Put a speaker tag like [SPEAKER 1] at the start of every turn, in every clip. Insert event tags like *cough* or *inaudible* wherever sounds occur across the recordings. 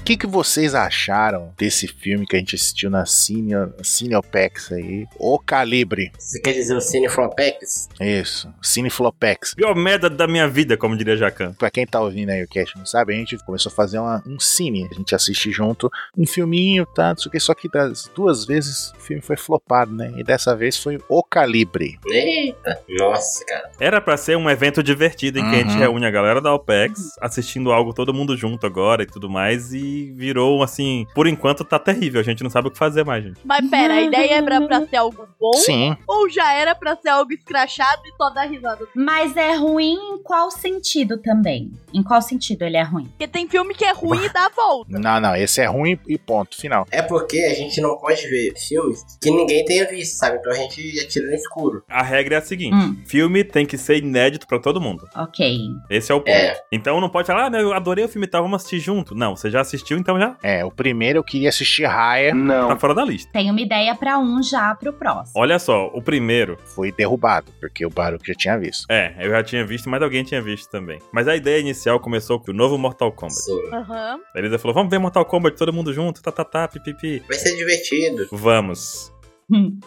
[SPEAKER 1] O que, que vocês acharam desse filme que a gente assistiu na Cine, Cineopex aí? O Calibre.
[SPEAKER 2] Você quer dizer o Cineflopex?
[SPEAKER 1] Isso, Cineflopex.
[SPEAKER 3] Pior merda da minha vida, como diria Jacan.
[SPEAKER 1] Pra quem tá ouvindo aí o cast não sabe, a gente começou a fazer uma- um cine. A gente assiste junto um filminho, tá? Não sei o que, só que das duas vezes o filme foi flopado, né? E dessa vez foi O Calibre.
[SPEAKER 2] Eita, Né? nossa, cara.
[SPEAKER 3] Era pra ser um evento divertido em que a gente
[SPEAKER 1] Uhum.
[SPEAKER 3] reúne a galera da OPEX, assistindo algo todo mundo junto agora e tudo mais, e virou assim, por enquanto tá terrível, a gente não sabe o que fazer mais, gente.
[SPEAKER 4] Mas pera, a ideia era pra ser algo bom?
[SPEAKER 1] Sim.
[SPEAKER 4] Ou já era pra ser algo escrachado e só dar risada?
[SPEAKER 5] Mas é ruim em qual sentido também? Em qual sentido ele é ruim?
[SPEAKER 4] Porque tem filme que é ruim e dá a volta.
[SPEAKER 1] Não, não, esse é ruim e ponto, final.
[SPEAKER 2] É porque a gente não pode ver filmes que ninguém tenha visto, sabe? Então a gente atira no escuro.
[SPEAKER 3] A regra é a seguinte:
[SPEAKER 5] Hum.
[SPEAKER 3] filme tem que ser inédito pra todo mundo.
[SPEAKER 5] Ok.
[SPEAKER 3] Esse é o ponto.
[SPEAKER 2] É.
[SPEAKER 3] Então não pode falar, ah, eu adorei o filme e tal, vamos assistir junto. Não, você já assistiu, então já
[SPEAKER 1] É, o primeiro eu queria assistir Raya,
[SPEAKER 3] tá fora da lista.
[SPEAKER 5] Tem uma ideia pra um já pro próximo.
[SPEAKER 3] Olha só, o primeiro,
[SPEAKER 1] foi derrubado, porque o Baruch já tinha visto.
[SPEAKER 3] é, eu já tinha visto, mas alguém tinha visto também. Mas a ideia inicial começou com o novo Mortal Kombat.
[SPEAKER 2] Sim.
[SPEAKER 4] Aham.
[SPEAKER 3] A Elisa falou, vamos ver Mortal Kombat, todo mundo junto, tá, tá, tá, pipipi.
[SPEAKER 2] Vai ser divertido.
[SPEAKER 3] Vamos.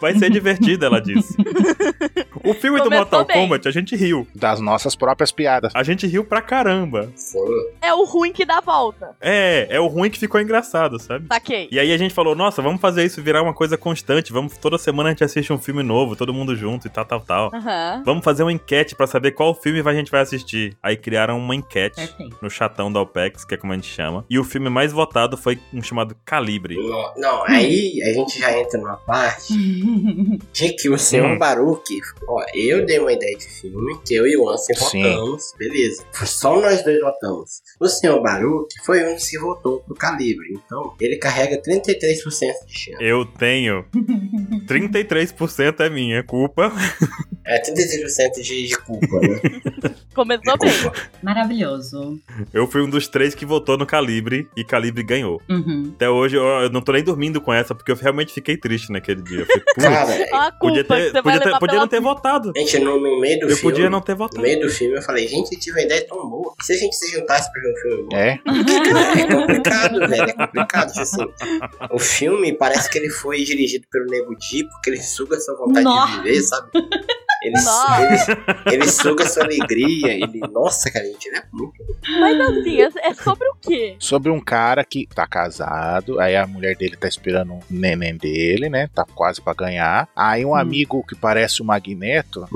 [SPEAKER 3] Vai ser divertido, ela disse. O filme do
[SPEAKER 4] Começou
[SPEAKER 3] Mortal
[SPEAKER 4] bem.
[SPEAKER 3] Kombat, a gente riu.
[SPEAKER 1] Das nossas próprias piadas.
[SPEAKER 3] A gente riu pra caramba.
[SPEAKER 2] Sim.
[SPEAKER 4] É o ruim que dá a volta.
[SPEAKER 3] É, é o ruim que ficou engraçado, sabe?
[SPEAKER 4] Saquei.
[SPEAKER 3] E aí a gente falou, nossa, vamos fazer isso virar uma coisa constante. Vamos toda semana a gente assiste um filme novo, todo mundo junto e tal, tal, tal.
[SPEAKER 4] Aham.
[SPEAKER 3] Vamos fazer uma enquete pra saber qual filme a gente vai assistir. Aí criaram uma enquete
[SPEAKER 5] Perfeito. *laughs*
[SPEAKER 3] no chatão da OPEX, que é como a gente chama. E o filme mais votado foi um chamado Calibre.
[SPEAKER 2] Não, não, aí a gente já entra numa parte de que o senhor
[SPEAKER 3] Hum.
[SPEAKER 2] Baruque, ó, eu dei uma ideia de filme, que eu e o Ansem
[SPEAKER 1] Sim.
[SPEAKER 2] votamos, beleza. Só nós dois votamos. O senhor Baruque foi um dos que votou pro calibre, então ele carrega 33% de chance.
[SPEAKER 3] Eu tenho 33% é minha culpa.
[SPEAKER 2] É 33% de, de culpa, né?
[SPEAKER 4] Começou bem.
[SPEAKER 2] Desculpa.
[SPEAKER 5] Maravilhoso.
[SPEAKER 3] Eu fui um dos três que votou no Calibre e Calibre ganhou.
[SPEAKER 5] Uhum.
[SPEAKER 3] Até hoje eu, eu não tô nem dormindo com essa, porque eu realmente fiquei triste naquele dia. Eu falei, "Putz,
[SPEAKER 2] Cara,
[SPEAKER 4] Olha a culpa
[SPEAKER 3] É, podia
[SPEAKER 4] que você
[SPEAKER 3] ter,
[SPEAKER 4] vai
[SPEAKER 3] podia, ter-
[SPEAKER 4] levar
[SPEAKER 3] podia
[SPEAKER 4] pela...
[SPEAKER 3] não ter votado.
[SPEAKER 2] gente, no no meio do
[SPEAKER 3] Eu
[SPEAKER 2] filme.
[SPEAKER 3] podia não ter
[SPEAKER 2] No
[SPEAKER 3] votado.
[SPEAKER 2] meio do filme eu falei, gente, eu tive uma ideia tão boa. Se a gente se juntasse pra ver um filme
[SPEAKER 1] *laughs*
[SPEAKER 2] bom.
[SPEAKER 1] É?
[SPEAKER 2] É complicado, velho. É complicado. tipo Assim, o filme parece que ele foi dirigido pelo Nego Di, porque ele suga sua vontade
[SPEAKER 5] Nossa.
[SPEAKER 2] de viver, sabe? Ele,
[SPEAKER 4] Nossa.
[SPEAKER 2] ele, ele suga sua alegria. Ele, nossa, cara, gente, ele é muito.
[SPEAKER 4] Mas assim, é é sobre o quê?
[SPEAKER 1] Sobre um cara que tá casado, aí a mulher dele tá esperando um neném dele, né? Tá quase pra ganhar. Aí um amigo que parece o Magneto.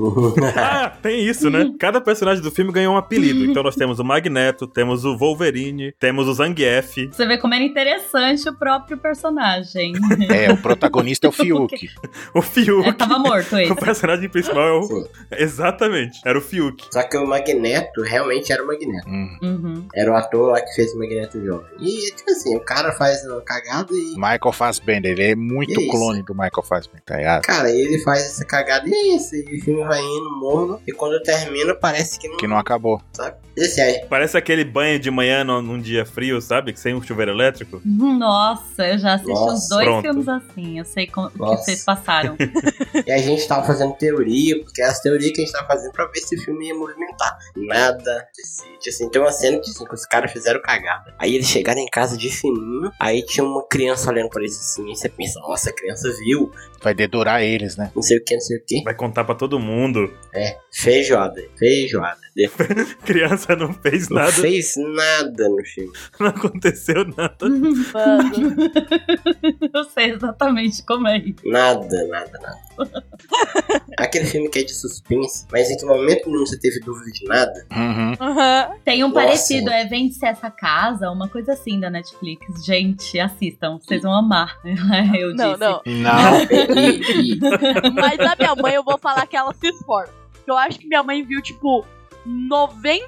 [SPEAKER 3] Ah, tem isso,
[SPEAKER 4] Uhum.
[SPEAKER 3] né? Cada personagem do filme ganhou um
[SPEAKER 4] *laughs*
[SPEAKER 3] apelido. Então nós temos o Magneto, temos o Wolverine, temos o Zangief.
[SPEAKER 5] Você vê como era interessante o próprio
[SPEAKER 3] *laughs*
[SPEAKER 5] personagem.
[SPEAKER 1] É, o protagonista é o Fiuk.
[SPEAKER 3] O Fiuk.
[SPEAKER 5] Eu tava morto
[SPEAKER 4] É
[SPEAKER 3] O
[SPEAKER 5] esse.
[SPEAKER 3] personagem principal é o.
[SPEAKER 2] Sim.
[SPEAKER 3] Exatamente. Era o Fiuk.
[SPEAKER 2] Só que o Magneto realmente era o Magneto.
[SPEAKER 1] Hum.
[SPEAKER 5] Uhum.
[SPEAKER 2] Era o ator lá que fez o Magneto jovem. E tipo assim, o cara faz uma cagada e.
[SPEAKER 1] Michael Fassbender, ele é muito
[SPEAKER 2] Que isso?
[SPEAKER 1] clone do Michael Fassbender, tá ligado?
[SPEAKER 2] Cara, ele faz essa cagada e é isso. E o filme vai indo, morno. E quando termina, parece que não.
[SPEAKER 1] Que não acabou.
[SPEAKER 2] Sabe? E assim, aí,
[SPEAKER 3] Parece aquele banho de manhã num, num dia frio, sabe? Sem um chuveiro elétrico.
[SPEAKER 5] Uhum. Nossa, eu já assisti
[SPEAKER 2] Nossa,
[SPEAKER 5] os dois
[SPEAKER 3] pronto.
[SPEAKER 5] filmes assim. Eu sei como, o que
[SPEAKER 2] Nossa.
[SPEAKER 3] *laughs*
[SPEAKER 5] vocês passaram.
[SPEAKER 2] E a gente tava fazendo teoria, porque era as teorias que a gente tava fazendo pra ver se o filme ia movimentar. Nada decide. Assim, tem uma cena que, assim, que os caras fizeram cagada. Aí eles chegaram em casa de fininho, aí tinha uma criança olhando pra eles assim, e você pensa, nossa, a criança viu,
[SPEAKER 1] Vai dedurar eles, né?
[SPEAKER 2] não sei o que, não sei o que.
[SPEAKER 3] Vai contar pra todo mundo. *laughs*
[SPEAKER 2] É, feijoada, feijoada.
[SPEAKER 3] Criança não
[SPEAKER 2] *laughs*
[SPEAKER 3] fez
[SPEAKER 2] Não
[SPEAKER 3] nada.
[SPEAKER 2] fez nada no filme.
[SPEAKER 3] *laughs* Não aconteceu nada.
[SPEAKER 5] Hum.
[SPEAKER 4] Mano.
[SPEAKER 5] eu sei exatamente como é isso.
[SPEAKER 2] Nada, nada,
[SPEAKER 4] *laughs*
[SPEAKER 2] nada. Aquele filme que é de suspense, mas em que momento nenhum você teve dúvida de nada.
[SPEAKER 1] Uhum.
[SPEAKER 4] Aham.
[SPEAKER 5] Tem um
[SPEAKER 2] Nossa.
[SPEAKER 5] parecido, é Vende-se Essa Casa, uma coisa assim da Netflix. Gente, assistam, vocês vão amar. *laughs* Eu
[SPEAKER 4] Não,
[SPEAKER 5] disse.
[SPEAKER 4] não. Ah.
[SPEAKER 1] Não.
[SPEAKER 2] *laughs* E- e-
[SPEAKER 4] Mas da minha mãe eu vou falar que ela se esforça. Eu acho que minha mãe viu, tipo, 90%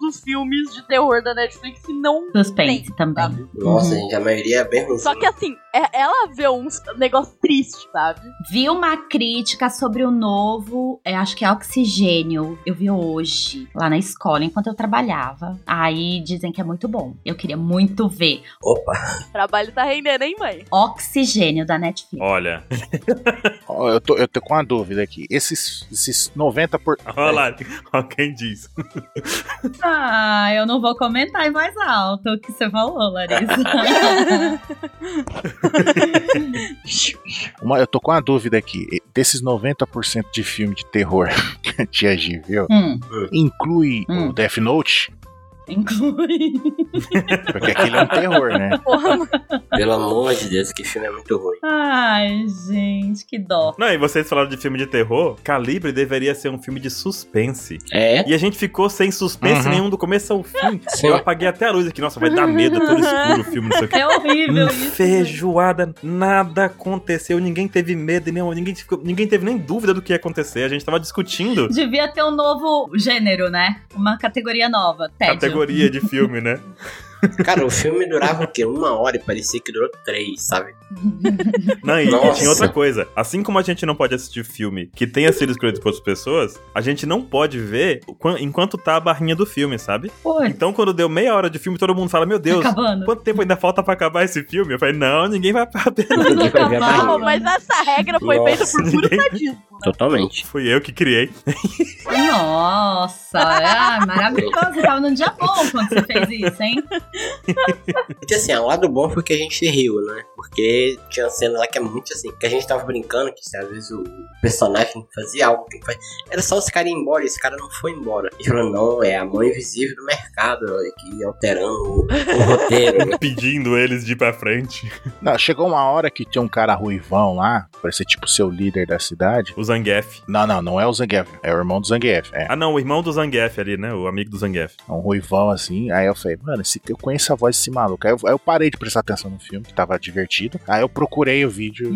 [SPEAKER 4] dos filmes de terror da Netflix e não
[SPEAKER 5] Suspense também.
[SPEAKER 4] sabe?
[SPEAKER 2] Nossa,
[SPEAKER 5] Uhum.
[SPEAKER 2] gente, a maioria é bem ruim.
[SPEAKER 4] Só que assim, é- ela vê uns negócio triste, sabe?
[SPEAKER 5] Vi uma crítica sobre o novo, é, acho que é Oxigênio. Eu vi hoje, lá na escola, enquanto eu trabalhava. Aí dizem que é muito bom. Eu queria muito ver.
[SPEAKER 2] Opa,
[SPEAKER 4] Trabalho tá rendendo, hein, mãe?
[SPEAKER 5] Oxigênio da Netflix.
[SPEAKER 3] Olha.
[SPEAKER 1] Ó, Eu tô, eu tô com uma dúvida aqui. Esses, esses 90%. Por...
[SPEAKER 5] *laughs*
[SPEAKER 3] Olha lá. Alguém diz.
[SPEAKER 5] Ah, eu não vou comentar em voz alta o que você falou, *laughs* Larissa.
[SPEAKER 1] Uma, eu tô com uma dúvida aqui. E- Desses 90% de filme de terror *laughs* que a Tia G viu,
[SPEAKER 5] Hum,
[SPEAKER 1] inclui
[SPEAKER 5] Hum.
[SPEAKER 1] o Death Note?
[SPEAKER 5] inclui.
[SPEAKER 1] Porque aquele é um terror, né?
[SPEAKER 4] Porra,
[SPEAKER 2] *laughs*
[SPEAKER 4] mano.
[SPEAKER 2] Pelo amor de Deus, que filme é muito ruim.
[SPEAKER 5] Ai, gente, que dó.
[SPEAKER 3] Não, e vocês falaram de filme de terror? Calibre deveria ser um filme de suspense.
[SPEAKER 2] É?
[SPEAKER 3] E a gente ficou sem suspense
[SPEAKER 1] Uhum.
[SPEAKER 3] nenhum do começo ao fim.
[SPEAKER 2] Sim.
[SPEAKER 3] Eu apaguei até a luz aqui. Nossa, vai dar medo, é todo escuro o filme, não sei o quê.
[SPEAKER 5] *laughs* É horrível
[SPEAKER 3] Hum,
[SPEAKER 5] isso.
[SPEAKER 3] Feijoada, nada aconteceu, ninguém teve medo, e não, ninguém, ficou- ninguém teve nem dúvida do que ia acontecer. A gente tava discutindo
[SPEAKER 5] Devia ter um novo gênero, né? Uma categoria nova. Tédio.
[SPEAKER 3] categoria de filme, né?
[SPEAKER 2] Cara, o filme durava o quê? Uma hora e parecia que durou três,
[SPEAKER 4] *laughs*
[SPEAKER 2] sabe?
[SPEAKER 3] Não, e, e
[SPEAKER 2] Nossa.
[SPEAKER 3] tinha outra coisa. Assim como a gente não pode assistir filme que tenha sido escolhido por outras pessoas, a gente não pode ver o quan- enquanto tá a barrinha do filme, sabe?
[SPEAKER 5] Pô,
[SPEAKER 3] Então quando deu meia hora de filme, todo mundo fala: Meu
[SPEAKER 5] tá
[SPEAKER 3] Deus,
[SPEAKER 5] acabando.
[SPEAKER 3] quanto tempo ainda falta pra acabar esse filme? Eu falei: Não, ninguém vai saber.
[SPEAKER 2] Ninguém vai ver a
[SPEAKER 5] Acabava,
[SPEAKER 4] Não,
[SPEAKER 2] barriga.
[SPEAKER 4] mas essa regra foi feita
[SPEAKER 2] Nossa,
[SPEAKER 4] por puro
[SPEAKER 3] ninguém-
[SPEAKER 4] sadismo. né?
[SPEAKER 2] Totalmente.
[SPEAKER 3] Fui eu que criei.
[SPEAKER 5] Nossa, ah, maravilhoso. Você tava num dia bom quando você fez isso, hein?
[SPEAKER 2] Porque assim, o lado bom foi que a gente riu, né? Porque tinha cena lá que é muito assim, que a gente tava brincando, que assim, às vezes o personagem fazia algo que faz. Era só esse cara ir embora, e esse cara não foi embora. E falou, não, é a mão invisível do mercado aqui alterando o, o roteiro. *laughs*
[SPEAKER 3] pedindo eles de ir pra frente.
[SPEAKER 1] Não, chegou uma hora que tinha um cara ruivão lá, parecia tipo seu líder da cidade.
[SPEAKER 3] O Zangief.
[SPEAKER 1] Não, não, não é o Zangief, é o irmão do Zangief. É
[SPEAKER 3] Ah, não, o irmão do Zangief ali, né? O amigo do Zangief.
[SPEAKER 1] É um ruivão assim. Aí eu falei, mano, esse, eu conheço a voz desse maluco. Aí eu, aí eu parei de prestar atenção no filme, que tava divertido. Aí eu procurei o vídeo.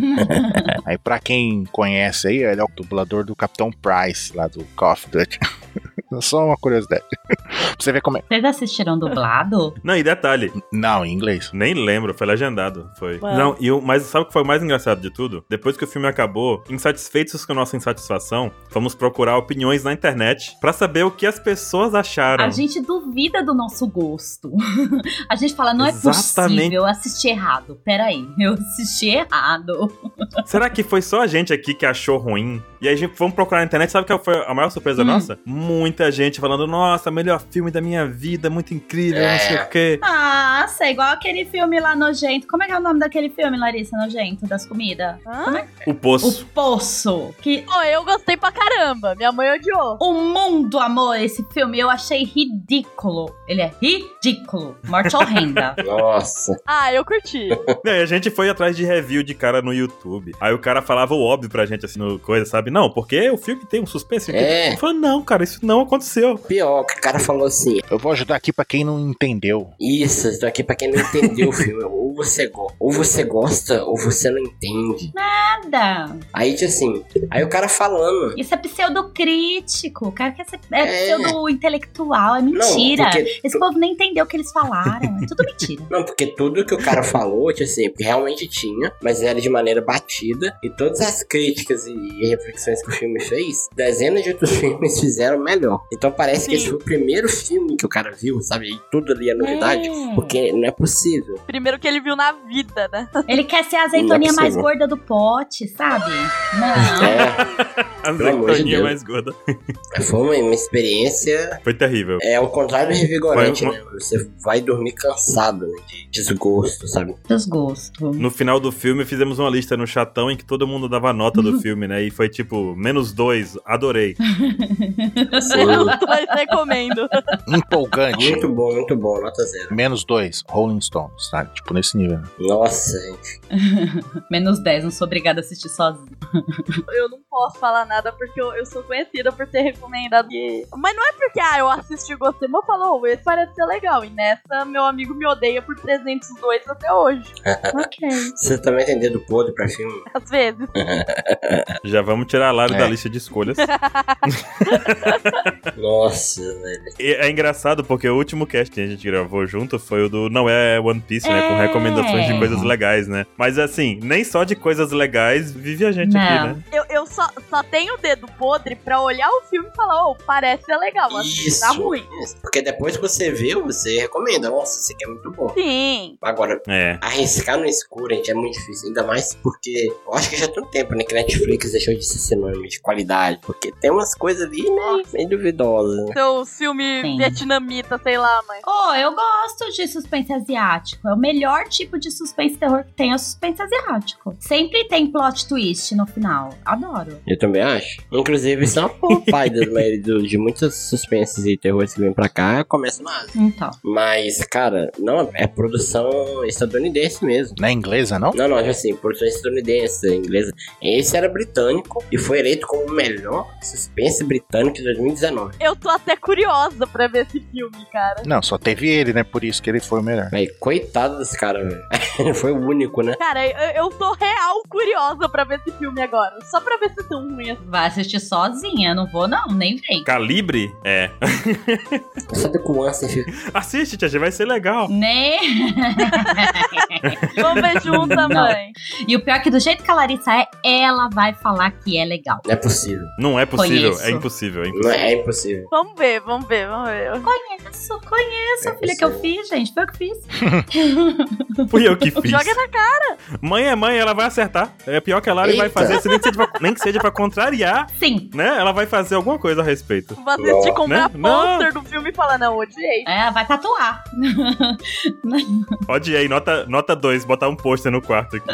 [SPEAKER 1] aí pra quem conhece aí, ele é o dublador do Capitão Price, lá do Call of Duty. *laughs* Só uma curiosidade. *laughs* pra você ver como é.
[SPEAKER 5] Vocês assistiram dublado?
[SPEAKER 3] Não, e detalhe,
[SPEAKER 1] Não, em inglês.
[SPEAKER 3] nem lembro, foi legendado. Foi.
[SPEAKER 4] Ué.
[SPEAKER 3] Não, e o, mas sabe o que foi o mais engraçado de tudo? Depois que o filme acabou, insatisfeitos com a nossa insatisfação, fomos procurar opiniões na internet pra saber o que as pessoas acharam.
[SPEAKER 5] A gente duvida do nosso gosto. *laughs* A gente fala, não é
[SPEAKER 3] Exatamente.
[SPEAKER 5] possível, eu assisti errado. Peraí, eu assisti errado.
[SPEAKER 3] Será que foi só a gente aqui que achou ruim? E aí a gente fomos procurar na internet, sabe qual foi a maior surpresa
[SPEAKER 5] Hum.
[SPEAKER 3] nossa? Muita gente falando, nossa, melhor filme da minha vida, muito incrível, não sei o quê.
[SPEAKER 5] Nossa, é igual aquele filme lá nojento. Como é que é o nome daquele filme, Larissa, nojento, das comidas?
[SPEAKER 4] Hã?
[SPEAKER 3] O poço.
[SPEAKER 5] O Poço. Que
[SPEAKER 4] Pô, eu gostei pra caramba. Minha mãe odiou.
[SPEAKER 5] o mundo amou esse filme. Eu achei ridículo. Ele é ridículo. Morte horrenda.
[SPEAKER 2] Nossa.
[SPEAKER 4] Ah, eu curti.
[SPEAKER 3] Não, e a gente foi atrás de review de cara no YouTube. Aí o cara falava o óbvio pra gente, assim, no coisa, sabe? Não, porque o filme tem um suspense.
[SPEAKER 2] É.
[SPEAKER 3] Eu falei, não, cara, isso não aconteceu.
[SPEAKER 2] Pior, que o cara falou assim:
[SPEAKER 1] Eu vou ajudar aqui pra quem não entendeu.
[SPEAKER 2] Isso, isso aqui pra quem não entendeu o filme, ou você, go- ou você gosta ou você não entende.
[SPEAKER 5] Nada.
[SPEAKER 2] Aí tinha assim, aí o cara falando.
[SPEAKER 5] Isso é pseudocrítico. O cara quer ser é
[SPEAKER 2] É.
[SPEAKER 5] pseudo-intelectual. É
[SPEAKER 2] Não,
[SPEAKER 5] mentira.
[SPEAKER 2] porque-
[SPEAKER 5] Esse povo nem entendeu o que eles falaram. É
[SPEAKER 2] *laughs*
[SPEAKER 5] tudo mentira.
[SPEAKER 2] Não, porque tudo que o cara falou, tipo assim, porque realmente tinha, mas era de maneira batida. E todas as críticas e e reflexões que o filme fez, dezenas de outros *laughs* filmes fizeram melhor. Então parece que
[SPEAKER 4] Sim.
[SPEAKER 2] esse foi o primeiro filme que o cara viu, sabe? E tudo ali é novidade.
[SPEAKER 5] É.
[SPEAKER 2] Porque não é possível.
[SPEAKER 4] Primeiro que ele viu na vida, né? *laughs*
[SPEAKER 5] Ele quer ser a
[SPEAKER 2] Não
[SPEAKER 5] azeitoninha
[SPEAKER 2] é
[SPEAKER 5] mais
[SPEAKER 2] possível.
[SPEAKER 5] gorda do pote, sabe? Não.
[SPEAKER 2] É,
[SPEAKER 3] A
[SPEAKER 2] Pelo amor de
[SPEAKER 3] Zentoninha
[SPEAKER 2] Deus.
[SPEAKER 3] mais gorda.
[SPEAKER 2] foi uma, uma experiência.
[SPEAKER 3] Foi terrível.
[SPEAKER 2] É ao contrário do revigorante,
[SPEAKER 3] Foi
[SPEAKER 2] né? Você vai dormir cansado, né? De desgosto, sabe?
[SPEAKER 5] *laughs* Desgosto.
[SPEAKER 3] No final do filme, fizemos uma lista no chatão em que todo mundo dava nota
[SPEAKER 5] *laughs*
[SPEAKER 3] do filme, né? E foi tipo, menos dois, adorei.
[SPEAKER 4] *laughs*
[SPEAKER 2] Sim.
[SPEAKER 4] Mas recomendo.
[SPEAKER 1] Empolgante.
[SPEAKER 2] *laughs* Muito bom, muito bom, nota zero.
[SPEAKER 1] Menos dois, Rolling Stones, tá? Tipo, nesse nível. né?
[SPEAKER 2] Nossa, gente.
[SPEAKER 5] Menos 10, não sou obrigada a assistir sozinha.
[SPEAKER 4] Eu não posso falar nada porque eu, eu sou conhecida por ter recomendado. E- Mas não é porque, ah, eu assisti e gostei, mas eu falo, "Oh, esse parece ser legal. E nessa, meu amigo me odeia por 302
[SPEAKER 2] *laughs*
[SPEAKER 4] até hoje.
[SPEAKER 5] ok.
[SPEAKER 2] Você também tem dedo podre pra filme?
[SPEAKER 4] Às vezes.
[SPEAKER 3] Já vamos tirar a Lara
[SPEAKER 1] É.
[SPEAKER 3] da lista de escolhas.
[SPEAKER 2] Nossa, velho.
[SPEAKER 3] E é engraçado porque o último cast que a gente gravou junto foi o do Não É One Piece, né? Com
[SPEAKER 5] É.
[SPEAKER 3] recomendações de coisas legais, né? Mas assim, nem só de coisas legais vive a gente aqui,
[SPEAKER 5] Não.
[SPEAKER 3] né?
[SPEAKER 4] Eu, eu só só, só tem o dedo podre pra olhar o filme e falar, oh, parece ser legal, mas
[SPEAKER 2] Isso.
[SPEAKER 4] tá ruim.
[SPEAKER 2] Isso. Porque depois que você vê, você recomenda. Nossa, esse aqui é muito bom.
[SPEAKER 4] Sim.
[SPEAKER 2] Agora,
[SPEAKER 3] É.
[SPEAKER 2] arriscar no escuro, gente, é muito difícil. Ainda mais porque eu acho que já tem um tempo, né? Que Netflix deixou de ser sinônimo de qualidade. Porque tem umas coisas ali, né? Bem duvidosas. né?
[SPEAKER 4] Seu filme
[SPEAKER 5] Sim.
[SPEAKER 4] vietnamita, sei lá, mas.
[SPEAKER 5] Oh, eu gosto de suspense asiático. É o melhor tipo de suspense terror que tem é o suspense asiático. Sempre tem plot twist no final. Adoro.
[SPEAKER 2] Eu também acho. Inclusive, isso é uma pai da maioria do- de muitas suspenses e terrores que vêm pra cá, começa na Ásia.
[SPEAKER 5] Então.
[SPEAKER 2] Mas, cara, não, é produção estadunidense mesmo.
[SPEAKER 1] Não é inglesa, não?
[SPEAKER 2] Não, não, assim, produção estadunidense, inglesa. Esse era britânico e foi eleito como o melhor suspense britânico de 2019.
[SPEAKER 4] Eu tô até curiosa pra ver esse filme, cara.
[SPEAKER 1] Não, só teve ele, né? Por isso que ele foi o
[SPEAKER 2] *laughs*
[SPEAKER 1] melhor.
[SPEAKER 2] Véi, coitado desse cara, velho. *laughs* foi o único, né?
[SPEAKER 4] Cara, eu, eu tô real curiosa pra ver esse filme agora. Só pra ver se é tão ruim assim.
[SPEAKER 5] Vai assistir sozinha, não vou não, nem vem.
[SPEAKER 3] Calibre? É.
[SPEAKER 2] Sabe que o Ansem fica.
[SPEAKER 3] Assiste, Tia, vai ser legal.
[SPEAKER 5] Nem.
[SPEAKER 4] assim. Vamos ver junto, mãe.
[SPEAKER 5] *laughs* E o pior é que do jeito que a Larissa é, ela vai falar que é legal.
[SPEAKER 2] Não é possível.
[SPEAKER 3] Não é possível,
[SPEAKER 5] Conheço.
[SPEAKER 3] é impossível. é impossível.
[SPEAKER 2] Não é, é impossível.
[SPEAKER 4] Vamos ver, vamos ver, vamos ver.
[SPEAKER 5] Conheço, conheço a filha que eu fiz, gente. Foi eu que fiz.
[SPEAKER 3] Fui
[SPEAKER 5] *laughs*
[SPEAKER 3] eu que fiz.
[SPEAKER 4] Joga na cara.
[SPEAKER 3] Mãe é mãe, ela vai acertar. É pior que a Lari vai
[SPEAKER 2] Eita.
[SPEAKER 3] fazer, se nem que, seja pra, nem que seja pra contrariar,
[SPEAKER 5] Sim.
[SPEAKER 3] né? Ela vai fazer alguma coisa a respeito.
[SPEAKER 4] Vou assistir
[SPEAKER 2] Não,
[SPEAKER 4] comprar
[SPEAKER 3] né?
[SPEAKER 4] pôster do filme e falar, não, odiei.
[SPEAKER 5] É, vai tatuar. *laughs*
[SPEAKER 3] Odiei, nota 2, botar um pôster no quarto aqui.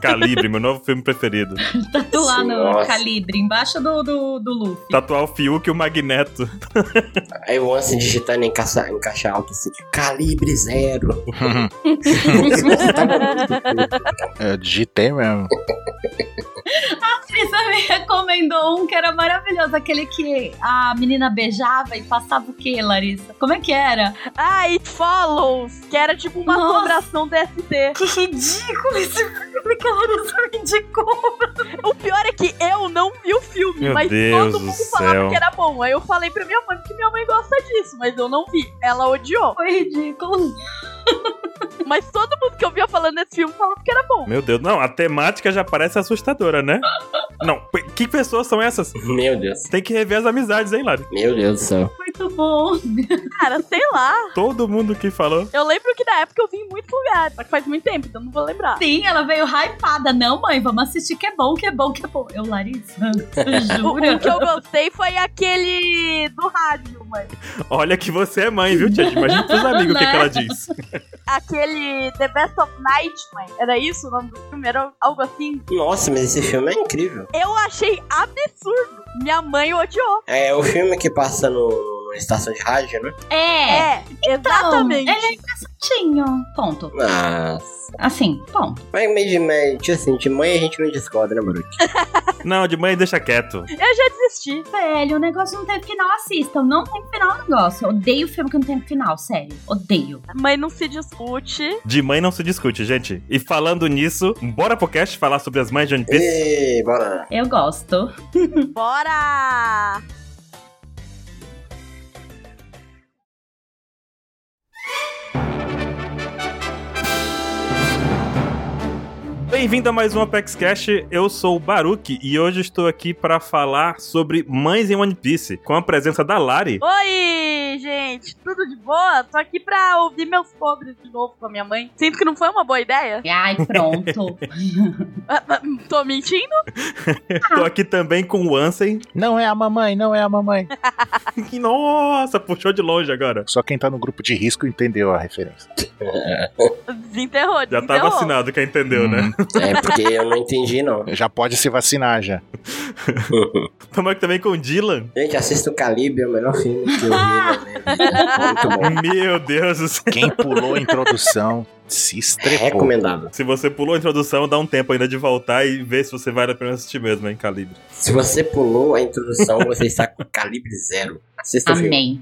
[SPEAKER 3] Calibre, meu novo filme preferido.
[SPEAKER 5] Tatuar no
[SPEAKER 2] Nossa.
[SPEAKER 5] calibre, embaixo do, do, do Luffy.
[SPEAKER 3] Tatuar o Fiuk e o Magneto.
[SPEAKER 2] Aí o Ansem digitando em caixa, em caixa alta assim, tipo, calibre zero. *laughs*
[SPEAKER 1] eu digitei mesmo.
[SPEAKER 5] A Frisa me recomendou um que era maravilhoso, aquele que a menina beijava e passava o quê, Larissa? Como é que era?
[SPEAKER 4] Ah, It Follows, que era tipo uma
[SPEAKER 5] Nossa.
[SPEAKER 4] assombração DST.
[SPEAKER 5] Que ridículo esse filme que a Larissa me indicou.
[SPEAKER 4] O pior é que eu não vi o filme,
[SPEAKER 3] Meu
[SPEAKER 4] mas
[SPEAKER 3] Deus
[SPEAKER 4] todo
[SPEAKER 3] do
[SPEAKER 4] mundo falava
[SPEAKER 3] céu.
[SPEAKER 4] que era bom. Aí eu falei pra minha mãe, porque minha mãe gosta disso, mas eu não vi. Ela odiou.
[SPEAKER 5] Foi ridículo.
[SPEAKER 4] Mas todo mundo que eu via falando desse filme falava que era bom.
[SPEAKER 3] Meu Deus, não, a temática já parece assustadora, né? Não, p- que pessoas são essas?
[SPEAKER 2] Meu Deus.
[SPEAKER 3] Tem que rever as amizades, hein, Lari?
[SPEAKER 2] Meu Deus do céu.
[SPEAKER 5] Muito bom.
[SPEAKER 4] Cara, sei lá.
[SPEAKER 3] Todo mundo que falou.
[SPEAKER 4] Eu lembro que na época eu vi em muitos lugares, só que faz muito tempo, então não vou lembrar.
[SPEAKER 5] Sim, ela veio hypada. Não, mãe, vamos assistir que é bom, que é bom, que é bom. Eu, Larissa, *laughs*
[SPEAKER 4] O, o que eu
[SPEAKER 5] jura?
[SPEAKER 4] gostei foi aquele do rádio, mãe.
[SPEAKER 3] Olha que você é mãe, viu, Tia? Imagina pros amigos o que, que ela diz.
[SPEAKER 4] Aquele The Best of Night, mãe. Era isso o nome do filme? Era algo assim?
[SPEAKER 2] Nossa, mas esse filme é incrível.
[SPEAKER 4] Eu achei absurdo. Minha mãe odiou.
[SPEAKER 2] É o filme que passa no na estação de rádio, né?
[SPEAKER 5] É.
[SPEAKER 4] É, exatamente.
[SPEAKER 5] Ele é engraçadinho. Ponto.
[SPEAKER 2] Nossa.
[SPEAKER 5] Assim, ponto.
[SPEAKER 2] Mas meio de mãe, tipo assim, de mãe a gente não discorda, né, Baruch?
[SPEAKER 3] Não, de mãe deixa quieto.
[SPEAKER 5] é
[SPEAKER 4] Eu já desisti.
[SPEAKER 5] Velho, o negócio não teve final, assistam. Não tem final o negócio. Eu odeio filme que não tem final, sério. Odeio.
[SPEAKER 4] Mãe não se discute.
[SPEAKER 3] De mãe não se discute, gente. E falando nisso, bora pro cast falar sobre as mães de One Piece?
[SPEAKER 2] Ei, bora.
[SPEAKER 5] Eu gosto.
[SPEAKER 4] Bora!
[SPEAKER 3] Bem-vindo a mais um Apex Cash. Eu sou o Baruque e hoje estou aqui para falar sobre mães em One Piece, com a presença da Lari.
[SPEAKER 4] Oi, gente! Tudo de boa? Tô aqui pra ouvir meus podres de novo com a minha mãe. Sinto que não foi uma boa ideia. *laughs*
[SPEAKER 5] Ai, pronto.
[SPEAKER 4] Ah, ah, Tô mentindo?
[SPEAKER 3] Tô aqui também com o Ansem. *laughs*
[SPEAKER 1] Não é a mamãe, não é a mamãe.
[SPEAKER 3] Que, Nossa, puxou de longe agora.
[SPEAKER 1] Só quem tá no grupo de risco entendeu a referência.
[SPEAKER 4] Desenterrou,
[SPEAKER 3] Já tá
[SPEAKER 4] desenterrou.
[SPEAKER 3] vacinado, quem entendeu, né?
[SPEAKER 2] É porque eu não entendi, não.
[SPEAKER 1] Hum, Já pode se vacinar já.
[SPEAKER 2] Hum.
[SPEAKER 3] Tamo aqui também com o Dylan.
[SPEAKER 2] Gente, assista o Calibre, é o melhor filme que eu vi na minha vida. Muito bom.
[SPEAKER 3] *laughs* Meu Deus do céu.
[SPEAKER 1] Quem pulou a introdução se estrepou.
[SPEAKER 2] Recomendável.
[SPEAKER 3] Se você pulou a introdução, dá um tempo ainda de voltar e ver se você vale a pena assistir mesmo, hein, Calibre.
[SPEAKER 2] Se você pulou a introdução, você está com Calibre zero. Assista o filme.
[SPEAKER 5] Amém.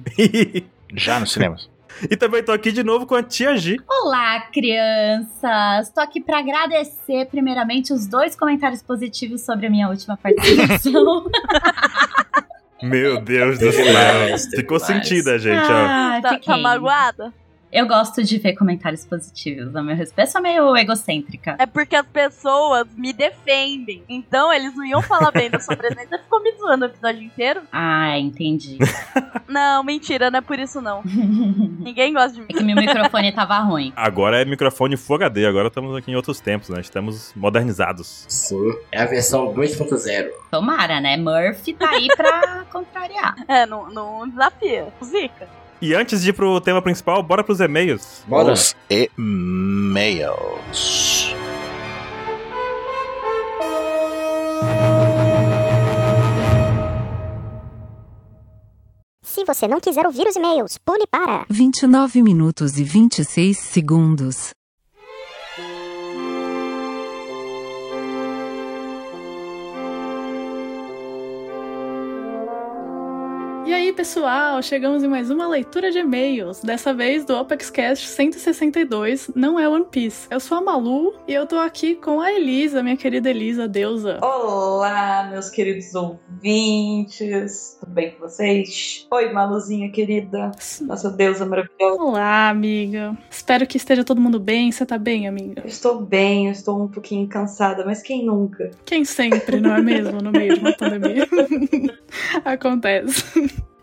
[SPEAKER 1] Já nos cinemas.
[SPEAKER 3] e também tô aqui de novo com a Tia G.
[SPEAKER 5] Olá, crianças! Tô aqui pra agradecer, primeiramente, os dois comentários positivos sobre a minha última participação.
[SPEAKER 3] Meu Deus do
[SPEAKER 2] Teve
[SPEAKER 3] céu.
[SPEAKER 2] mais, teve
[SPEAKER 3] Ficou
[SPEAKER 2] mais.
[SPEAKER 3] sentida, *laughs* gente, ó.
[SPEAKER 5] Ah,
[SPEAKER 4] Tá, tá
[SPEAKER 5] fiquei.
[SPEAKER 4] magoada?
[SPEAKER 5] Eu gosto de ver comentários positivos a meu respeito. Eu sou meio egocêntrica.
[SPEAKER 4] É porque as pessoas me defendem. Então eles não iam falar bem da sua presença. Você ficou me zoando o episódio inteiro?
[SPEAKER 5] Ah, *laughs* entendi.
[SPEAKER 4] Não, mentira, não é por isso não. Ninguém gosta de mim.
[SPEAKER 5] É que meu microfone tava ruim.
[SPEAKER 3] Agora é microfone Full HD, agora estamos aqui em outros tempos, né? Estamos modernizados.
[SPEAKER 2] Sim. É a versão 2.0.
[SPEAKER 5] Tomara, né? Murphy tá aí *laughs* pra contrariar.
[SPEAKER 4] É, não, não desafia. Zica.
[SPEAKER 3] E antes de ir pro tema principal, bora pros e-mails.
[SPEAKER 2] Bora.
[SPEAKER 1] Os e-mails.
[SPEAKER 6] Se você não quiser ouvir os e-mails, pule para.
[SPEAKER 7] 29 minutos e 26 segundos.
[SPEAKER 8] E aí, pessoal, chegamos em mais uma leitura de e-mails, dessa vez do OpexCast 162, não é One Piece. Eu sou a Malu e eu tô aqui com a Elisa, minha querida Elisa, deusa.
[SPEAKER 9] Olá, meus queridos ouvintes, tudo bem com vocês? Oi, Maluzinha querida, nossa deusa maravilhosa.
[SPEAKER 8] Olá, amiga. Espero que esteja todo mundo bem. Você tá bem, amiga?
[SPEAKER 9] Eu estou bem, eu estou um pouquinho cansada, mas quem nunca?
[SPEAKER 8] Quem sempre, não é mesmo? No meio de uma pandemia. *laughs* Acontece.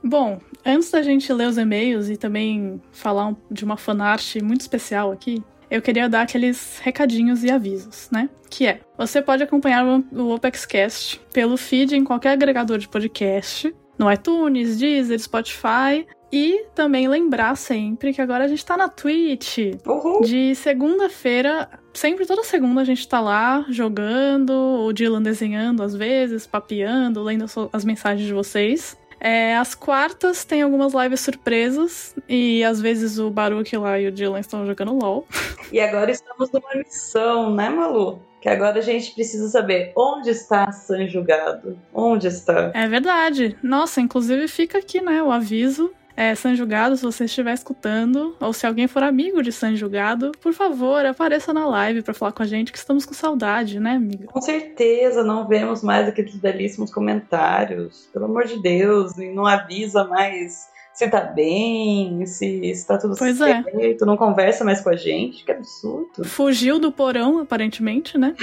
[SPEAKER 8] Bom, antes da gente ler os e-mails e também falar um- de uma fanart muito especial aqui, eu queria dar aqueles recadinhos e avisos, né? Que é, você pode acompanhar o- o OpexCast pelo feed em qualquer agregador de podcast, no iTunes, Deezer, Spotify, e também lembrar sempre que agora a gente tá na Twitch,
[SPEAKER 9] Uhul!
[SPEAKER 8] de segunda-feira, sempre toda segunda a gente tá lá jogando, o Dylan desenhando às vezes, papeando, lendo so- as mensagens de vocês. É, às quartas tem algumas lives surpresas e às vezes o Baruch lá e o Dylan estão jogando LOL. *laughs*
[SPEAKER 9] E agora estamos numa missão, né, Malu? Que agora a gente precisa saber onde está San Julgado? Onde está?
[SPEAKER 8] É verdade. Nossa, inclusive fica aqui, né, o aviso. É, Sanjugado, se você estiver escutando, ou se alguém for amigo de Sanjugado, por favor, apareça na live pra falar com a gente, que estamos com saudade, né, amiga?
[SPEAKER 9] Com certeza não vemos mais aqueles belíssimos comentários. Pelo amor de Deus, e não avisa mais se tá bem, se, se tá tudo
[SPEAKER 8] Pois é.
[SPEAKER 9] certo, não conversa mais com a gente. Que absurdo.
[SPEAKER 8] Fugiu do porão, aparentemente, né?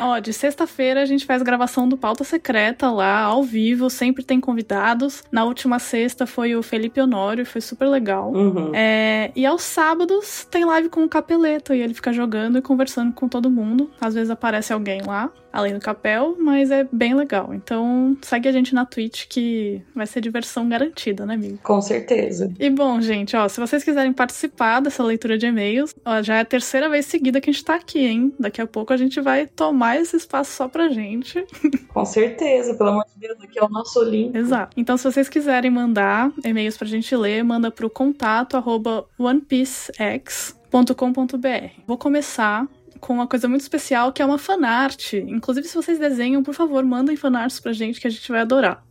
[SPEAKER 8] Ó, de sexta-feira a gente faz gravação do Pauta Secreta lá, ao vivo, sempre tem convidados. Na última sexta foi o Felipe Honório, foi super legal.
[SPEAKER 9] Uhum.
[SPEAKER 8] É, e aos sábados tem live com o Capeleto e ele fica jogando e conversando com todo mundo. Às vezes aparece alguém lá, além do Capel, mas é bem legal. Então segue a gente na Twitch que vai ser diversão garantida, né, amigo?
[SPEAKER 9] Com certeza.
[SPEAKER 8] E bom, gente, ó, se vocês quiserem participar dessa leitura de e-mails, ó, já é a terceira vez seguida que a gente tá aqui, hein? Daqui a pouco a gente vai tomar esse espaço só pra gente. *laughs*
[SPEAKER 9] Com certeza, pelo amor de Deus, aqui é o nosso link.
[SPEAKER 8] Exato. Então, se vocês quiserem mandar e-mails pra gente ler, manda pro contato arroba onepiecex.com.br. Vou começar com uma coisa muito especial que é uma fanart. Inclusive, se vocês desenham, por favor, mandem fanarts pra gente que a gente vai adorar.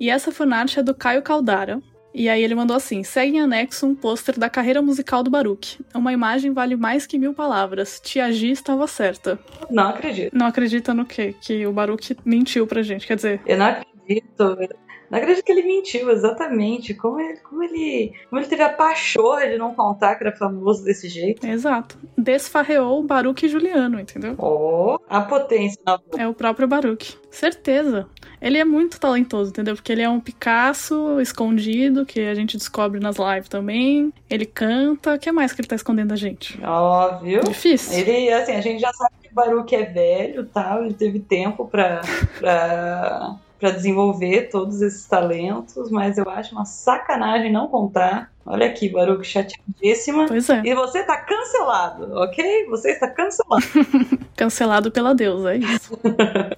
[SPEAKER 8] E essa fanart é do Caio Caldara. E aí ele mandou assim: segue em anexo um pôster da carreira musical do Baruch. Uma imagem vale mais que mil palavras. Tia G estava certa.
[SPEAKER 9] Não acredito.
[SPEAKER 8] Não acredita no quê? Que o Baruch mentiu pra gente. Quer dizer,
[SPEAKER 9] Eu não acredito. Não acredito que ele mentiu, exatamente. Como ele, como ele, como ele teve a pachorra de não contar que era famoso desse jeito.
[SPEAKER 8] Exato. Desfarreou o Baruch e Juliano, entendeu?
[SPEAKER 9] Oh, a potência na voz.
[SPEAKER 8] É o próprio Baruch. Certeza. Ele é muito talentoso, entendeu? Porque ele é um Picasso escondido, que a gente descobre nas lives também. Ele canta. O que mais que ele tá escondendo da gente?
[SPEAKER 9] Ó, viu?
[SPEAKER 8] Difícil.
[SPEAKER 9] Ele, assim, a gente já sabe que o Baruch é velho tal, ele teve tempo pra, pra, pra desenvolver todos esses talentos, mas eu acho uma sacanagem não contar. Olha aqui, Baruch, chateadíssima.
[SPEAKER 8] Pois é.
[SPEAKER 9] E você tá cancelado, ok? Você está cancelado.
[SPEAKER 8] *laughs* Cancelado pela deusa, é isso.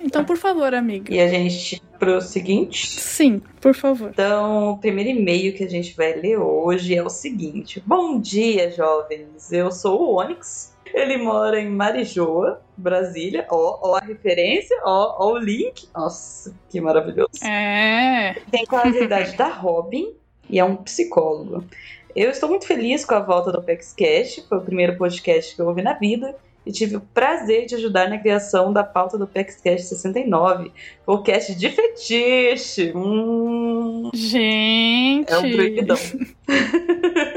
[SPEAKER 8] Então, por favor, amiga.
[SPEAKER 9] E a gente pro seguinte.
[SPEAKER 8] Sim, por favor.
[SPEAKER 9] Então, o primeiro e-mail que a gente vai ler hoje é o seguinte: Bom dia, jovens. Eu sou o Onyx. Ele mora em Marijoa, Brasília. Ó, ó a referência, ó, ó o link. Nossa, que maravilhoso.
[SPEAKER 8] É.
[SPEAKER 9] Tem quase a idade da Robin e é um psicólogo. Eu estou muito feliz com a volta do Apex Cash, foi o primeiro podcast que eu ouvi na vida. E tive o prazer de ajudar na criação da pauta do PEXCast 69, podcast de fetiche. Hum,
[SPEAKER 8] Gente.
[SPEAKER 9] então, é um proibidão.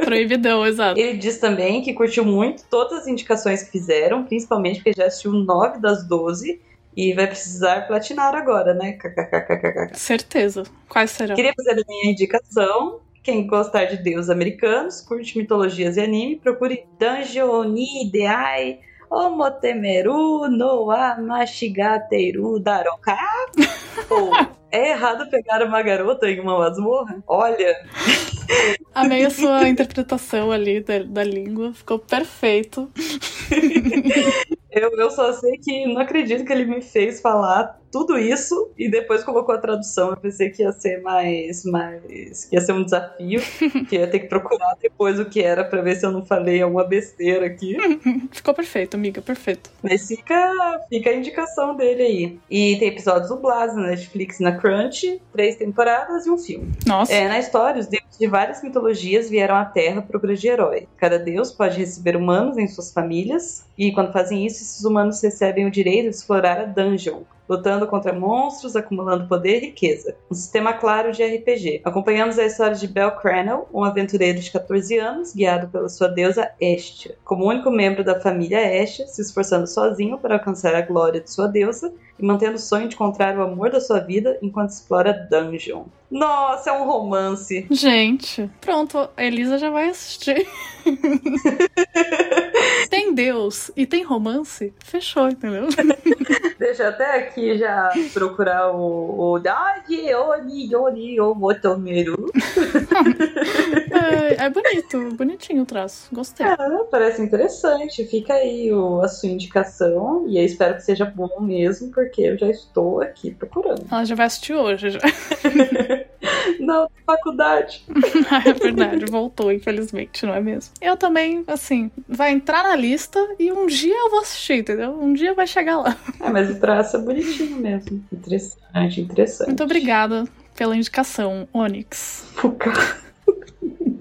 [SPEAKER 8] Proibidão, exato.
[SPEAKER 4] Ele diz também que curtiu muito todas as indicações que fizeram, principalmente porque já assistiu 9 das 12 e vai precisar platinar agora, né?
[SPEAKER 9] É.
[SPEAKER 4] KKKKKK.
[SPEAKER 8] Certeza. Quais serão? *laughs*
[SPEAKER 4] Queria fazer a minha indicação. Quem gostar de deuses americanos, curte mitologias e anime, procure Danjoni Deai Omotemeru Noa Mashigateru Daroka. Ou é errado pegar uma garota em uma masmorra? Olha,
[SPEAKER 8] Amei a sua interpretação ali da, da língua. Ficou perfeito.
[SPEAKER 4] eu, eu só sei que não acredito que ele me fez falar tudo isso e depois colocou a tradução. Eu pensei que ia ser mais. mais que ia ser um desafio, que ia ter que procurar depois o que era pra ver se eu não falei alguma besteira aqui.
[SPEAKER 8] Ficou perfeito, amiga, perfeito.
[SPEAKER 4] Mas fica, fica a indicação dele aí. E tem episódios dublados na Netflix, na Crunch, três temporadas e um filme.
[SPEAKER 8] Nossa.
[SPEAKER 4] É, na história, os deuses de várias mitologias vieram à Terra procura de herói. Cada deus pode receber humanos em suas famílias, e quando fazem isso, esses humanos recebem o direito de explorar a dungeon, lutando contra monstros, acumulando poder e riqueza. Um sistema claro de RPG. Acompanhamos a história de Bel Cranell, um aventureiro de 14 anos, guiado pela sua deusa Estia. Como único membro da família Estia, se esforçando sozinho para alcançar a glória de sua deusa, e mantendo o sonho de encontrar o amor da sua vida enquanto explora a dungeon. Nossa, é um romance!
[SPEAKER 8] Gente, pronto, a Elisa já vai assistir. tem Deus e tem romance? Fechou, entendeu?
[SPEAKER 4] Deixa eu até aqui já procurar o. o... Daji, Oni, Oni, Omotomeru.
[SPEAKER 8] É, é bonito, bonitinho o traço. Gostei.
[SPEAKER 4] Ah, parece interessante. Fica aí o- a sua indicação. E eu espero que seja bom mesmo, porque eu já estou aqui procurando.
[SPEAKER 8] Ela já vai assistir hoje. Já.
[SPEAKER 4] *laughs* Não, tem faculdade.
[SPEAKER 8] *laughs* Ah, é verdade, voltou, infelizmente, não é mesmo? Eu também, assim, vai entrar na lista e um dia eu vou assistir, entendeu? Um dia vai chegar lá.
[SPEAKER 4] Ah, mas o traço é bonitinho mesmo. Interessante, interessante.
[SPEAKER 8] Muito obrigada pela indicação, Onyx.
[SPEAKER 4] O carro. *laughs*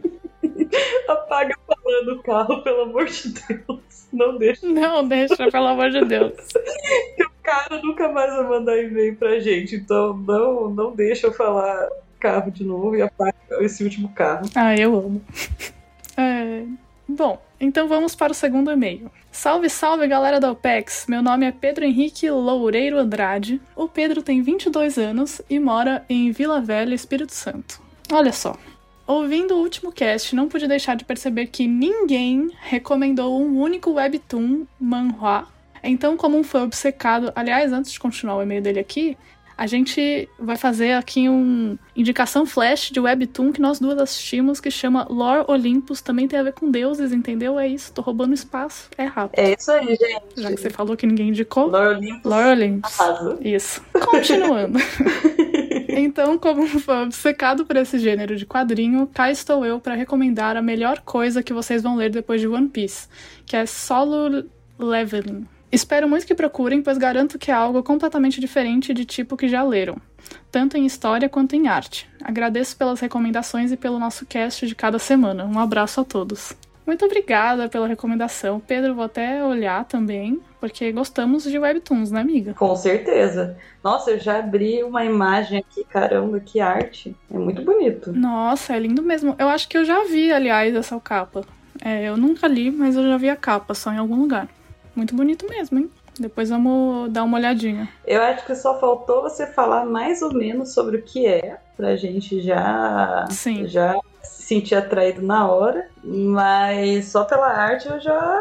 [SPEAKER 4] Apaga falando o carro, pelo amor de Deus. Não deixa.
[SPEAKER 8] Não, deixa, pelo amor de Deus.
[SPEAKER 4] O cara nunca mais vai mandar e-mail pra gente. Então não, não deixa eu falar carro de novo e apaga esse último carro.
[SPEAKER 8] Ah, eu amo. *laughs* É, Bom, então vamos para o segundo e-mail. Salve, salve galera da OPEX! Meu nome é Pedro Henrique Loureiro Andrade. O Pedro tem 22 anos e mora em Vila Velha, Espírito Santo. Olha só. Ouvindo o último cast, não pude deixar de perceber que ninguém recomendou um único webtoon manhua. Então, como um fã obcecado, aliás, antes de continuar o e-mail dele aqui, a gente vai fazer aqui um indicação flash de webtoon que nós duas assistimos que chama Lore Olympus, também tem a ver com deuses, entendeu? É isso, tô roubando espaço, é rápido.
[SPEAKER 4] É isso aí, gente.
[SPEAKER 8] Já que você falou que ninguém indicou,
[SPEAKER 4] Uhum. Laura Olympus
[SPEAKER 8] Lore Olympus.
[SPEAKER 4] arrasa.
[SPEAKER 8] Isso. Continuando. Então, como um fã obcecado por esse gênero de quadrinho, cá estou eu para recomendar a melhor coisa que vocês vão ler depois de One Piece, que é Solo Leveling. Espero muito que procurem, pois garanto que é algo completamente diferente de tipo que já leram, tanto em história quanto em arte. Agradeço pelas recomendações e pelo nosso cast de cada semana. Um abraço a todos. Muito obrigada pela recomendação. Pedro, vou até olhar também, porque gostamos de webtoons, né, amiga?
[SPEAKER 4] Com certeza. Nossa, eu já abri uma imagem aqui, caramba, que arte. É muito bonito.
[SPEAKER 8] Nossa, é lindo mesmo. Eu acho que eu já vi, aliás, essa capa. É, eu nunca li, mas eu já vi a capa, só em algum lugar. Muito bonito mesmo, hein? Depois vamos dar uma olhadinha.
[SPEAKER 4] Eu acho que só faltou você falar mais ou menos sobre o que é, pra gente já
[SPEAKER 8] Sim.
[SPEAKER 4] Tá, já se senti atraído na hora, mas só pela arte eu já,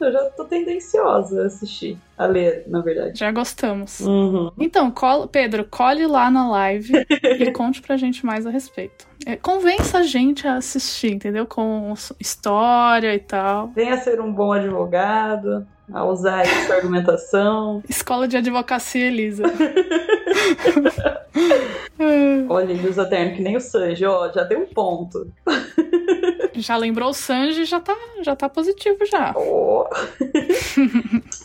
[SPEAKER 4] eu já tô tendenciosa a assistir, a ler, na verdade.
[SPEAKER 8] Já gostamos.
[SPEAKER 4] é. Uhum.
[SPEAKER 8] Então, colo- Pedro, colhe lá na live
[SPEAKER 4] *laughs*
[SPEAKER 8] e conte pra gente mais a respeito. É, convença a gente a assistir, entendeu? Com s- história e tal.
[SPEAKER 4] Venha ser um bom advogado, a usar aí sua argumentação.
[SPEAKER 8] Escola de Advocacia Elisa. Ah,
[SPEAKER 4] Olha, ele usa terno que nem o Sanji, ó, já deu um ponto.
[SPEAKER 8] *laughs* já lembrou o Sanji, já tá, já tá positivo já.
[SPEAKER 4] Ó.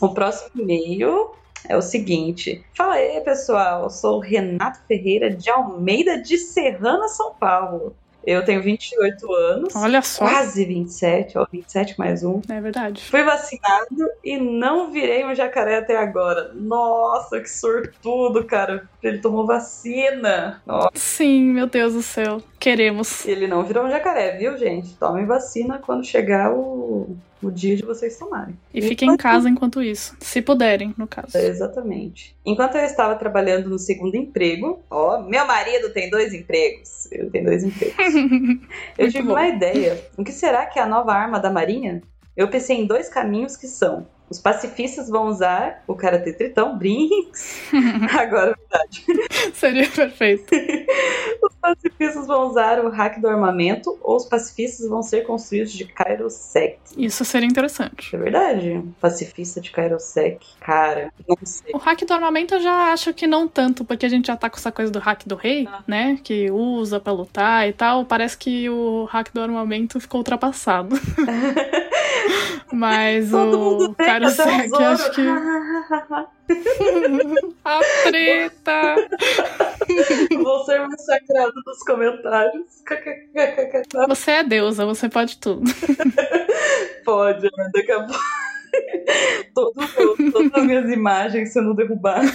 [SPEAKER 4] o próximo e-mail é o seguinte. Fala aí, pessoal. Eu sou o Renato Ferreira de Almeida de Serrana, São Paulo. Eu tenho 28 anos,
[SPEAKER 8] Olha só.
[SPEAKER 4] quase 27, ó, 27 mais um.
[SPEAKER 8] É verdade.
[SPEAKER 4] Fui vacinado e não virei um jacaré até agora. Nossa, que sortudo, cara. Ele tomou vacina. Nossa.
[SPEAKER 8] Sim, meu Deus do céu. Queremos.
[SPEAKER 4] Ele não virou um jacaré, viu, gente? Tomem vacina quando chegar o, o dia de vocês tomarem.
[SPEAKER 8] E fiquem em casa enquanto isso. Se puderem, no caso.
[SPEAKER 4] É, Exatamente. Enquanto eu estava trabalhando no segundo emprego, ó, meu marido tem dois empregos. Ele tem dois empregos.
[SPEAKER 8] *laughs*
[SPEAKER 4] eu
[SPEAKER 8] Muito
[SPEAKER 4] tive
[SPEAKER 8] bom.
[SPEAKER 4] uma ideia. O que será que é a nova arma da Marinha? Eu pensei em dois caminhos que são. Os pacifistas vão usar o Karatê Tritão, Brinks.
[SPEAKER 8] *laughs*
[SPEAKER 4] Agora, é
[SPEAKER 8] Seria perfeito.
[SPEAKER 4] os pacifistas vão usar o hack do armamento ou os pacifistas vão ser construídos de Kairosek.
[SPEAKER 8] Isso seria interessante.
[SPEAKER 4] É verdade. Pacifista de Kairosek. Cara, não sei.
[SPEAKER 8] O hack do armamento eu já acho que não tanto, porque a gente já tá com essa coisa do hack do rei,
[SPEAKER 4] Ah.
[SPEAKER 8] né? Que usa pra lutar e tal. Parece que o hack do armamento ficou
[SPEAKER 4] *laughs*
[SPEAKER 8] ultrapassado. Mas
[SPEAKER 4] Todo
[SPEAKER 8] o
[SPEAKER 4] mundo tem,
[SPEAKER 8] cara
[SPEAKER 4] até o
[SPEAKER 8] segue,
[SPEAKER 4] Zoro.
[SPEAKER 8] acho que.
[SPEAKER 4] *laughs*
[SPEAKER 8] a treta!
[SPEAKER 4] Vou ser massacrado nos comentários. *laughs* KKKKK.
[SPEAKER 8] Você é deusa, você pode tudo.
[SPEAKER 4] Pode, né? Daqui a pouco. *laughs* Todo- todas as minhas imagens sendo derrubadas.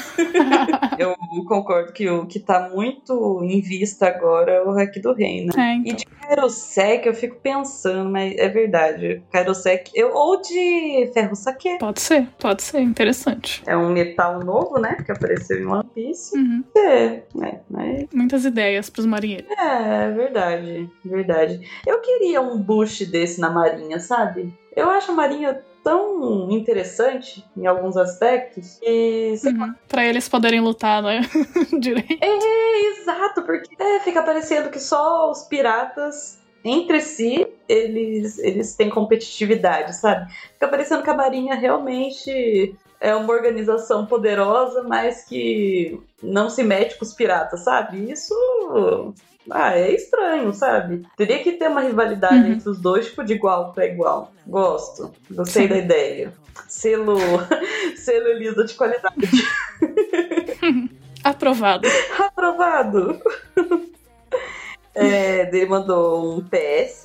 [SPEAKER 4] Eu concordo que o que tá muito em vista agora é o hack do rei, né?
[SPEAKER 8] É,
[SPEAKER 4] E
[SPEAKER 8] então.
[SPEAKER 4] de Kairosek eu fico pensando, mas é verdade. Kairosek, eu, ou de ferro saque.
[SPEAKER 8] Pode ser, pode ser, interessante.
[SPEAKER 4] É um metal novo, né? Que apareceu em One Piece.
[SPEAKER 8] Uhum.
[SPEAKER 4] É, né? Mas
[SPEAKER 8] Muitas ideias pros marinheiros.
[SPEAKER 4] É, verdade, verdade. Eu queria um boost desse na Marinha, sabe? Eu acho a Marinha tão interessante em alguns aspectos e sei lá.
[SPEAKER 8] Uhum. Pra eles poderem lutar, né? *laughs* Direito.
[SPEAKER 4] é exato porque é, fica parecendo que só os piratas entre si eles eles têm competitividade sabe fica parecendo que a marinha realmente é uma organização poderosa mas que não se mete com os piratas sabe isso ah, é estranho, sabe? Teria que ter uma rivalidade
[SPEAKER 8] Uhum.
[SPEAKER 4] entre os dois, tipo, de igual pra igual. Gosto. Gostei
[SPEAKER 8] Sim.
[SPEAKER 4] da ideia. Selo, *laughs* selo Elisa de qualidade.
[SPEAKER 8] Aprovado.
[SPEAKER 4] Aprovado! É, ele mandou um PS,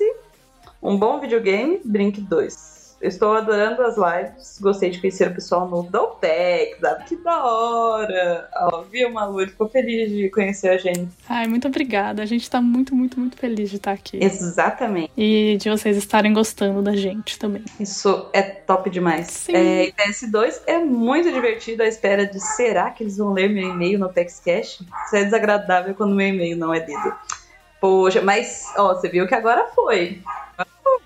[SPEAKER 4] um bom videogame, Brink 2. Eu Estou adorando as lives, gostei de conhecer o pessoal novo da OPEC, sabe? Que da hora! Ó, viu, Malu? Ele Ficou feliz de conhecer a gente.
[SPEAKER 8] Ai, muito obrigada. A gente tá muito, muito, muito feliz de estar aqui.
[SPEAKER 4] Exatamente.
[SPEAKER 8] E de vocês estarem gostando da gente também.
[SPEAKER 4] Isso é top demais.
[SPEAKER 8] Sim.
[SPEAKER 4] É, e PS2 é muito divertido à espera de será que eles vão ler meu e-mail no Apex Cash? Isso é desagradável quando meu e-mail não é lido. Poxa, mas ó, você viu que agora foi.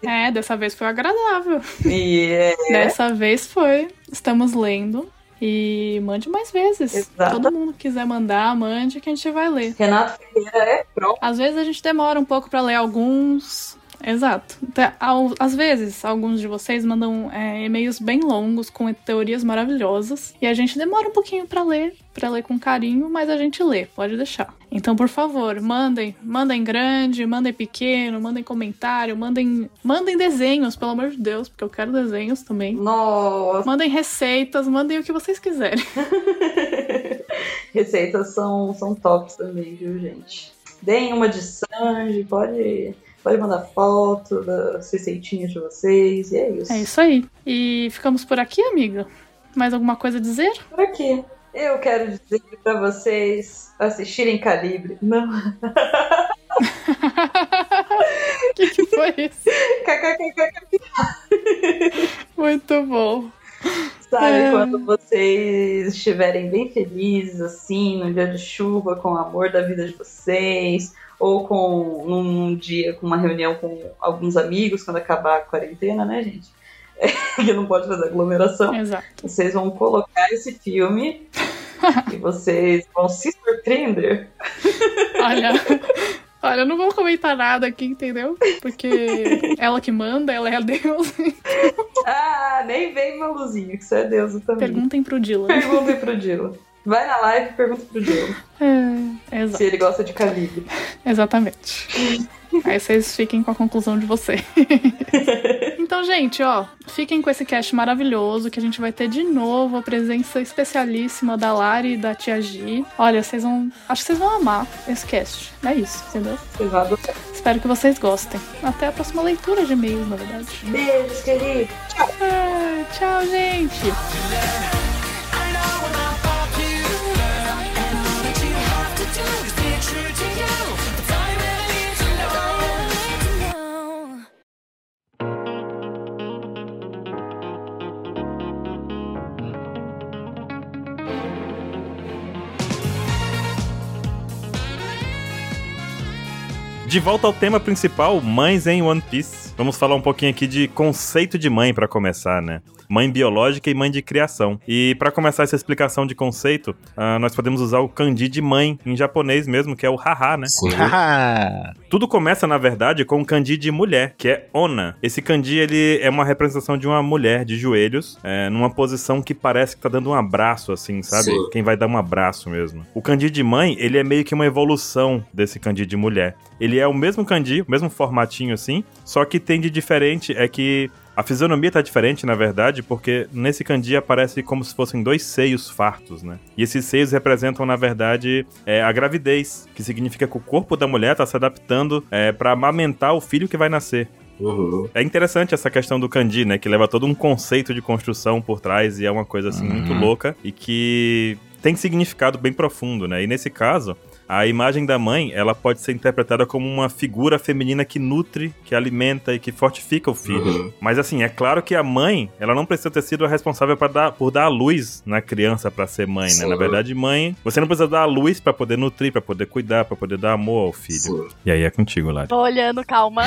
[SPEAKER 8] É, dessa vez foi agradável.
[SPEAKER 4] E é,
[SPEAKER 8] Dessa vez foi. Estamos lendo. E mande mais vezes.
[SPEAKER 4] Exato.
[SPEAKER 8] Todo mundo que quiser mandar, mande que a gente vai ler.
[SPEAKER 4] Renato Ferreira é pronto.
[SPEAKER 8] Às vezes a gente demora um pouco pra ler alguns. Exato. Até ao- Às vezes, alguns de vocês mandam é, e-mails bem longos, com teorias maravilhosas, e a gente demora um pouquinho pra ler, pra ler com carinho, mas a gente lê, pode deixar. Então, por favor, mandem, mandem grande, mandem pequeno, mandem comentário, mandem, mandem desenhos, pelo amor de Deus, porque eu quero desenhos também.
[SPEAKER 4] Nossa,
[SPEAKER 8] Mandem receitas, mandem o que vocês quiserem.
[SPEAKER 4] receitas são, são tops também, viu, gente? Deem uma de Sanji, pode, pode mandar foto das receitinhas de vocês, e é isso.
[SPEAKER 8] É isso aí. E ficamos por aqui, amiga. Mais alguma coisa a dizer?
[SPEAKER 4] Por aqui. Eu quero dizer pra vocês assistirem Calibre. Não,
[SPEAKER 8] O *laughs* que, que foi isso?
[SPEAKER 4] kkkk,
[SPEAKER 8] Muito bom.
[SPEAKER 4] sabe?
[SPEAKER 8] É.
[SPEAKER 4] Quando vocês estiverem bem felizes, assim, num dia de chuva, com o amor da vida de vocês, ou com num dia com uma reunião com alguns amigos quando acabar a quarentena, né, gente? *laughs* que não pode fazer aglomeração.
[SPEAKER 8] Exato.
[SPEAKER 4] Vocês vão colocar esse *laughs* filme e vocês vão se surpreender.
[SPEAKER 8] Olha, olha, eu não vou comentar nada aqui, entendeu? Porque ela que manda, ela é a Deus.
[SPEAKER 4] Ah, nem vem Maluzinho, que isso é Deus também.
[SPEAKER 8] Perguntem pro Dylan.
[SPEAKER 4] Perguntem pro Dilo.
[SPEAKER 9] Vai na live e pergunta pro Diego
[SPEAKER 8] *laughs*
[SPEAKER 9] se
[SPEAKER 8] É, exa-
[SPEAKER 9] ele gosta de calibre.
[SPEAKER 8] exatamente.
[SPEAKER 9] *laughs*
[SPEAKER 8] Aí vocês fiquem com a conclusão de vocês. Então, gente, ó, fiquem com esse cast maravilhoso que a gente vai ter de novo a presença especialíssima da Lari e da Tia Gi. Olha, vocês vão. Acho que vocês vão amar esse cast. É isso, entendeu?
[SPEAKER 9] Vocês vão adorar.
[SPEAKER 8] Espero que vocês gostem. Até a próxima leitura de e-mails, na verdade.
[SPEAKER 9] Beijos, querido.
[SPEAKER 8] Ah, tchau, gente!
[SPEAKER 3] De volta ao tema principal, mães em One Piece. Vamos falar um pouquinho aqui de conceito de mãe pra começar, né? Mãe biológica e mãe de criação. E pra começar essa explicação de conceito, ah, nós podemos usar o kanji de mãe em japonês mesmo, que é o haha, né?
[SPEAKER 2] Sim.
[SPEAKER 1] Haha.
[SPEAKER 3] Tudo começa, na verdade, com um kanji de mulher, que é Ona. Esse kanji, ele é uma representação de uma mulher de joelhos, é, numa posição que parece que tá dando um abraço, assim, sabe?
[SPEAKER 2] Sim.
[SPEAKER 3] Quem vai dar um abraço mesmo. O kanji de mãe, ele é meio que uma evolução desse kanji de mulher. Ele é o mesmo kanji, o mesmo formatinho, assim, só que tem de diferente é que... A fisionomia tá diferente, na verdade, porque nesse kanji aparece como se fossem dois seios fartos, né? E esses seios representam, na verdade, é a gravidez, que significa que o corpo da mulher tá se adaptando é, para amamentar o filho que vai nascer.
[SPEAKER 2] Uhum.
[SPEAKER 3] É interessante essa questão do kanji, né? Que leva todo um conceito de construção por trás e é uma coisa assim muito louca e que tem significado bem profundo, né? E nesse caso, a imagem da mãe, ela pode ser interpretada como uma figura feminina que nutre, que alimenta e que fortifica o filho.
[SPEAKER 2] Uhum.
[SPEAKER 3] Mas assim, é claro que a mãe, ela não precisa ter sido a responsável pra dar, por dar a luz na criança pra ser mãe, né?
[SPEAKER 2] Sim.
[SPEAKER 3] Na verdade, mãe, você não precisa dar a luz pra poder nutrir, pra poder cuidar, pra poder dar amor ao filho.
[SPEAKER 2] Sim.
[SPEAKER 3] E aí é contigo, Lari.
[SPEAKER 4] Tô olhando, calma.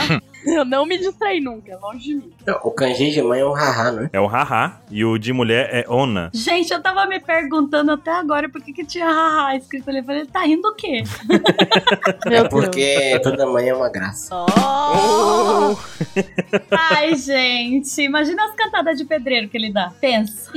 [SPEAKER 4] Eu não me distraí nunca, é longe de mim.
[SPEAKER 2] Não, o kanji de mãe é um haha, né?
[SPEAKER 3] É o haha e o de mulher é ona. *laughs*
[SPEAKER 5] Gente, eu tava me perguntando até agora por que, que tinha haha escrito ali. Eu falei, tá rindo do quê?
[SPEAKER 8] Meu
[SPEAKER 2] É Porque toda mãe é uma graça. *laughs*
[SPEAKER 4] Oh!
[SPEAKER 5] Ai, gente, imagina as cantadas de pedreiro que ele dá. Pensa.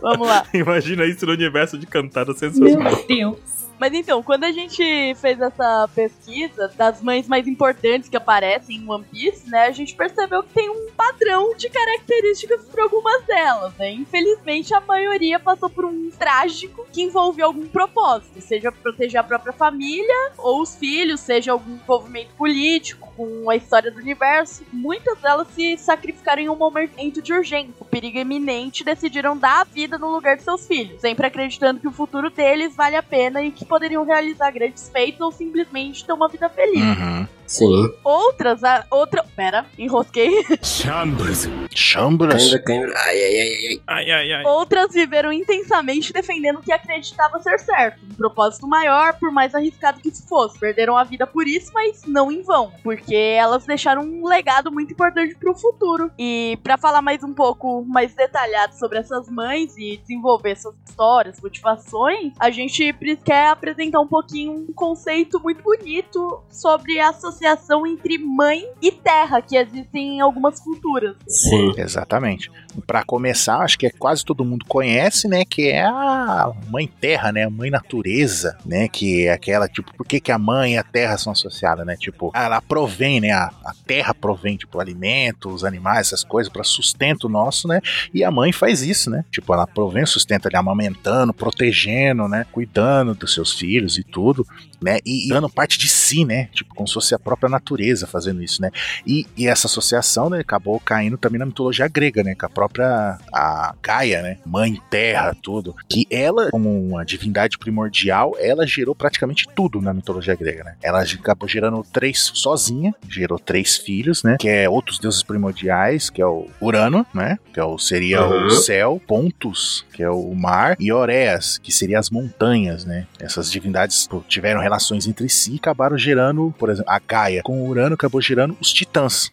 [SPEAKER 4] Vamos lá.
[SPEAKER 3] Imagina isso no universo de cantada
[SPEAKER 5] Meu
[SPEAKER 3] sensacional.
[SPEAKER 5] Deus.
[SPEAKER 4] Mas então, quando a gente fez essa pesquisa das mães mais importantes que aparecem em One Piece, né, a gente percebeu que tem um padrão de características por algumas delas, né? Infelizmente, a maioria passou por um trágico que envolveu algum propósito, seja proteger a própria família ou os filhos, seja algum envolvimento político com a história do universo. Muitas delas se sacrificaram em um momento de urgência, o perigo iminente, e decidiram dar a vida no lugar de seus filhos, sempre acreditando que o futuro deles vale a pena e que poderiam realizar grandes feitos ou simplesmente ter uma vida feliz.
[SPEAKER 1] *laughs* Uhum.
[SPEAKER 2] Sim.
[SPEAKER 4] Outras, a, outra, pera, enrosquei.
[SPEAKER 1] Chambras.
[SPEAKER 2] Ainda câmera. Ai, ai, ai, ai.
[SPEAKER 3] Ai, ai, ai.
[SPEAKER 4] Outras viveram intensamente defendendo o que acreditava ser certo, um propósito maior, por mais arriscado que isso fosse. Perderam a vida por isso, mas não em vão, porque elas deixaram um legado muito importante pro futuro. E pra falar mais um pouco mais detalhado sobre essas mães e desenvolver suas histórias, motivações, a gente pre- quer apresentar um pouquinho um conceito muito bonito sobre a associação entre mãe e terra que existem em algumas culturas.
[SPEAKER 2] Sim.
[SPEAKER 1] Exatamente. Pra começar, acho que é quase todo mundo conhece, né? Que é a mãe terra, né? A mãe natureza, né? Que é aquela, tipo, por que, que a mãe e a terra são associadas, né? Tipo, ela provém, né? A, a terra provém, tipo, alimentos, os animais, essas coisas, pra sustento nosso, né? E a mãe faz isso, né? Tipo, ela provém o sustento ali, amamentando, protegendo, né? Cuidando dos seus filhos e tudo, né? E, e dando parte de si, né? Tipo, como se fosse a própria natureza fazendo isso, né? E, e essa associação, né, acabou caindo também na mitologia grega, né, com a própria a Gaia, né, mãe terra, tudo, que ela, como uma divindade primordial, ela gerou praticamente tudo na mitologia grega, né. Ela ge- acabou gerando três sozinha, gerou três filhos, né, que é outros deuses primordiais, que é o Urano, né, que é o, seria
[SPEAKER 2] Uhum.
[SPEAKER 1] o céu, Pontus, que é o mar, e Oreas, que seria as montanhas, né. Essas divindades pô, tiveram relações entre si e acabaram gerando, por exemplo, a Gaia com o Urano acabou gerando os titãs,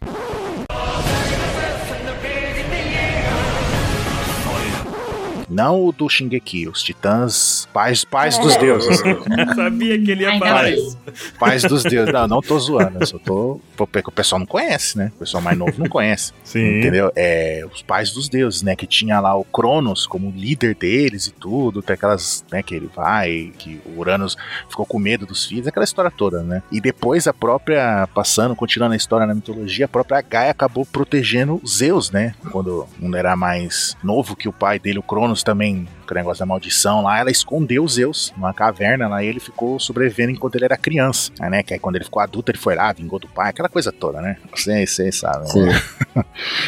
[SPEAKER 1] Não o do Shingeki, os titãs, pais, pais dos
[SPEAKER 2] É. *laughs*
[SPEAKER 1] deuses.
[SPEAKER 3] Sabia que ele ia
[SPEAKER 5] Ainda
[SPEAKER 3] falar
[SPEAKER 5] bem.
[SPEAKER 3] isso.
[SPEAKER 1] Pais dos deuses. Não, não tô zoando, eu só tô. Porque o pessoal não conhece, né? O pessoal mais novo não conhece.
[SPEAKER 3] Sim.
[SPEAKER 1] Entendeu? É, os pais dos deuses, né? Que tinha lá o Cronos como líder deles e tudo, tem aquelas, né? Que ele vai, que o Uranus ficou com medo dos filhos, aquela história toda, né? E depois a própria, passando, continuando a história na mitologia, a própria Gaia acabou protegendo Zeus, né? Quando não era mais novo que o pai dele, o Cronos também, com o negócio da maldição lá, ela escondeu Zeus numa caverna lá e ele ficou sobrevivendo enquanto ele era criança, né? Que aí quando ele ficou adulto, ele foi lá, vingou do pai, aquela coisa toda, né? Vocês vocês sabem. né?
[SPEAKER 2] Sim.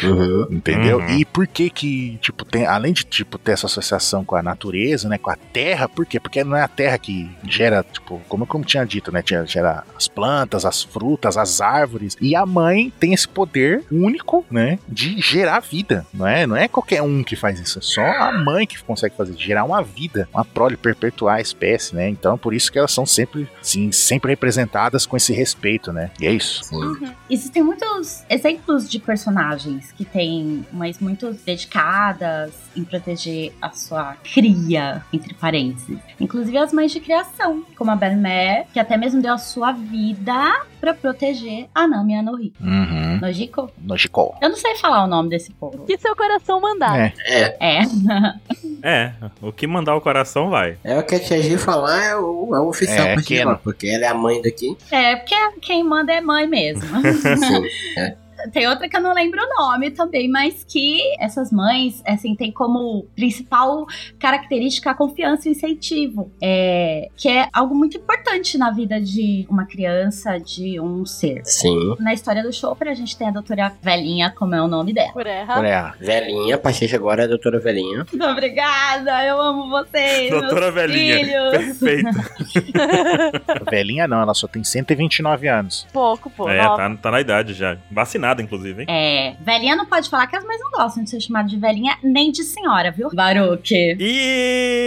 [SPEAKER 2] Uhum.
[SPEAKER 1] Entendeu?
[SPEAKER 3] Uhum.
[SPEAKER 1] E por que que, tipo, tem, além de, tipo, ter essa associação com a natureza, né, com a terra, por quê? Porque não é a terra que gera, tipo, como, como tinha dito, né, tinha, gera as plantas, as frutas, as árvores, e a mãe tem esse poder único, né, de gerar vida, não é? Não é qualquer um que faz isso, é só a mãe que consegue fazer, gerar uma vida, uma prole, perpetuar a espécie, né, então por isso que elas são sempre, sim, sempre representadas com esse respeito, né, e é isso.
[SPEAKER 5] Existem muitos exemplos de personagens que têm mães muito dedicadas em proteger a sua cria, entre parênteses. Inclusive as mães de criação, como a Belmé, que até mesmo deu a sua vida pra proteger a Nami e a Nohiko.
[SPEAKER 1] Uhum.
[SPEAKER 5] Nojiko?
[SPEAKER 1] Nojiko.
[SPEAKER 5] Eu não sei falar o nome desse povo.
[SPEAKER 4] Que seu coração mandar.
[SPEAKER 1] É.
[SPEAKER 2] É,
[SPEAKER 5] É.
[SPEAKER 3] É, o que mandar o coração vai.
[SPEAKER 2] é o que a Tia G falar, é o, é o oficial
[SPEAKER 1] É,
[SPEAKER 2] pra gente
[SPEAKER 1] que-
[SPEAKER 2] falar, porque ela é a mãe daqui.
[SPEAKER 5] É, porque quem manda é mãe mesmo.
[SPEAKER 2] Sim.
[SPEAKER 5] Tem outra que eu não lembro o nome também, mas que essas mães, assim, tem como principal característica a confiança e o incentivo. É, que é algo muito importante na vida de uma criança, de um ser.
[SPEAKER 2] Sim.
[SPEAKER 5] Na história do Chopra, a gente tem a doutora Velhinha, como é o nome dela.
[SPEAKER 4] Por erra.
[SPEAKER 1] Olha,
[SPEAKER 2] Velhinha, a partir de agora é a doutora Velhinha.
[SPEAKER 5] *laughs* Obrigada, eu amo vocês,
[SPEAKER 3] Doutora
[SPEAKER 5] meus
[SPEAKER 3] Velhinha.
[SPEAKER 5] filhos.
[SPEAKER 3] Perfeito.
[SPEAKER 1] velhinha não, ela só tem 129 anos.
[SPEAKER 4] Pouco, pô.
[SPEAKER 3] É,
[SPEAKER 4] Nossa.
[SPEAKER 3] tá, tá na idade já. Vacinada, inclusive, hein?
[SPEAKER 5] É, velhinha não pode falar que as mães não gostam de ser chamada de velhinha nem de senhora, viu? Baruque.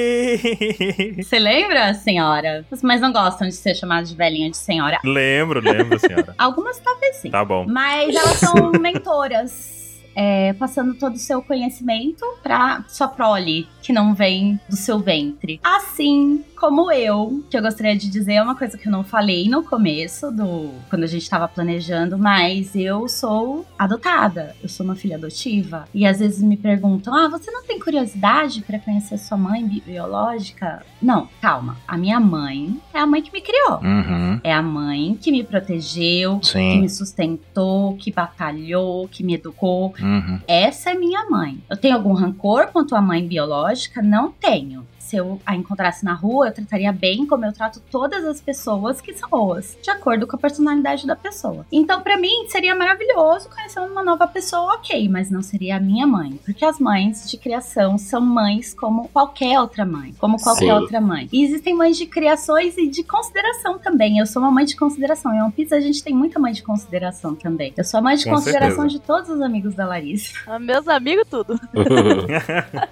[SPEAKER 3] E...
[SPEAKER 5] Você lembra, senhora? As mães não gostam de ser chamadas de velhinha de senhora.
[SPEAKER 3] Lembro, lembro, senhora.
[SPEAKER 5] Algumas talvez sim.
[SPEAKER 3] Tá bom.
[SPEAKER 5] Mas elas são mentoras. é, passando todo o seu conhecimento pra sua prole, que não vem do seu ventre. Assim como eu, que eu gostaria de dizer é uma coisa que eu não falei no começo do quando a gente tava planejando, mas eu sou adotada, eu sou uma filha adotiva e às vezes me perguntam: "Ah, você não tem curiosidade pra conhecer sua mãe bi- biológica?" Não, calma. A minha mãe é a mãe que me criou.
[SPEAKER 1] Uhum.
[SPEAKER 5] É a mãe que me protegeu, que
[SPEAKER 1] Sim.
[SPEAKER 5] me sustentou, que batalhou, que me educou.
[SPEAKER 1] Uhum.
[SPEAKER 5] Essa é minha mãe. Eu tenho algum rancor quanto à mãe biológica? Não tenho. Se eu a encontrasse na rua, eu trataria bem como eu trato todas as pessoas que são boas, de acordo com a personalidade da pessoa. Então, pra mim, seria maravilhoso conhecer uma nova pessoa, ok, mas não seria a minha mãe. Porque as mães de criação são mães como qualquer outra mãe. Como qualquer
[SPEAKER 2] Sim.
[SPEAKER 5] outra mãe. E existem mães de criações e de consideração também. Eu sou uma mãe de consideração. Em One Piece, a gente tem muita mãe de consideração também. Eu sou a mãe de
[SPEAKER 3] Com
[SPEAKER 5] consideração
[SPEAKER 3] certeza.
[SPEAKER 5] de todos os amigos da Larissa.
[SPEAKER 4] Ah, Meus amigos, tudo.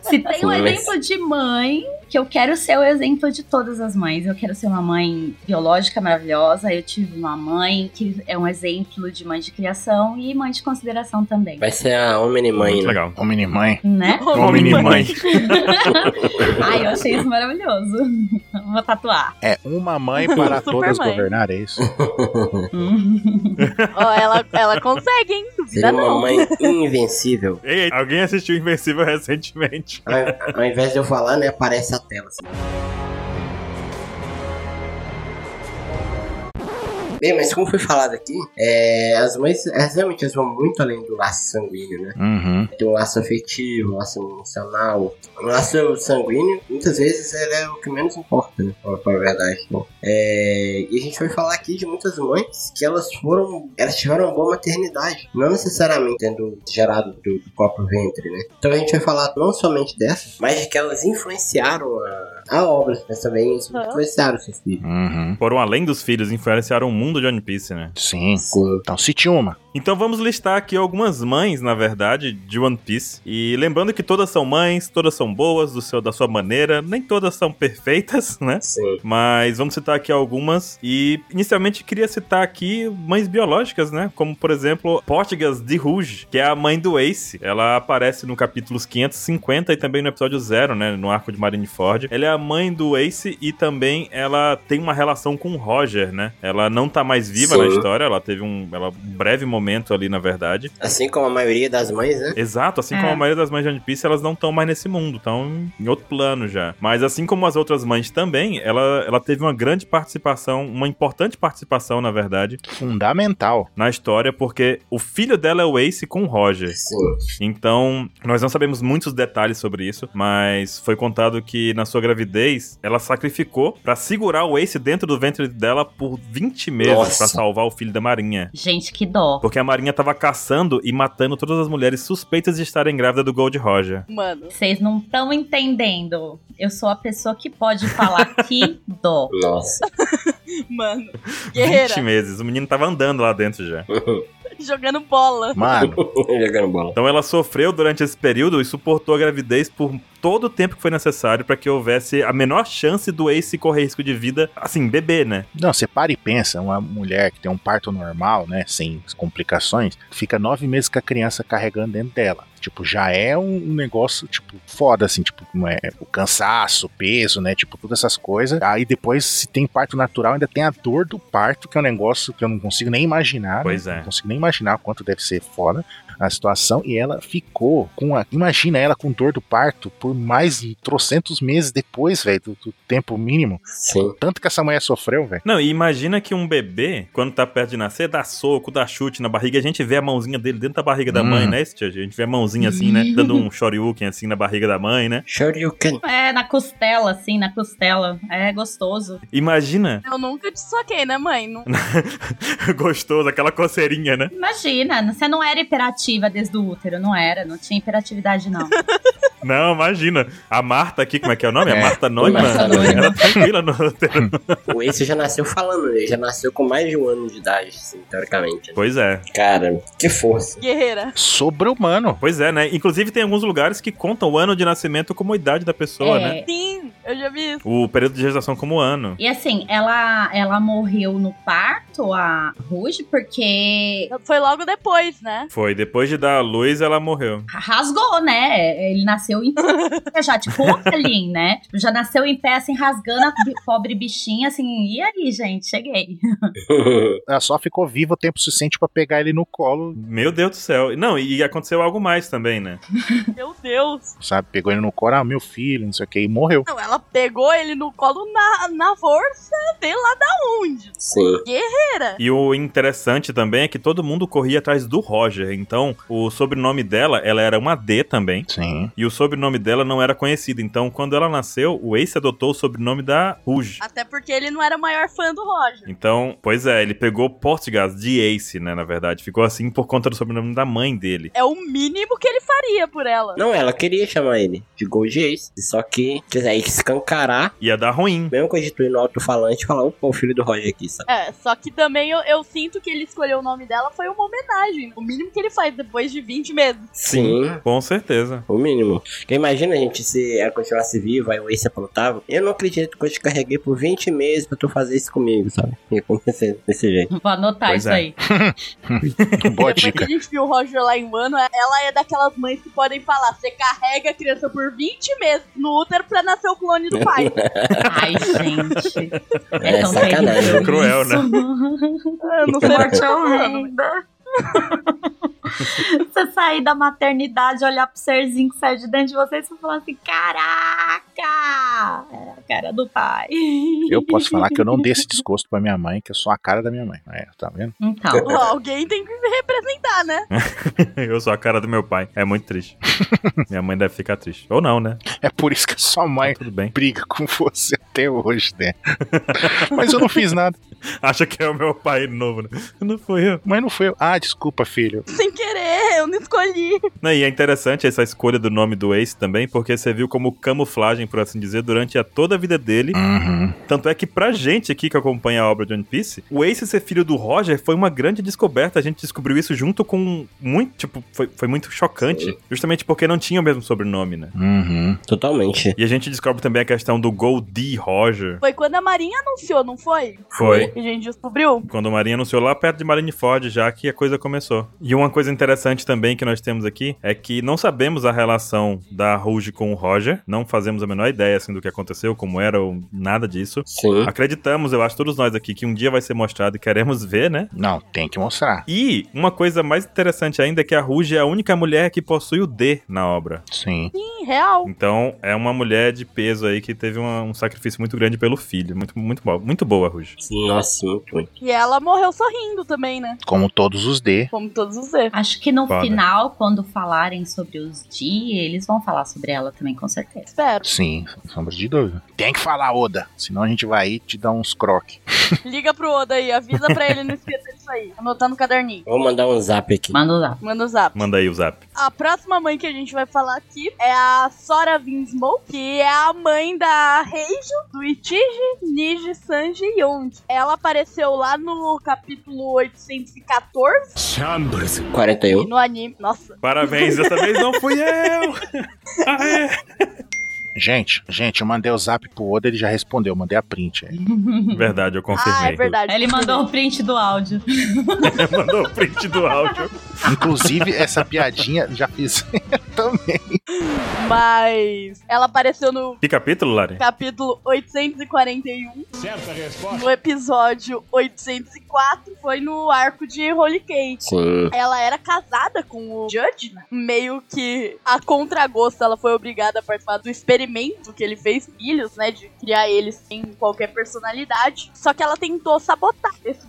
[SPEAKER 5] Se tem um
[SPEAKER 2] Mas-
[SPEAKER 5] exemplo de mãe, que eu quero ser o exemplo de todas as mães. Eu quero ser uma mãe biológica maravilhosa. Eu tive uma mãe que é um exemplo de mãe de criação e mãe de consideração também.
[SPEAKER 2] Vai ser a homem e mãe,
[SPEAKER 3] Muito
[SPEAKER 2] né?
[SPEAKER 3] legal.
[SPEAKER 1] Homem e mãe.
[SPEAKER 4] *laughs*
[SPEAKER 5] Né?
[SPEAKER 3] Homem e mãe.
[SPEAKER 5] Ai, eu achei isso maravilhoso. *laughs* Vou tatuar.
[SPEAKER 1] É uma mãe para
[SPEAKER 4] *laughs* Super
[SPEAKER 1] todas
[SPEAKER 4] mãe.
[SPEAKER 1] governar, é isso?
[SPEAKER 5] Hum.
[SPEAKER 4] Ó, ela, ela consegue, hein? Duvida
[SPEAKER 2] Seria uma
[SPEAKER 4] não.
[SPEAKER 2] mãe invencível.
[SPEAKER 3] Ei, alguém assistiu Invencível recentemente.
[SPEAKER 2] Ao, ao invés de eu falar, né, aparece a tela. Assim. Bem, mas como foi falado aqui, é, as mães elas realmente elas vão muito além do laço sanguíneo, né?
[SPEAKER 1] Uhum.
[SPEAKER 2] Tem um laço afetivo, um laço emocional. O laço sanguíneo, muitas vezes, ele é o que menos importa, né? Pra pra verdade. né? É, e a gente vai falar aqui de muitas mães que elas foram. Elas tiveram uma boa maternidade. Não necessariamente tendo gerado do, do próprio ventre, né? Então a gente vai falar não somente dessas, mas de que elas influenciaram a, a obra, mas também
[SPEAKER 4] Ah.
[SPEAKER 2] influenciaram seus filhos.
[SPEAKER 1] Uhum.
[SPEAKER 3] Foram além dos filhos, influenciaram o mundo de One Piece, né?
[SPEAKER 1] Sim. Então, cite uma.
[SPEAKER 3] Então vamos listar aqui algumas mães, na verdade, de One Piece. E lembrando que todas são mães, todas são boas do seu, da sua maneira, nem todas são perfeitas, né?
[SPEAKER 2] Sim.
[SPEAKER 3] Mas vamos citar aqui algumas. E inicialmente queria citar aqui mães biológicas, né? Como por exemplo, Portigas de Rouge, que é a mãe do Ace. Ela aparece no capítulos 550 e também no episódio 0, né? No arco de Marineford. Ela é a mãe do Ace e também ela tem uma relação com o Roger, né? Ela não tá mais viva
[SPEAKER 2] Sim.
[SPEAKER 3] na história, ela teve um, ela, um breve momento ali, na verdade.
[SPEAKER 2] Assim como a maioria das mães, né?
[SPEAKER 3] Exato, assim
[SPEAKER 5] É.
[SPEAKER 3] como a maioria das mães de One Piece, elas não estão mais nesse mundo, estão em outro plano já. Mas assim como as outras mães também, ela, ela teve uma grande participação, uma importante participação, na verdade,
[SPEAKER 1] Fundamental.
[SPEAKER 3] na história, porque o filho dela é o Ace com o Roger.
[SPEAKER 2] Sim.
[SPEAKER 3] Então, nós não sabemos muitos detalhes sobre isso, mas foi contado que na sua gravidez, ela sacrificou pra segurar o Ace dentro do ventre dela por 20 meses
[SPEAKER 2] Nossa.
[SPEAKER 3] pra salvar o filho da Marinha.
[SPEAKER 5] Gente, que dó.
[SPEAKER 3] Porque a Marinha tava caçando e matando todas as mulheres suspeitas de estarem grávidas do Gold Roger.
[SPEAKER 4] Mano.
[SPEAKER 5] Vocês não estão entendendo. Eu sou a pessoa que pode falar que dó.
[SPEAKER 2] Nossa. *laughs*
[SPEAKER 4] Mano.
[SPEAKER 3] 20
[SPEAKER 4] Guerreira.
[SPEAKER 3] meses. O menino tava andando lá dentro já.
[SPEAKER 4] Jogando bola.
[SPEAKER 1] Mano,
[SPEAKER 2] Jogando bola.
[SPEAKER 3] Então ela sofreu durante esse período e suportou a gravidez por todo o tempo que foi necessário pra que houvesse a menor chance do Ace correr risco de vida, assim, bebê, né?
[SPEAKER 1] não, você para e pensa, uma mulher que tem um parto normal, né, sem complicações, fica nove meses com a criança carregando dentro dela. Tipo, já é um um negócio, tipo, foda, assim, tipo, não é, o cansaço, o peso, né, tipo, todas essas coisas. Aí depois, se tem parto natural, ainda tem a dor do parto, que é um negócio que eu não consigo nem imaginar. né?
[SPEAKER 3] Pois é.
[SPEAKER 1] Não consigo nem imaginar o quanto deve ser foda a situação. E ela ficou com a... Imagina ela com dor do parto por mais de trocentos meses depois, velho, do, do tempo mínimo.
[SPEAKER 2] Sim.
[SPEAKER 1] Tanto que essa mulher sofreu, velho.
[SPEAKER 3] Não, e imagina que um bebê, quando tá perto de nascer, dá soco, dá chute na barriga, a gente vê a mãozinha dele dentro da barriga da
[SPEAKER 1] Hum.
[SPEAKER 3] mãe, né, esse tia? A gente vê a mãozinha assim, né? Dando um shoryuken assim na barriga da mãe, né?
[SPEAKER 2] Shoryuken.
[SPEAKER 5] É, na costela, assim, na costela. É gostoso.
[SPEAKER 3] Imagina, *laughs*
[SPEAKER 4] Eu nunca te soquei, né, mãe? Não...
[SPEAKER 3] gostoso, aquela coceirinha, né?
[SPEAKER 5] Imagina, você não era hiperativa desde o útero, não era? Não tinha
[SPEAKER 3] *laughs*
[SPEAKER 5] hiperatividade, não.
[SPEAKER 3] Não, imagina. A Marta aqui, como é que é o nome? A
[SPEAKER 1] É.
[SPEAKER 3] Marta Neumann.
[SPEAKER 2] Marta Neumann.
[SPEAKER 3] Ela tá tranquila no
[SPEAKER 2] O Ace já nasceu falando, ele já nasceu com mais de um ano de idade, assim, teoricamente.
[SPEAKER 3] Pois é.
[SPEAKER 2] Cara, que força.
[SPEAKER 4] Guerreira.
[SPEAKER 1] Sobre-humano.
[SPEAKER 3] Pois é, né? Inclusive tem alguns lugares que contam o ano de nascimento como a idade da pessoa,
[SPEAKER 5] É.
[SPEAKER 3] né?
[SPEAKER 4] Sim, eu já vi isso.
[SPEAKER 3] O período de gestação como ano.
[SPEAKER 5] E assim, ela, ela morreu no parto, a Ruge, porque
[SPEAKER 4] Foi logo depois, né?
[SPEAKER 3] Foi, depois de dar a luz, ela morreu.
[SPEAKER 5] rasgou, né? Ele nasceu em pé já,
[SPEAKER 3] *laughs*
[SPEAKER 5] tipo o Kalin, né? Tipo, já nasceu em pé, assim, rasgando a bi- pobre bichinha, assim, e aí, gente, cheguei.
[SPEAKER 1] Ela só ficou viva o tempo suficiente pra pegar ele no colo,
[SPEAKER 3] Meu Deus do céu. Não, e aconteceu algo mais também, né?
[SPEAKER 4] Meu Deus.
[SPEAKER 1] sabe? Pegou ele no colo, ah, meu filho, não sei o que, e morreu.
[SPEAKER 4] Não, ela pegou ele no colo na, na força, sei lá da onde.
[SPEAKER 2] *laughs* Sim.
[SPEAKER 3] E o interessante também é que todo mundo corria atrás do Roger. Então, o sobrenome dela, ela era uma D também. *laughs*
[SPEAKER 1] Sim.
[SPEAKER 3] E o sobrenome dela não era conhecido. Então, quando ela nasceu, o Ace adotou o sobrenome da Rouge.
[SPEAKER 4] Até porque ele não era o maior fã do Roger.
[SPEAKER 3] Então, pois é, ele pegou Portugas de Ace, né, na verdade. Ficou assim por conta do sobrenome da mãe dele.
[SPEAKER 4] É o mínimo que ele faria por ela.
[SPEAKER 2] Não, ela queria chamar ele de Gold Ace, só que quer dizer, escancarar,
[SPEAKER 3] Ia dar ruim.
[SPEAKER 2] mesmo que eu instituir no alto-falante, e falar, opa, o filho do Roger aqui, sabe?
[SPEAKER 4] É, só que também eu, eu sinto que ele escolheu o nome dela foi uma homenagem. O mínimo que ele faz depois de 20 meses.
[SPEAKER 2] Sim.
[SPEAKER 3] Com certeza. *laughs*
[SPEAKER 2] O mínimo. Porque imagina, gente, se ela continuasse viva e o Ace aprontava. Eu não acredito que eu te carreguei por 20 meses pra tu fazer isso comigo, sabe? E acontecer desse jeito.
[SPEAKER 5] *laughs* Vou anotar
[SPEAKER 3] Pois
[SPEAKER 5] isso
[SPEAKER 3] é.
[SPEAKER 5] aí.
[SPEAKER 1] Boa
[SPEAKER 4] depois que
[SPEAKER 1] dica.
[SPEAKER 4] a gente viu o Roger lá em Wano, ela é daquelas mães que podem falar: você carrega a criança por 20 meses no útero pra nascer o clone
[SPEAKER 1] *laughs*
[SPEAKER 4] do pai.
[SPEAKER 5] Ai, gente.
[SPEAKER 2] É sacanagem.
[SPEAKER 5] terrível
[SPEAKER 3] Cruel, né?
[SPEAKER 5] isso.
[SPEAKER 4] Eu não
[SPEAKER 5] Que
[SPEAKER 4] sei o que é um
[SPEAKER 5] morte
[SPEAKER 4] eu tô falando.
[SPEAKER 5] horrenda. você sair da maternidade, olhar pro serzinho que sai de dentro de você e você falar assim: caraca! Era a cara do pai.
[SPEAKER 1] Eu posso falar que eu não dei esse desgosto pra minha mãe, que eu sou a cara da minha mãe. É, tá vendo?
[SPEAKER 5] Então,
[SPEAKER 4] Ó, Alguém tem que se representar, né?
[SPEAKER 3] Eu sou a cara do meu pai. É muito *laughs* triste. Minha mãe deve ficar triste. Ou não, né?
[SPEAKER 1] É por isso que a sua mãe
[SPEAKER 3] Tudo bem. *laughs*
[SPEAKER 1] briga com você até hoje, né? *laughs* Mas eu não fiz nada.
[SPEAKER 3] Acha que é o meu pai novo, né? Não fui eu.
[SPEAKER 1] Mas não foi eu. Ah, desculpa, filho.
[SPEAKER 4] Sem querer, eu não escolhi.
[SPEAKER 3] Né, E é interessante essa escolha do nome do Ace também, porque você viu como camuflagem, por assim dizer, durante a toda a vida dele.
[SPEAKER 1] Uhum.
[SPEAKER 3] Tanto é que pra gente aqui que acompanha a obra de One Piece, o Ace ser filho do Roger foi uma grande descoberta. A gente descobriu isso junto com muito, tipo, foi, foi muito chocante. Justamente porque não tinha o mesmo sobrenome, né?
[SPEAKER 1] Uhum.
[SPEAKER 2] Totalmente.
[SPEAKER 3] E a gente descobre também a questão do Goldie Roger.
[SPEAKER 4] Foi quando a Marinha anunciou, não foi?
[SPEAKER 3] Foi.
[SPEAKER 4] Que a gente descobriu.
[SPEAKER 3] Quando o Marinha anunciou lá perto de Marineford, já que a coisa começou. E uma coisa interessante também que nós temos aqui é que não sabemos a relação da Rouge com o Roger. Não fazemos a menor ideia, assim, do que aconteceu, como era ou nada disso.
[SPEAKER 2] Sim.
[SPEAKER 3] Acreditamos, eu acho, todos nós aqui, que um dia vai ser mostrado e queremos ver, né?
[SPEAKER 1] Não, tem que mostrar.
[SPEAKER 3] E uma coisa mais interessante ainda é que a Rouge é a única mulher que possui o D na obra.
[SPEAKER 1] Sim.
[SPEAKER 4] Sim, real.
[SPEAKER 3] Então, é uma mulher de peso aí que teve uma- um sacrifício muito grande pelo filho. Muito, muito, bo- muito boa, Rouge.
[SPEAKER 2] Sim, nossa, muito ruim.
[SPEAKER 4] E ela morreu sorrindo também, né?
[SPEAKER 1] Como todos os D.
[SPEAKER 4] Como todos os erros.
[SPEAKER 5] Acho que no
[SPEAKER 3] Foda.
[SPEAKER 5] final, quando falarem sobre os D, eles vão falar sobre ela também, com certeza.
[SPEAKER 1] *laughs*
[SPEAKER 4] Espero.
[SPEAKER 1] Sim, sem sombra de dúvida. Tem que falar, Oda. Senão a gente vai aí e te dar uns croques.
[SPEAKER 4] Liga pro Oda aí, avisa pra ele não esquecer disso aí. Anotando no caderninho.
[SPEAKER 2] Vou mandar um zap aqui.
[SPEAKER 5] Manda lá.
[SPEAKER 4] Manda o zap.
[SPEAKER 3] Manda aí o zap.
[SPEAKER 4] A próxima mãe que a gente vai falar aqui é a Sora Vinsmoke, que é a mãe da Reijo, do Itiji, Niji, Sanji e Yonji. Ela apareceu lá no capítulo 814
[SPEAKER 2] 41.
[SPEAKER 4] no anime. Nossa, ah,
[SPEAKER 3] Parabéns, dessa vez não fui
[SPEAKER 4] *laughs*
[SPEAKER 3] eu! Ah, é. Aê!
[SPEAKER 1] Gente, gente, eu mandei o zap pro Oda, ele já respondeu. Eu mandei a print aí.
[SPEAKER 3] Verdade, eu confirmei.
[SPEAKER 4] ah, é verdade.
[SPEAKER 5] Ele mandou o print do áudio.
[SPEAKER 3] *laughs* Mandou o print do áudio.
[SPEAKER 1] Inclusive, essa piadinha já fiz também.
[SPEAKER 4] Mas ela apareceu no
[SPEAKER 3] Que capítulo, Lari?
[SPEAKER 4] capítulo 841. No episódio 804 foi no arco de Holy Cake.
[SPEAKER 2] Sim.
[SPEAKER 4] Ela era casada com o Judge, né? Meio que a contragosto, ela foi obrigada a participar do experimento que ele fez filhos, né? De criar eles sem qualquer personalidade. Só que ela tentou sabotar esse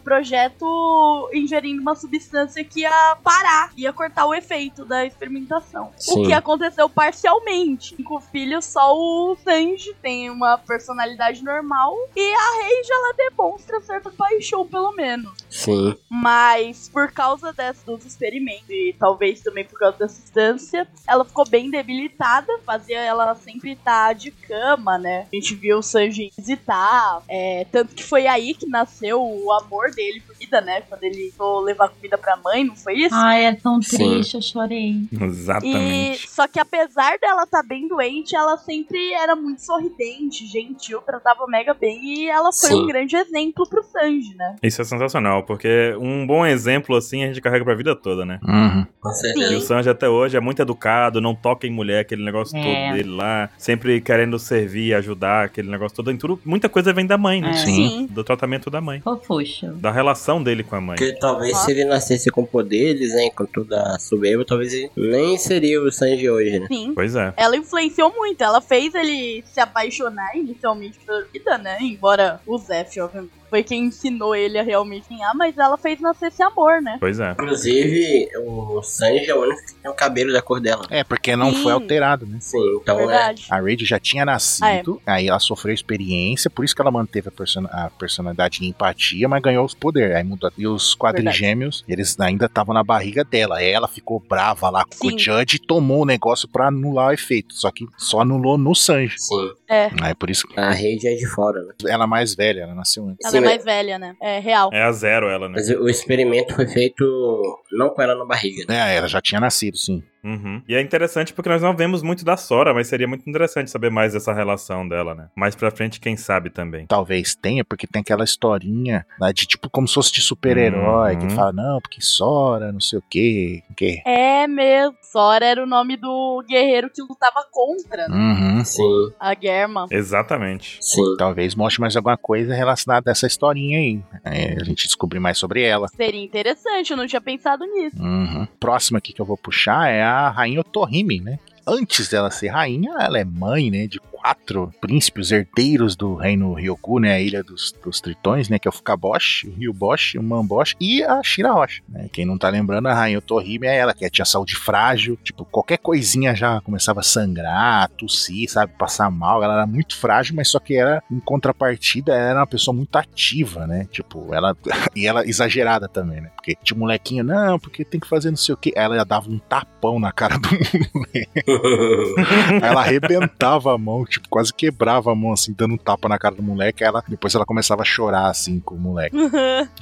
[SPEAKER 4] projeto ingerindo uma substância que ia parar, ia cortar o efeito da experimentação.
[SPEAKER 2] Sim.
[SPEAKER 4] O que aconteceu parcialmente. Com o filho, só o Sanji tem uma personalidade normal. E a Rage, ela demonstra certa paixão, pelo menos.
[SPEAKER 2] Sim.
[SPEAKER 4] Mas por causa dessa, dos experimentos e talvez também por causa da substância, ela ficou bem debilitada, fazia ela sempre estar de cama, né? A gente viu o Sanji visitar, é, tanto que foi aí que nasceu o amor dele por vida, né? Quando ele foi levar comida pra mãe, não foi isso?
[SPEAKER 5] Ai, é tão
[SPEAKER 2] Sim.
[SPEAKER 5] triste, eu chorei.
[SPEAKER 4] E
[SPEAKER 3] Exatamente.
[SPEAKER 4] só que apesar dela estar bem doente, ela sempre era muito sorridente, gentil, tratava mega bem e ela foi
[SPEAKER 2] Sim.
[SPEAKER 4] um grande exemplo pro Sanji, né?
[SPEAKER 3] Isso é sensacional, porque um bom exemplo assim a gente carrega pra vida toda, né?
[SPEAKER 1] Uhum.
[SPEAKER 2] Com
[SPEAKER 3] E o
[SPEAKER 2] certeza.
[SPEAKER 3] Sanji até hoje é muito educado, não toca em mulher, aquele negócio
[SPEAKER 5] É.
[SPEAKER 3] todo dele lá, sempre querendo servir, ajudar, aquele negócio todo. Em tudo, muita coisa vem da mãe, né?
[SPEAKER 5] É.
[SPEAKER 1] Sim.
[SPEAKER 3] Do tratamento da mãe.
[SPEAKER 5] Fofuxo.
[SPEAKER 3] Da relação dele com a mãe.
[SPEAKER 2] Porque talvez se ele nascesse com poderes, hein, com toda a soberba, talvez ele nem seria o Sanji hoje, né?
[SPEAKER 4] Sim.
[SPEAKER 3] Pois é.
[SPEAKER 4] ela influenciou muito. Ela fez ele se apaixonar inicialmente pela vida, né? Embora o Zef, obviamente, foi quem ensinou ele a realmente amar, mas ela fez nascer esse amor, né?
[SPEAKER 3] Pois é.
[SPEAKER 2] Inclusive, o Sanji é o único que tem o cabelo da cor dela.
[SPEAKER 1] É, porque não
[SPEAKER 4] Sim.
[SPEAKER 1] foi alterado, né?
[SPEAKER 2] Sim, então é.
[SPEAKER 4] Verdade.
[SPEAKER 1] A Raid já tinha nascido,
[SPEAKER 4] Ah, é.
[SPEAKER 1] aí ela sofreu experiência, por isso que ela manteve a, persona- a personalidade de empatia, mas ganhou os poderes. Aí mudou. E os quadrigêmeos, eles ainda estavam na barriga dela. Aí ela ficou brava lá com
[SPEAKER 4] Sim.
[SPEAKER 1] o Judge e tomou o negócio pra anular o efeito. Só que só anulou no Sanji.
[SPEAKER 2] Sim.
[SPEAKER 1] Aí por isso que
[SPEAKER 2] A rede é de fora, né?
[SPEAKER 1] ela é mais velha, ela nasceu antes.
[SPEAKER 4] Ela
[SPEAKER 2] Sim,
[SPEAKER 4] é
[SPEAKER 2] mas-
[SPEAKER 4] mais velha, né? É real.
[SPEAKER 3] É a zero ela, né?
[SPEAKER 2] Mas o experimento foi feito não com ela na barriga, né?
[SPEAKER 1] É, ela já tinha nascido, sim.
[SPEAKER 3] Uhum. E é interessante porque nós não vemos muito da Sora, mas seria muito interessante saber mais dessa relação dela, né? Mais pra frente, quem sabe também.
[SPEAKER 1] Talvez tenha, porque tem aquela historinha lá de tipo como se fosse de super-herói, que
[SPEAKER 3] Uhum.
[SPEAKER 1] fala, não, porque Sora, não sei o quê, o quê.
[SPEAKER 4] É mesmo. Sora era o nome do guerreiro que lutava contra né?
[SPEAKER 1] Uhum.
[SPEAKER 2] Sim,
[SPEAKER 4] a Germa.
[SPEAKER 3] Exatamente.
[SPEAKER 2] sim.
[SPEAKER 1] Talvez mostre mais alguma coisa relacionada a essa historinha aí. É, a gente descobrir mais sobre ela.
[SPEAKER 4] Seria interessante, eu não tinha pensado nisso. *laughs*
[SPEAKER 1] Uhum. Próxima aqui que eu vou puxar é a Rainha Otohime, né? Antes dela ser rainha, ela é mãe, né? De quatro príncipes herdeiros do reino Ryoku, né? A ilha dos, dos tritões, né? Que é o Fukaboshi, o Ryuboshi, o Mamboshi e a Shirahoshi, né? Quem não tá lembrando, a Rainha Otohime é ela, que tinha saúde frágil. Tipo, qualquer coisinha já começava a sangrar, tossir, sabe? Passar mal. Ela era muito frágil, mas só que era, em contrapartida, ela era uma pessoa muito ativa, né? Tipo, ela... e ela exagerada também, né? Porque tinha um molequinho, não, porque tem que fazer não sei o quê. Aí ela dava um tapão na cara do *laughs* moleque. Aí ela arrebentava a mão, tipo, quase quebrava a mão, assim, dando um tapa na cara do moleque. Aí ela, depois ela começava a chorar, assim, com o moleque.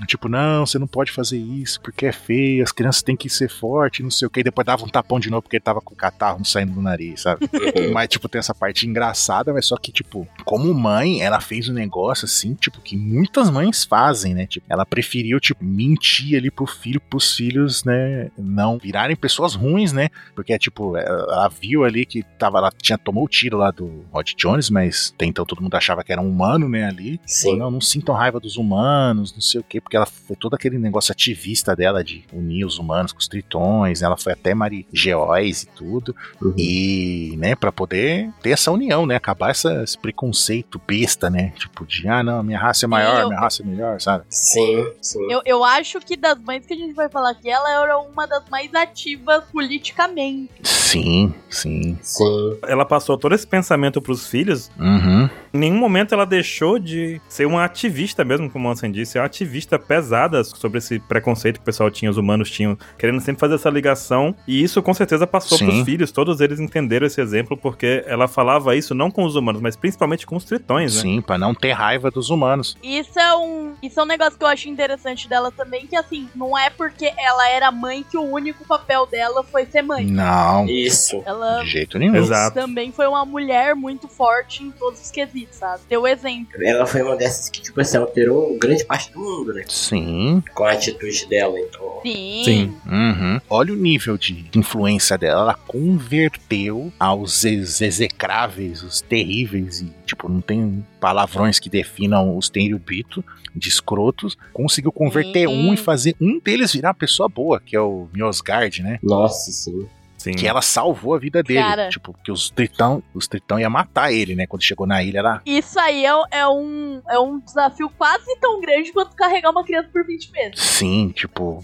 [SPEAKER 1] Tipo, não, você não pode fazer isso porque é feio, as crianças têm que ser fortes, não sei o quê. E depois dava um tapão de novo porque ele tava com o catarro saindo do nariz, sabe? *laughs* mas, tipo, tem essa parte engraçada, mas só que, tipo, como mãe, ela fez um negócio, assim, tipo, que muitas mães fazem, né? Tipo, ela preferiu, tipo, mentir ali pro filho, pros filhos, né? Não virarem pessoas ruins, né? Porque, tipo, ela viu ali que tava, ela tinha tomou o tiro lá do Rod Jones, mas até então todo mundo achava que era um humano, né, ali.
[SPEAKER 2] *laughs* Sim.
[SPEAKER 1] Não, não sintam raiva dos humanos, não sei o quê, porque ela foi todo aquele negócio ativista dela de unir os humanos com os tritões, né? ela foi até Mari Geóis e tudo, e, né, pra poder ter essa união, né, acabar essa- esse preconceito besta, né, tipo de, ah, não, minha raça é maior,
[SPEAKER 4] eu-
[SPEAKER 1] minha raça é melhor, sabe?
[SPEAKER 2] Sim, sim.
[SPEAKER 4] Eu, eu acho que das mães que a gente vai falar aqui, ela era uma das mais ativas politicamente.
[SPEAKER 1] Sim, sim.
[SPEAKER 2] Sim.
[SPEAKER 3] Ela passou todo esse pensamento pros filhos.
[SPEAKER 1] Uhum.
[SPEAKER 3] Em nenhum momento ela deixou de ser uma ativista mesmo, como a Anson disse. É uma ativista pesada sobre esse preconceito que o pessoal tinha, os humanos tinham, querendo sempre fazer essa ligação. E isso com certeza passou
[SPEAKER 1] Sim.
[SPEAKER 3] pros filhos. Todos eles entenderam esse exemplo, porque ela falava isso não com os humanos, mas principalmente com os tritões, né?
[SPEAKER 1] Sim, pra não ter raiva dos humanos.
[SPEAKER 4] E Isso é um, isso é um negócio que eu acho interessante dela também, que assim, não é porque ela era mãe que o único papel dela foi ser mãe.
[SPEAKER 1] Não,
[SPEAKER 2] Isso.
[SPEAKER 4] Ela
[SPEAKER 1] de jeito nenhum.
[SPEAKER 3] Exato.
[SPEAKER 4] também foi uma mulher muito forte em todos os quesitos, sabe? Deu exemplo.
[SPEAKER 2] Ela foi uma dessas que, tipo assim, alterou grande parte do mundo, né?
[SPEAKER 1] Sim,
[SPEAKER 2] Com a atitude dela, então.
[SPEAKER 4] Sim.
[SPEAKER 3] Sim.
[SPEAKER 1] Uhum. Olha o nível de influência dela. Ela converteu aos ex- execráveis, os terríveis, e tipo, não tem palavrões que definam os tenriubito de escrotos. Conseguiu converter
[SPEAKER 4] Sim.
[SPEAKER 1] um e fazer um deles virar uma pessoa boa, que é o Miosgard, né?
[SPEAKER 2] Nossa, sim.
[SPEAKER 3] Sim.
[SPEAKER 1] Que ela salvou a vida dele.
[SPEAKER 4] Cara.
[SPEAKER 1] Tipo, porque os tritão, os tritão ia matar ele, né? Quando chegou na ilha, ela.
[SPEAKER 4] Isso aí é, é um, é um desafio quase tão grande quanto carregar uma criança por 20 meses.
[SPEAKER 1] Sim, tipo,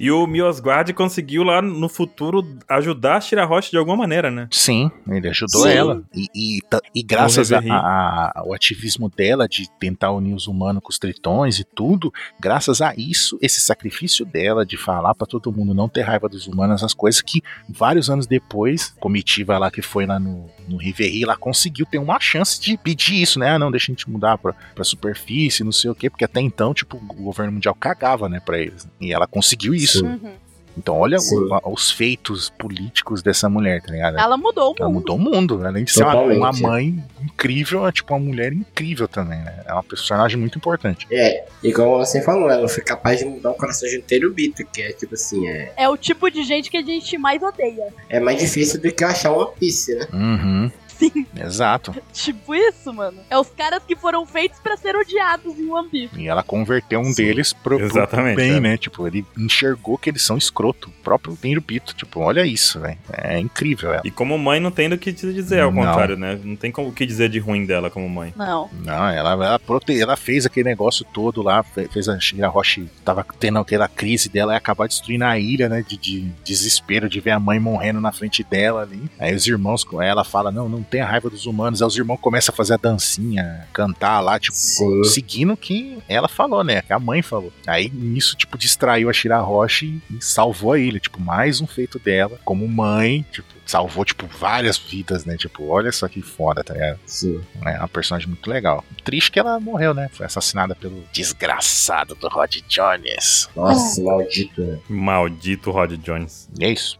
[SPEAKER 3] E o Miosguard conseguiu lá no futuro ajudar a Shirahoshi de alguma maneira, né?
[SPEAKER 1] Sim, ele ajudou
[SPEAKER 2] Sim.
[SPEAKER 1] ela. E, e ta- e graças
[SPEAKER 3] Morrer de rir.
[SPEAKER 1] a- a- ao ativismo dela de tentar unir os humanos com os tritões e tudo, graças a isso, esse sacrifício dela de falar pra todo mundo não ter raiva dos humanos, as coisas que vários anos depois, a comitiva lá que foi lá no, no Riveri, lá conseguiu ter uma chance de pedir isso, né? Ah, não, deixa a gente mudar pra, pra superfície, não sei o quê, porque até então, tipo, o governo mundial cagava, né, pra eles. E ela conseguiu isso.
[SPEAKER 2] Sim.
[SPEAKER 4] Uhum.
[SPEAKER 1] Então, olha o-
[SPEAKER 2] Sim.
[SPEAKER 1] a- os feitos políticos dessa mulher, tá ligado?
[SPEAKER 4] Ela mudou o
[SPEAKER 1] Ela
[SPEAKER 4] mundo.
[SPEAKER 1] mudou o mundo, né? além de ser uma,
[SPEAKER 2] Totalmente.
[SPEAKER 1] uma mãe incrível, é tipo uma mulher incrível também, né? É uma personagem muito importante.
[SPEAKER 2] É, igual você falou, ela foi capaz de mudar o coração de um terubito, que é tipo assim, é,
[SPEAKER 4] É o tipo de gente que a gente mais odeia. *laughs*
[SPEAKER 2] é mais difícil do que eu achar One Piece, né?
[SPEAKER 1] Uhum.
[SPEAKER 4] Sim.
[SPEAKER 1] Exato.
[SPEAKER 4] Tipo isso, mano. É os caras que foram feitos pra ser odiados em One Piece.
[SPEAKER 1] E ela converteu um
[SPEAKER 2] Sim.
[SPEAKER 1] deles pro, pro
[SPEAKER 3] Exatamente,
[SPEAKER 1] bem,
[SPEAKER 3] é.
[SPEAKER 1] né? Tipo, ele enxergou que eles são escroto. O próprio Pinho Pito, tipo, olha isso, velho. É incrível ela.
[SPEAKER 3] E como mãe não tem do que te dizer, ao
[SPEAKER 1] Não.
[SPEAKER 3] contrário, né? Não tem como- o que dizer de ruim dela como mãe.
[SPEAKER 4] Não.
[SPEAKER 1] Não, ela, ela, prote... ela fez aquele negócio todo lá, fe- fez a Shira Roche tava tendo aquela crise dela e acabar destruindo a ilha, né? De, de desespero de ver a mãe morrendo na frente dela ali. Aí os irmãos, ela fala, não, não tem a raiva dos humanos. Aí os irmãos começam a fazer a dancinha, cantar lá, tipo,
[SPEAKER 2] Sim.
[SPEAKER 1] seguindo o que ela falou, né? Que a mãe falou. Aí nisso, tipo, distraiu a Shira Roche e salvou a ilha. Tipo, mais um feito dela como mãe, tipo, salvou, tipo, várias vidas, né? Tipo, olha só que foda, tá ligado?
[SPEAKER 2] Sim.
[SPEAKER 1] É uma personagem muito legal. Triste que ela morreu, né? Foi assassinada pelo desgraçado do Rod Jones.
[SPEAKER 2] Nossa, maldito, né?
[SPEAKER 3] Maldito Rod Jones.
[SPEAKER 1] E é isso.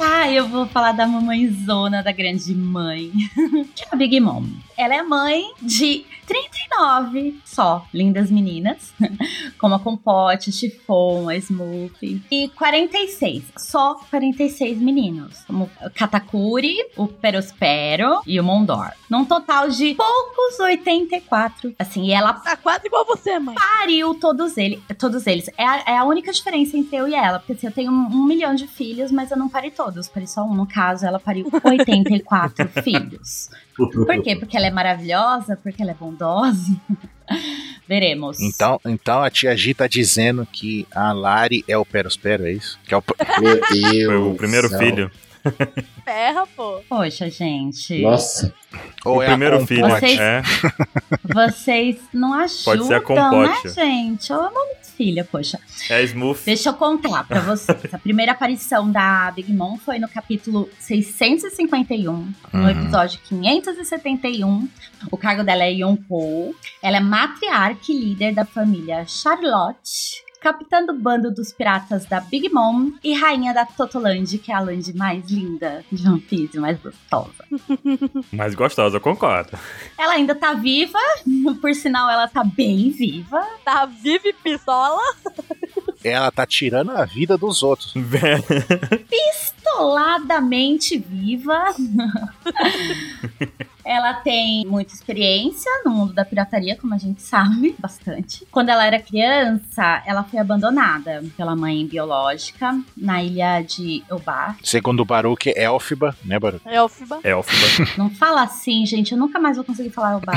[SPEAKER 5] Ah, eu vou falar da mamãezona da grande mãe, *laughs* que é a Big Mom. Ela é mãe de 39 só lindas meninas, *laughs* como a Compote, a Chifon, a Smoothie, e 46, só 46 meninos, como o Katakuri, o Perospero e o Mondor. Num total de poucos 84. Assim, e ela
[SPEAKER 4] Tá quase igual você, mãe.
[SPEAKER 5] pariu todos, ele, todos eles. É a, é a única diferença entre eu e ela. Porque assim, eu tenho um, um milhão de filhos, mas eu não parei todos. Parei só um. No caso, ela pariu
[SPEAKER 3] *laughs*
[SPEAKER 5] 84 filhos. Por quê? Porque ela é maravilhosa? Porque ela é bondosa? *laughs* Veremos.
[SPEAKER 1] Então, então a tia Gi tá dizendo que a Lari é o Perospero, é isso? Que é o,
[SPEAKER 3] *laughs*
[SPEAKER 2] Meu Deus.
[SPEAKER 3] Foi o primeiro
[SPEAKER 2] do céu.
[SPEAKER 3] filho.
[SPEAKER 4] Ferra, pô.
[SPEAKER 5] Poxa, gente.
[SPEAKER 2] Nossa. *laughs*
[SPEAKER 1] ou
[SPEAKER 3] o
[SPEAKER 1] é a
[SPEAKER 3] primeiro
[SPEAKER 1] compote?
[SPEAKER 3] filho.
[SPEAKER 5] Vocês-
[SPEAKER 3] É.
[SPEAKER 5] Vocês não ajudam,
[SPEAKER 3] Pode ser a
[SPEAKER 5] né,
[SPEAKER 3] compote.
[SPEAKER 5] gente? Eu amo filha, poxa.
[SPEAKER 3] É Smooth.
[SPEAKER 5] Deixa eu contar pra vocês. A primeira aparição da Big Mom foi no capítulo 651,
[SPEAKER 1] Uhum.
[SPEAKER 5] no episódio 571. O cargo dela é Yonko. Ela é matriarca e líder da família Charlotte. Capitã do bando dos piratas da Big Mom e rainha da Totoland, que é a land mais linda de One Piece, mais gostosa.
[SPEAKER 3] Mais gostosa, eu concordo.
[SPEAKER 5] Ela ainda tá viva, *laughs* por sinal, ela tá bem viva.
[SPEAKER 4] Tá vive pistola.
[SPEAKER 1] Ela tá tirando a vida dos outros.
[SPEAKER 5] pistoladamente viva. ela tem muita experiência no mundo da pirataria, como a gente sabe, bastante. Quando ela era criança, ela foi abandonada pela mãe biológica na ilha de Obar.
[SPEAKER 1] Segundo o Baruque, Elfiba, né, Baruque?
[SPEAKER 4] Elfiba.
[SPEAKER 3] É Elfba.
[SPEAKER 5] Não fala assim, gente, eu nunca mais vou conseguir falar Obar.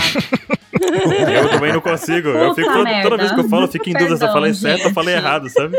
[SPEAKER 3] Eu também não consigo. eu
[SPEAKER 5] Puta
[SPEAKER 3] fico toda, toda
[SPEAKER 5] merda.
[SPEAKER 3] vez que eu falo, eu fico em dúvida se eu
[SPEAKER 5] Perdão,
[SPEAKER 3] falei certo ou
[SPEAKER 5] gente.
[SPEAKER 3] falei errado, sabe?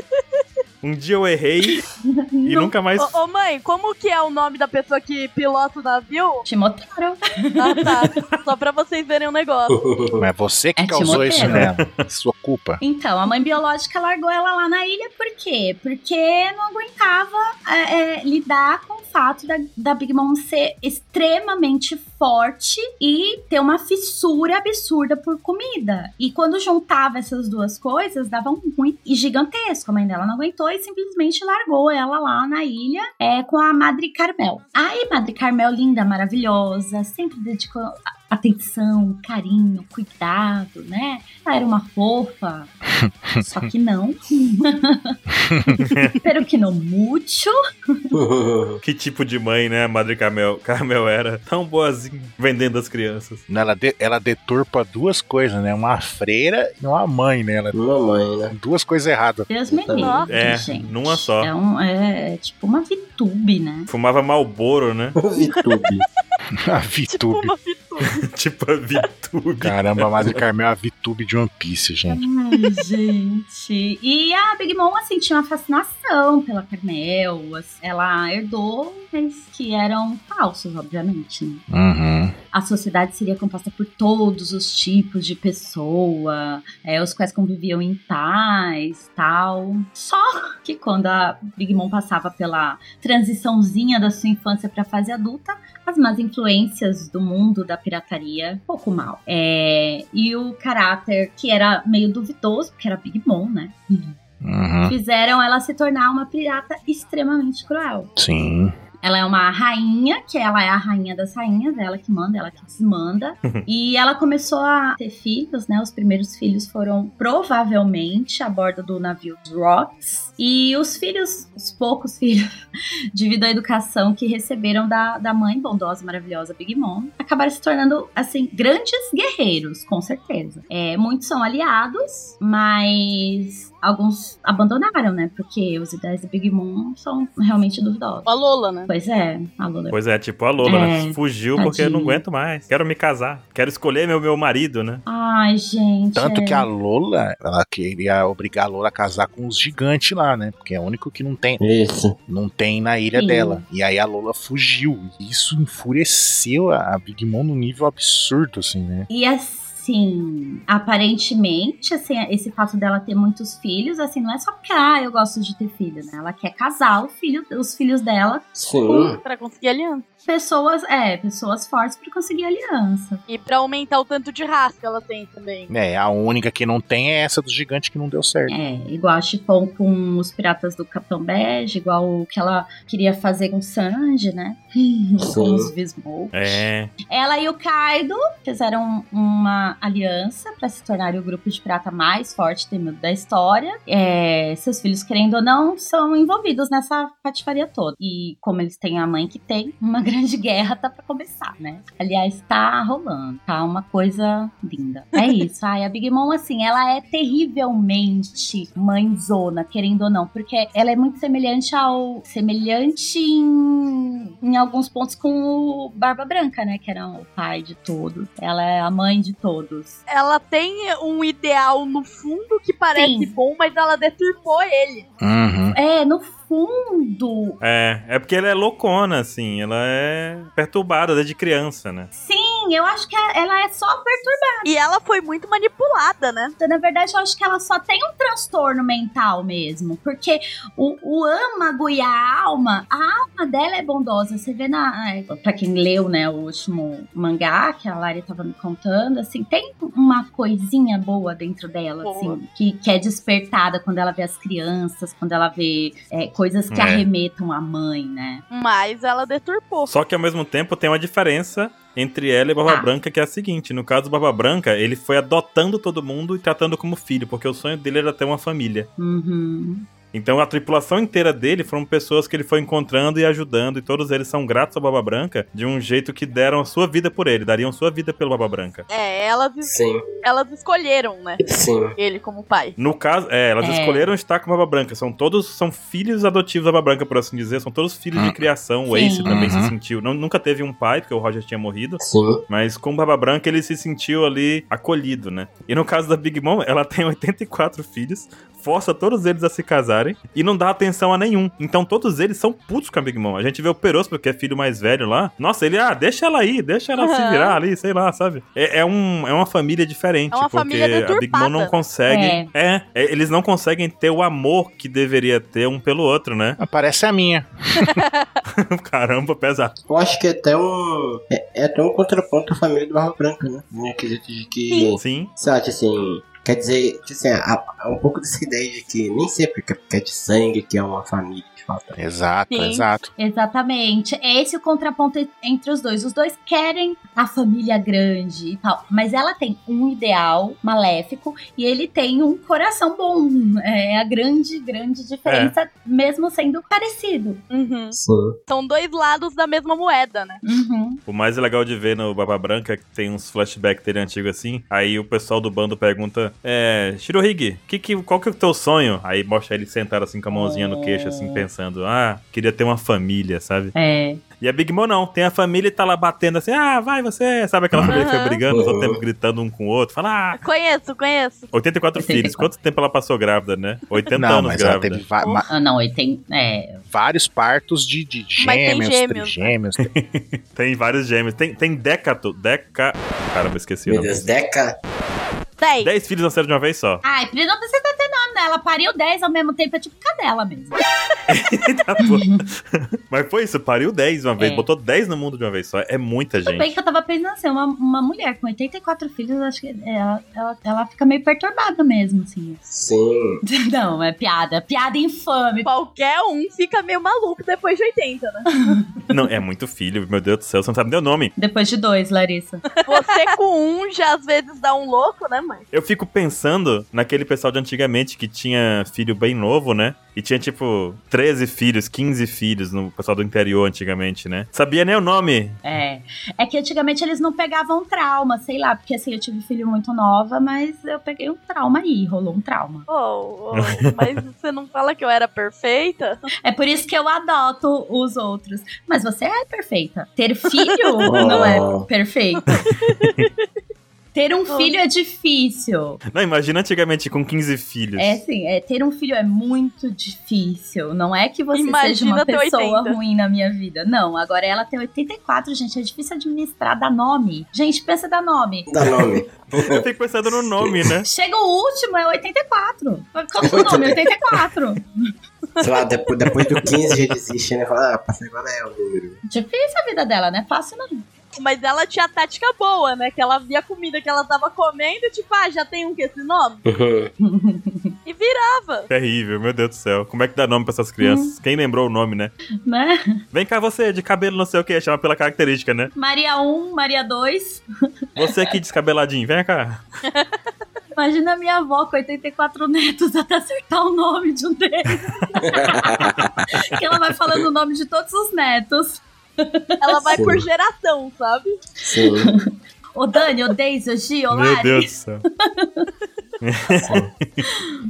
[SPEAKER 3] Um dia eu
[SPEAKER 5] *laughs*
[SPEAKER 3] errei e
[SPEAKER 5] Não.
[SPEAKER 3] nunca mais.
[SPEAKER 4] Ô, ô, mãe, como que é o nome da pessoa que pilota o navio?
[SPEAKER 5] Timotaro.
[SPEAKER 4] Ah, tá. Só pra vocês verem o negócio.
[SPEAKER 1] Mas você que
[SPEAKER 5] É
[SPEAKER 1] causou isso
[SPEAKER 5] Timoteiro.
[SPEAKER 1] nela. Sua culpa.
[SPEAKER 5] Então, a mãe biológica largou ela lá na ilha por quê? Porque não aguentava é, é, lidar com o fato da, da Big Mom ser extremamente forte e ter uma fissura absurda por comida. E quando juntava essas duas coisas, dava um ruim e gigantesco. A mãe dela não aguentou e simplesmente largou ela lá na ilha é, com a Madre Carmel. Aí, Madre Carmel, linda, maravilhosa, sempre dedicou a- atenção, carinho, cuidado, né? Ela era uma fofa, só que *laughs* não. Espero que não muito.
[SPEAKER 3] Que tipo de mãe, né, a Madre Carmel, Carmel era? Tão boazinha, vendendo as crianças.
[SPEAKER 1] Ela, de- ela deturpa duas coisas, né? Uma freira e uma mãe, né? Ela
[SPEAKER 2] Mamãe, né?
[SPEAKER 1] duas coisas erradas. *laughs*
[SPEAKER 5] Deus me livre,
[SPEAKER 3] É,
[SPEAKER 5] gente.
[SPEAKER 3] numa só.
[SPEAKER 5] É, um- é tipo uma VTube, né?
[SPEAKER 3] Fumava Malboro, né? *laughs*
[SPEAKER 2] VTube.
[SPEAKER 1] A
[SPEAKER 4] Tipo
[SPEAKER 1] VTube.
[SPEAKER 4] uma fitube.
[SPEAKER 3] tipo a Vitube.
[SPEAKER 1] Caramba, a Madre Carmel é a VTube de One Piece, gente.
[SPEAKER 5] Ai, gente. E a Big Mom, assim, tinha uma fascinação pela Carmel. assim, Ela herdou, mas que eram falsos, obviamente, né?
[SPEAKER 1] Uhum.
[SPEAKER 5] a sociedade seria composta por todos os tipos de pessoa, é, os quais conviviam em paz, tal. Só que quando a Big Mom passava pela transiçãozinha da sua infância para fase adulta, as más influências do mundo da pirataria, pouco mal. É, e o caráter que era meio duvidoso, porque era Big Mom, né?
[SPEAKER 1] Uhum.
[SPEAKER 5] Fizeram ela se tornar uma pirata extremamente cruel.
[SPEAKER 1] Sim.
[SPEAKER 5] Ela é uma rainha, que ela é a rainha das rainhas, ela que manda, ela que desmanda. e ela começou a ter filhos, né? Os primeiros filhos foram provavelmente a bordo do navio Rocks. E os filhos, os poucos *laughs* filhos, devido à educação que receberam da, da mãe bondosa, maravilhosa Big Mom, acabaram se tornando, assim, grandes guerreiros, com certeza. É, muitos são aliados, mas alguns abandonaram, né? Porque os ideais da Big Mom são realmente duvidosos.
[SPEAKER 4] A Lola, né?
[SPEAKER 5] Pois é, a Lola.
[SPEAKER 3] Pois é, tipo a Lola, né?
[SPEAKER 5] É,
[SPEAKER 3] Fugiu porque eu não
[SPEAKER 5] tadinha.
[SPEAKER 3] aguento mais. Quero me casar. Quero escolher meu, meu marido, né?
[SPEAKER 5] Ai, gente.
[SPEAKER 1] Tanto
[SPEAKER 5] é.
[SPEAKER 1] que a Lola, ela queria obrigar a Lola a casar com os gigantes lá, né? Porque é o único que não tem,
[SPEAKER 2] Isso.
[SPEAKER 1] não tem na ilha
[SPEAKER 5] Sim.
[SPEAKER 1] dela. E aí a Lola fugiu. E isso enfureceu a a Big Mom num nível absurdo, assim, né?
[SPEAKER 5] E assim, aparentemente, assim, esse fato dela ter muitos filhos, assim, não é só porque, ah, eu gosto de ter filho, né? Ela quer casar o filho, os filhos dela,
[SPEAKER 2] Sim.
[SPEAKER 4] Pra conseguir aliança.
[SPEAKER 5] pessoas, é, pessoas fortes pra conseguir aliança.
[SPEAKER 4] E pra aumentar o tanto de raça que ela tem também.
[SPEAKER 1] É, a única que não tem é essa do gigante que não deu certo.
[SPEAKER 5] É, igual a Chipon com os piratas do Capitão Bege, igual o que ela queria fazer com o *laughs* Sanji, né? com os Vismou.
[SPEAKER 3] É.
[SPEAKER 5] Ela e o Kaido fizeram um- um- uma aliança para se tornar o grupo de prata mais forte e temido da história. É, seus filhos, querendo ou não, são envolvidos nessa patifaria toda. E como eles têm a mãe que tem, uma *laughs* grande guerra tá para começar, né? Aliás, tá rolando, tá uma coisa linda. É isso. Ai, a Big Mom, assim, ela é terrivelmente mãezona, querendo ou não, porque ela é muito semelhante ao. semelhante em, em alguns pontos com o Barba Branca, né? Que era o pai de todos. Ela é a mãe de todos.
[SPEAKER 4] Ela tem um ideal no fundo que parece
[SPEAKER 5] Sim.
[SPEAKER 4] bom, mas ela deturpou ele.
[SPEAKER 1] Uhum.
[SPEAKER 5] É, no fundo.
[SPEAKER 3] É, é porque ela é loucona, assim, ela é perturbada desde criança, né?
[SPEAKER 5] Sim, eu acho que ela é só
[SPEAKER 4] E ela foi muito manipulada, né?
[SPEAKER 5] Então, na verdade, eu acho que ela só tem um transtorno mental mesmo. Porque o, o âmago e a alma, a alma dela é bondosa. Você vê na. ai, Pra quem leu, né, o último mangá que a Lari tava me contando, assim, tem uma coisinha boa dentro dela,
[SPEAKER 4] Boa.
[SPEAKER 5] assim, que, que é despertada quando ela vê as crianças, quando ela vê é, coisas que
[SPEAKER 3] É.
[SPEAKER 5] arremetam à mãe, né?
[SPEAKER 4] Mas ela deturpou.
[SPEAKER 3] Só que ao mesmo tempo tem uma diferença entre ela e Barba
[SPEAKER 5] Ah.
[SPEAKER 3] Branca, que é a seguinte: no caso do Barba Branca, ele foi adotando todo mundo e tratando como filho, porque o sonho dele era ter uma família.
[SPEAKER 5] Uhum.
[SPEAKER 3] Então a tripulação inteira dele foram pessoas que ele foi encontrando e ajudando, e todos eles são gratos ao Barba Branca de um jeito que deram a sua vida por ele, dariam sua vida pelo Barba Branca.
[SPEAKER 4] É, elas, es-
[SPEAKER 2] Sim,
[SPEAKER 4] elas escolheram, né?
[SPEAKER 2] sim.
[SPEAKER 4] Ele como pai.
[SPEAKER 3] No caso, é, elas
[SPEAKER 5] É.
[SPEAKER 3] escolheram estar com a Barba Branca. São todos, são filhos adotivos da Barba Branca, por assim dizer. São todos filhos
[SPEAKER 1] Hum.
[SPEAKER 3] de criação. O
[SPEAKER 5] Sim.
[SPEAKER 3] Ace também
[SPEAKER 1] Uhum.
[SPEAKER 3] se sentiu. não- nunca teve um pai, porque o Roger tinha morrido.
[SPEAKER 2] Sim.
[SPEAKER 3] Mas com o Barba Branca ele se sentiu ali acolhido, né? E no caso da Big Mom, ela tem 84 filhos, força todos eles a se casarem e não dá atenção a nenhum. Então todos eles são putos com a Big Mom. A gente vê o Peróspero, que é filho mais velho lá. Nossa, ele, ah, deixa ela aí, deixa ela se
[SPEAKER 4] Aham.
[SPEAKER 3] virar ali, sei lá, sabe? É, é um, é uma família diferente,
[SPEAKER 4] É uma
[SPEAKER 3] porque
[SPEAKER 4] família
[SPEAKER 3] a Big Mom não
[SPEAKER 4] deturpada.
[SPEAKER 3] consegue.
[SPEAKER 5] É.
[SPEAKER 3] é, é, eles não conseguem ter o amor que deveria ter um pelo outro, né? *laughs*
[SPEAKER 1] Ah, Parece a minha.
[SPEAKER 3] Caramba, pesado.
[SPEAKER 2] Eu acho que é até um. É, é até um contraponto à família do Barba Branca, né? No quesito de que.
[SPEAKER 3] Sim.
[SPEAKER 2] Sabe, assim, quer dizer, tipo assim, há, há um pouco dessa *laughs* ideia de que nem sempre que é de sangue, que é uma família, de fato.
[SPEAKER 1] Exato,
[SPEAKER 4] Sim.
[SPEAKER 1] exato.
[SPEAKER 5] Exatamente. É esse o contraponto en- entre os dois. Os dois querem a família grande e tal. Mas ela tem um ideal maléfico e ele tem um coração bom. É a grande, grande diferença, mesmo sendo parecido.
[SPEAKER 4] Uhum.
[SPEAKER 2] Sim.
[SPEAKER 4] São dois lados da mesma moeda, né?
[SPEAKER 5] Uhum.
[SPEAKER 3] O mais legal de ver no Barba Branca é que tem uns flashbacks dele antigo assim. Aí o pessoal do bando pergunta: É, Shirohige, que que, qual que é o teu sonho? Aí mostra ele sentado assim com a mãozinha no queixo, assim, pensando: Ah, queria ter uma família, sabe?
[SPEAKER 5] É.
[SPEAKER 3] E a Big Mom não, tem a família e tá lá batendo assim: Ah, vai você, sabe aquela família que foi
[SPEAKER 4] Aham.
[SPEAKER 3] brigando, só
[SPEAKER 2] Uhum.
[SPEAKER 3] tempo gritando um com o outro, fala: Ah,
[SPEAKER 4] Conheço, conheço.
[SPEAKER 3] 84 filhos,
[SPEAKER 5] 84.
[SPEAKER 3] quanto tempo ela passou grávida, né? 80
[SPEAKER 1] não,
[SPEAKER 3] anos
[SPEAKER 1] mas ela
[SPEAKER 3] grávida.
[SPEAKER 1] teve va- ma-
[SPEAKER 5] Ah, não, ele tem. É.
[SPEAKER 1] vários partos de, de
[SPEAKER 4] Mas tem
[SPEAKER 1] gêmeos,
[SPEAKER 4] gêmeos, né?
[SPEAKER 1] trigêmeos.
[SPEAKER 3] Tem vários gêmeos, tem, tem Decato, Deca. Caramba, esqueci o
[SPEAKER 2] Meu
[SPEAKER 3] nome.
[SPEAKER 2] Deus, Deca?
[SPEAKER 4] Dez.
[SPEAKER 3] 10 filhos nasceram de uma vez só.
[SPEAKER 5] Ai, Pri, não precisa ter nome dela. Ela Pariu 10 ao mesmo tempo, é tipo cadela mesmo.
[SPEAKER 3] Tá bom. *laughs* Mas foi isso, pariu 10 uma vez,
[SPEAKER 5] Uhum. É.
[SPEAKER 3] botou 10 no mundo de uma vez só. É muita
[SPEAKER 5] Tudo bem
[SPEAKER 3] gente.
[SPEAKER 5] que eu tava pensando assim, uma, uma mulher com 84 filhos, eu acho que ela, ela, ela fica meio perturbada mesmo, assim.
[SPEAKER 2] Sim.
[SPEAKER 5] *laughs* Não, é piada. Piada infame.
[SPEAKER 4] Qualquer um fica meio maluco depois de 80, né?
[SPEAKER 3] Não, é muito filho, meu Deus do céu, você não sabe nem o nome.
[SPEAKER 5] Depois de dois, Larissa.
[SPEAKER 4] Você com um já às vezes dá um louco, né, mãe?
[SPEAKER 3] Eu fico pensando naquele pessoal de antigamente que tinha filho bem novo, né? E tinha tipo 13 filhos, 15 filhos no pessoal do interior antigamente, né? Sabia nem o nome.
[SPEAKER 5] É. É que antigamente eles não pegavam trauma, sei lá, porque assim, eu tive filho muito nova, mas eu peguei um trauma aí, rolou um trauma.
[SPEAKER 4] Oh, oh, mas você não fala que eu era perfeita?
[SPEAKER 5] É por isso que eu adoto os outros. Mas você é perfeita. Ter filho não
[SPEAKER 2] Oh.
[SPEAKER 5] é perfeito. Ter um
[SPEAKER 4] Oh.
[SPEAKER 5] filho é difícil.
[SPEAKER 3] Não, imagina antigamente com 15 filhos.
[SPEAKER 5] É assim, é, ter um filho é muito difícil. Não é que você seja
[SPEAKER 4] Imagina
[SPEAKER 5] uma
[SPEAKER 4] ter
[SPEAKER 5] pessoa
[SPEAKER 4] 80.
[SPEAKER 5] ruim na minha vida. Não, agora ela tem 84, gente. É difícil administrar, dar nome. Gente, pensa dar nome.
[SPEAKER 2] Dá nome.
[SPEAKER 3] Eu fico pensando no nome, né?
[SPEAKER 5] Chega o último, é 84. Qual que é o nome? 84.
[SPEAKER 2] Sei lá, depois, depois do 15 já desiste, né? Fala, ah, passa agora é o número.
[SPEAKER 5] Difícil a vida dela, né? Fácil não.
[SPEAKER 4] Mas ela tinha tática boa, né? Que ela via a comida que ela tava comendo e tipo, ah, já tem um que esse nome? E virava.
[SPEAKER 3] Terrível, meu Deus do céu. Como é que dá nome pra essas crianças?
[SPEAKER 5] Uhum.
[SPEAKER 3] Quem lembrou o nome, né?
[SPEAKER 5] né?
[SPEAKER 3] Vem cá você, de cabelo não sei o que, chama pela característica, né?
[SPEAKER 5] Maria 1, Maria 2.
[SPEAKER 3] Você aqui descabeladinho, vem cá.
[SPEAKER 5] Imagina a minha avó com 84 netos até acertar o nome de
[SPEAKER 3] *laughs*
[SPEAKER 5] um deles. que ela vai falando o nome de todos os netos.
[SPEAKER 4] Ela vai
[SPEAKER 2] Sim.
[SPEAKER 4] por geração, sabe?
[SPEAKER 2] Sim.
[SPEAKER 5] O Dani, o Deise, o Gi, o
[SPEAKER 3] Meu
[SPEAKER 5] Lari.
[SPEAKER 3] Deus do céu.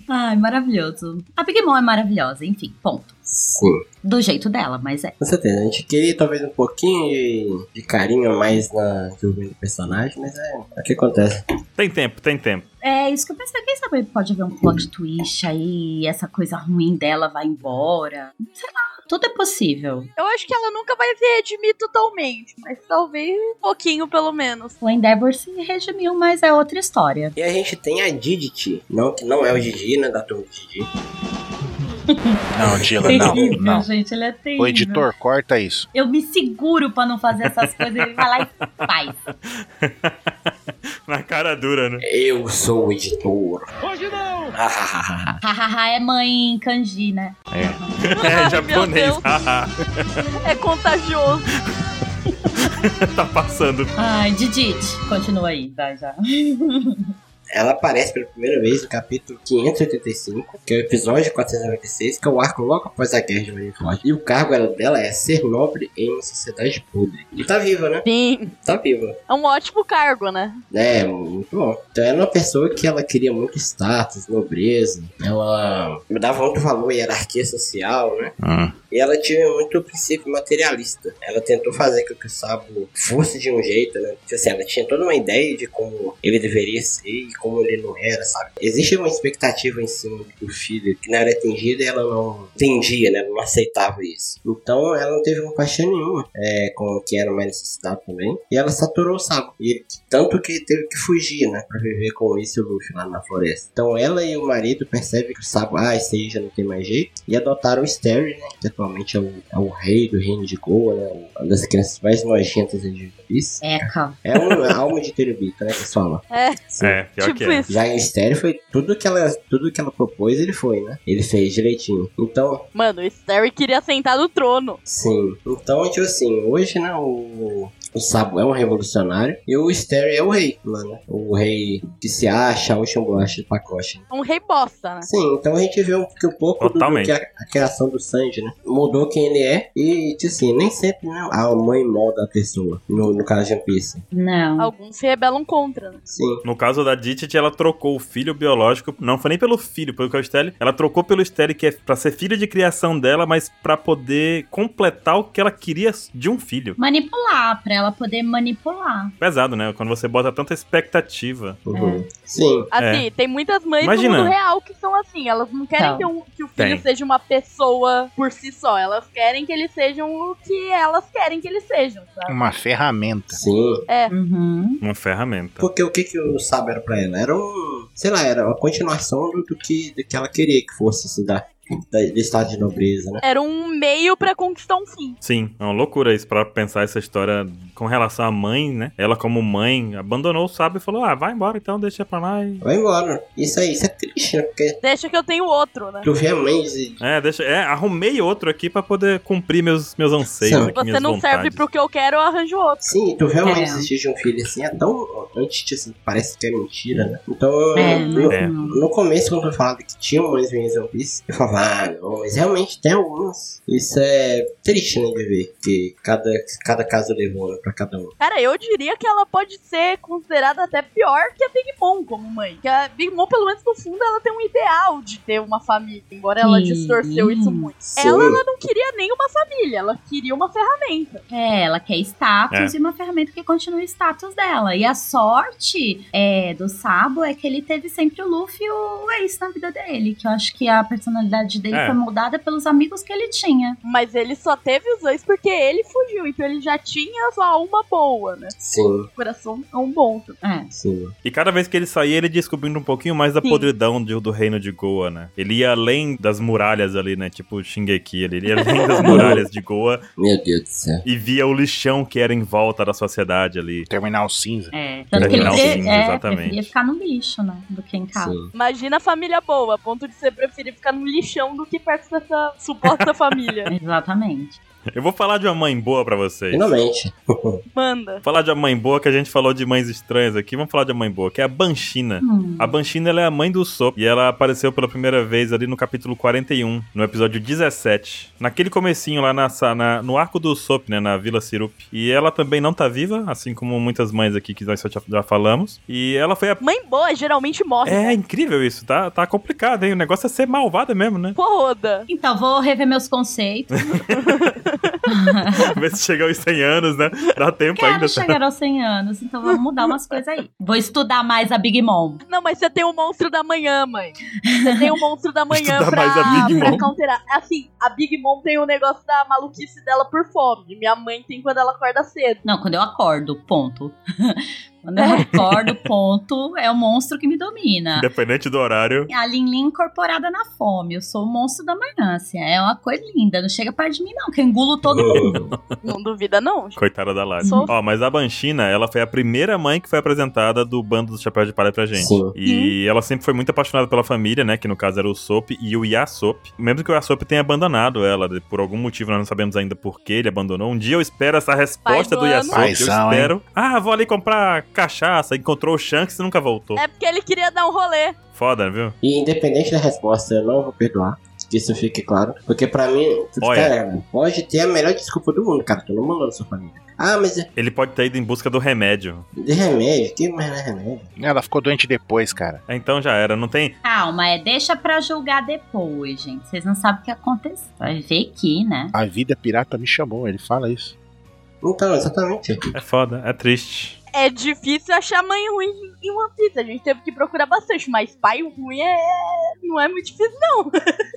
[SPEAKER 5] Ai, maravilhoso. A Big Mom é maravilhosa, enfim, ponto.
[SPEAKER 2] Sim.
[SPEAKER 5] Do jeito dela, mas é.
[SPEAKER 2] Com certeza, a gente queria talvez um pouquinho de, de carinho a mais na desenvolvimento do personagem, mas é, é o que acontece.
[SPEAKER 3] Tem tempo, tem tempo. *laughs*
[SPEAKER 5] É isso que eu pensei. Quem sabe pode haver um plot twist aí, essa coisa ruim dela vai embora. Sei lá, tudo é possível.
[SPEAKER 4] Eu acho que ela nunca vai se redimir totalmente, mas talvez um pouquinho pelo menos.
[SPEAKER 5] O Endeavor se redimiu, mas é outra história.
[SPEAKER 2] E a gente tem a Didit, não, que não é o Gigi, né, da turma do Gigi.
[SPEAKER 1] Não, Dila,
[SPEAKER 4] *laughs*
[SPEAKER 1] não, não.
[SPEAKER 5] gente, ele é *laughs* terrível.
[SPEAKER 1] O editor, corta isso.
[SPEAKER 5] Eu me seguro pra não fazer essas coisas, ele vai lá e faz.
[SPEAKER 3] Na cara dura, né?
[SPEAKER 2] Eu sou o editor. Hoje
[SPEAKER 1] Ah.
[SPEAKER 2] não!
[SPEAKER 5] Hahaha, é mãe kanji, né?
[SPEAKER 1] É.
[SPEAKER 3] É
[SPEAKER 4] Ai,
[SPEAKER 3] japonês.
[SPEAKER 4] meu Deus. É contagioso.
[SPEAKER 3] *laughs* tá passando.
[SPEAKER 5] Ai, Didite, continua aí, vai já.
[SPEAKER 2] Ela aparece pela primeira vez no capítulo 585, que é o episódio 496, que é o arco logo após a guerra de Marineford. E o cargo ela- dela é ser nobre em uma sociedade podre. E tá viva, né?
[SPEAKER 4] Sim.
[SPEAKER 2] Tá viva.
[SPEAKER 4] É um ótimo cargo, né?
[SPEAKER 2] É, muito bom. Então ela é uma pessoa que ela queria muito status, nobreza. Ela dava muito valor à hierarquia social, né?
[SPEAKER 3] Ah.
[SPEAKER 1] Hum.
[SPEAKER 2] E ela tinha muito o princípio materialista. Ela tentou fazer com que o Sabo fosse de um jeito, né? Tipo assim, ela tinha toda uma ideia de como ele deveria ser e como ele não era, sabe? Existe uma expectativa em cima do filho que não era atingida e ela não entendia, né? Ela não aceitava isso. Então ela não teve compaixão nenhuma é, com o que era mais necessitado também. E ela saturou o Sabo. E ele, tanto que teve que fugir, né? Pra viver com esse Luffy lá na floresta. Então ela e o marido percebem que o Sabo, ah, esse aí já não tem mais jeito. E adotaram o Sterry, né? Que atualmente é o, é o rei do reino de Goa, né? Uma das crianças mais nojentas de Piece.
[SPEAKER 5] Eca.
[SPEAKER 2] É uma alma de terubito, né, que eles falam.
[SPEAKER 4] É,
[SPEAKER 2] Sim.
[SPEAKER 3] É, pior
[SPEAKER 4] tipo
[SPEAKER 3] que é.
[SPEAKER 4] isso.
[SPEAKER 2] Já em Stereo foi tudo que ela tudo que ela propôs, ele foi, né? Ele fez direitinho. Então,
[SPEAKER 4] Mano, o Starry queria sentar no trono.
[SPEAKER 2] sim. Então, tipo assim, hoje, né, o, o Sabo é um revolucionário e o Stereo é o rei, mano. O rei que se acha, a última bolacha do pacote. né?
[SPEAKER 4] É Um rei bosta, né?
[SPEAKER 2] Sim, então a gente vê um, que um pouco do- do
[SPEAKER 3] Totalmente.
[SPEAKER 2] que a, a criação do Sanji, né? Mudou quem ele é e, tipo assim, nem sempre né, a mãe molda a pessoa, no, no caso de One Piece.
[SPEAKER 5] Não.
[SPEAKER 4] Alguns se rebelam contra, né?
[SPEAKER 2] Sim.
[SPEAKER 3] No caso da Ditch, ela trocou o filho biológico, não foi nem pelo filho, pelo que é o Stelle, ela trocou pelo Stelle, que é pra ser filho de criação dela, mas pra poder completar o que ela queria de um filho.
[SPEAKER 5] Manipular, pra ela poder manipular.
[SPEAKER 3] Pesado, né? Quando você bota tanta expectativa.
[SPEAKER 2] Uhum. Sim.
[SPEAKER 4] Assim, tem muitas mães
[SPEAKER 3] É. Imagina.
[SPEAKER 4] no mundo real que são assim. Elas não querem
[SPEAKER 5] Então.
[SPEAKER 4] que, um- que o filho
[SPEAKER 3] Tem.
[SPEAKER 4] seja uma pessoa por si só. Elas querem que eles sejam o que elas querem que eles sejam, sabe?
[SPEAKER 1] Uma ferramenta.
[SPEAKER 2] Sim.
[SPEAKER 5] Uhum.
[SPEAKER 3] Uma ferramenta.
[SPEAKER 2] Porque o que que o Sabo era pra ela? Era um, sei lá, era uma continuação do, do que, do que ela queria que fosse, assim, da, da- do estado de nobreza, né?
[SPEAKER 4] Era um meio pra conquistar um fim.
[SPEAKER 3] Sim, é uma loucura isso pra pensar essa história com relação à mãe, né? Ela, como mãe, abandonou o sábio e falou: ah, vai embora então, deixa pra lá. E...
[SPEAKER 2] Vai embora. Isso aí, isso é triste, né? Porque
[SPEAKER 4] Deixa que eu tenho outro, né?
[SPEAKER 2] tu vê a mãe e
[SPEAKER 3] É, deixa. É, arrumei outro aqui pra poder cumprir meus, meus anseios.
[SPEAKER 2] Sim.
[SPEAKER 3] aqui,
[SPEAKER 4] Você
[SPEAKER 3] minhas
[SPEAKER 4] não serve
[SPEAKER 3] vontades.
[SPEAKER 4] pro que eu quero, eu arranjo outro.
[SPEAKER 2] Sim, tu vê a mãe
[SPEAKER 5] É.
[SPEAKER 2] desistir de um filho assim, é tão antes, assim, parece que é mentira, né? Então,
[SPEAKER 5] É.
[SPEAKER 2] no,
[SPEAKER 3] É.
[SPEAKER 2] no começo, quando eu falava que tinha mães ruins em One Piece, eu falava, ah, não, mas realmente tem algumas. Isso é triste, né, de ver, que cada, cada caso levou, né, pra cada um.
[SPEAKER 4] Cara, eu diria que ela pode ser considerada até pior que a Big Mom como mãe. Que a Big Mom, pelo menos no fundo, ela tem um ideal de ter uma família, embora ela
[SPEAKER 5] Sim.
[SPEAKER 4] distorceu isso muito.
[SPEAKER 2] Sim.
[SPEAKER 4] Ela, ela não queria nenhuma família, ela queria uma ferramenta.
[SPEAKER 5] É, ela quer
[SPEAKER 3] É.
[SPEAKER 5] status e uma ferramenta que continue o status dela. E a sorte é, do Sabo é que ele teve sempre o Luffy e o Ace na vida dele. Que eu acho que a personalidade dele
[SPEAKER 3] É.
[SPEAKER 5] foi moldada pelos amigos que ele tinha.
[SPEAKER 4] Mas ele só teve os dois porque ele fugiu, então ele já tinha só uma boa, né?
[SPEAKER 2] Sim,
[SPEAKER 4] O coração é um bom. também.
[SPEAKER 5] É.
[SPEAKER 2] sim.
[SPEAKER 3] E cada vez que ele saía, ele descobrindo um pouquinho mais da
[SPEAKER 4] Sim.
[SPEAKER 3] podridão de- do reino de Goa, né? Ele ia além das muralhas ali, né? Tipo o Shingeki ali. Ele ia além das muralhas de Goa
[SPEAKER 2] Meu Deus do céu.
[SPEAKER 3] e via o lixão que era em volta da sociedade ali.
[SPEAKER 1] Terminal cinza.
[SPEAKER 5] É. Tanto que ele
[SPEAKER 3] Terminar o
[SPEAKER 5] pre-
[SPEAKER 3] fim,
[SPEAKER 5] é,
[SPEAKER 3] exatamente.
[SPEAKER 5] preferia ficar no lixo, né? Do que em casa.
[SPEAKER 2] Sim.
[SPEAKER 4] Imagina a família boa, a ponto de você preferir ficar no lixão do que perto dessa suposta *laughs* família.
[SPEAKER 5] Exatamente.
[SPEAKER 3] Eu vou falar de uma mãe boa pra vocês.
[SPEAKER 2] Finalmente.
[SPEAKER 4] Manda.
[SPEAKER 3] Falar de uma mãe boa, que a gente falou de mães estranhas aqui, vamos falar de uma mãe boa, que é a Banshina.
[SPEAKER 5] Hum.
[SPEAKER 3] A Banshina ela é a mãe do Sop e ela apareceu pela primeira vez ali no capítulo 41, no episódio 17. Naquele comecinho lá na, sa- na- no arco do Sop, né, na Vila Sirup. E ela também não tá viva, assim como muitas mães aqui que nós já, já falamos. E ela foi a...
[SPEAKER 4] Mãe boa geralmente morre.
[SPEAKER 3] É incrível isso, tá, tá complicado, hein? O negócio é ser malvada mesmo, né? *laughs*
[SPEAKER 4] Porroda.
[SPEAKER 5] Então, vou rever meus conceitos.
[SPEAKER 3] Ver se chegar aos 100 anos, né? Dá tempo *laughs* ainda.
[SPEAKER 5] Quero
[SPEAKER 3] tá?
[SPEAKER 5] chegar aos 100 anos, então vamos mudar umas coisas aí. Vou estudar mais a Big Mom.
[SPEAKER 4] Não, mas você tem o monstro da manhã, mãe. Você tem o
[SPEAKER 3] *laughs*
[SPEAKER 4] monstro da manhã
[SPEAKER 3] Estudar
[SPEAKER 4] pra,
[SPEAKER 3] mais a Big
[SPEAKER 4] pra
[SPEAKER 3] Mom.
[SPEAKER 4] counterar. Assim, a Big Mom tem o negócio da maluquice dela por fome. Minha mãe tem quando ela acorda cedo.
[SPEAKER 5] Não, quando eu acordo, ponto. *laughs* Quando eu acordo, ponto, é o monstro que me domina.
[SPEAKER 3] Independente do horário.
[SPEAKER 5] A Lin Lin incorporada na fome. Eu sou o monstro da manhã, assim. É uma coisa linda. Não chega perto de mim, não, que eu engulo todo mundo.
[SPEAKER 2] Uhum.
[SPEAKER 4] Não duvida, não.
[SPEAKER 3] Coitada da Lari.
[SPEAKER 4] Sou.
[SPEAKER 3] Ó, mas a Banshina, ela foi a primeira mãe que foi apresentada do bando do Chapéu de Palha pra gente.
[SPEAKER 2] Sim.
[SPEAKER 4] Uhum.
[SPEAKER 3] E ela sempre foi muito apaixonada pela família, né? Que no caso era o Sop e o Yasop. Mesmo que o Yasop tenha abandonado ela, de- por algum motivo, nós não sabemos ainda por que ele abandonou. Um dia eu espero essa resposta
[SPEAKER 4] do
[SPEAKER 3] do
[SPEAKER 4] ano.
[SPEAKER 3] Yasop. Eu
[SPEAKER 1] Paizão, hein?
[SPEAKER 3] espero. Ah, vou ali comprar cachaça. Encontrou o Shanks e nunca voltou.
[SPEAKER 4] É porque ele queria dar um rolê.
[SPEAKER 3] Foda, viu?
[SPEAKER 2] E independente da resposta, eu não vou perdoar. Que isso fique claro. Porque pra mim,
[SPEAKER 3] Olha.
[SPEAKER 2] cara, pode ter a melhor desculpa do mundo, cara. Tu não mandou na sua família. Ah, mas é
[SPEAKER 3] Ele pode ter ido em busca do remédio.
[SPEAKER 2] de remédio. Que mais não é remédio?
[SPEAKER 1] Ela ficou doente depois, cara.
[SPEAKER 3] Então já era. Não tem.
[SPEAKER 5] Calma, é deixa pra julgar depois, gente. Vocês não sabem o que aconteceu. Vai ver aqui, né?
[SPEAKER 1] A vida pirata me chamou, ele fala isso.
[SPEAKER 2] Então, exatamente.
[SPEAKER 3] É foda, é triste.
[SPEAKER 4] É difícil achar mãe ruim em- em One Piece. A gente teve que procurar bastante, mas pai ruim é. Não é muito difícil.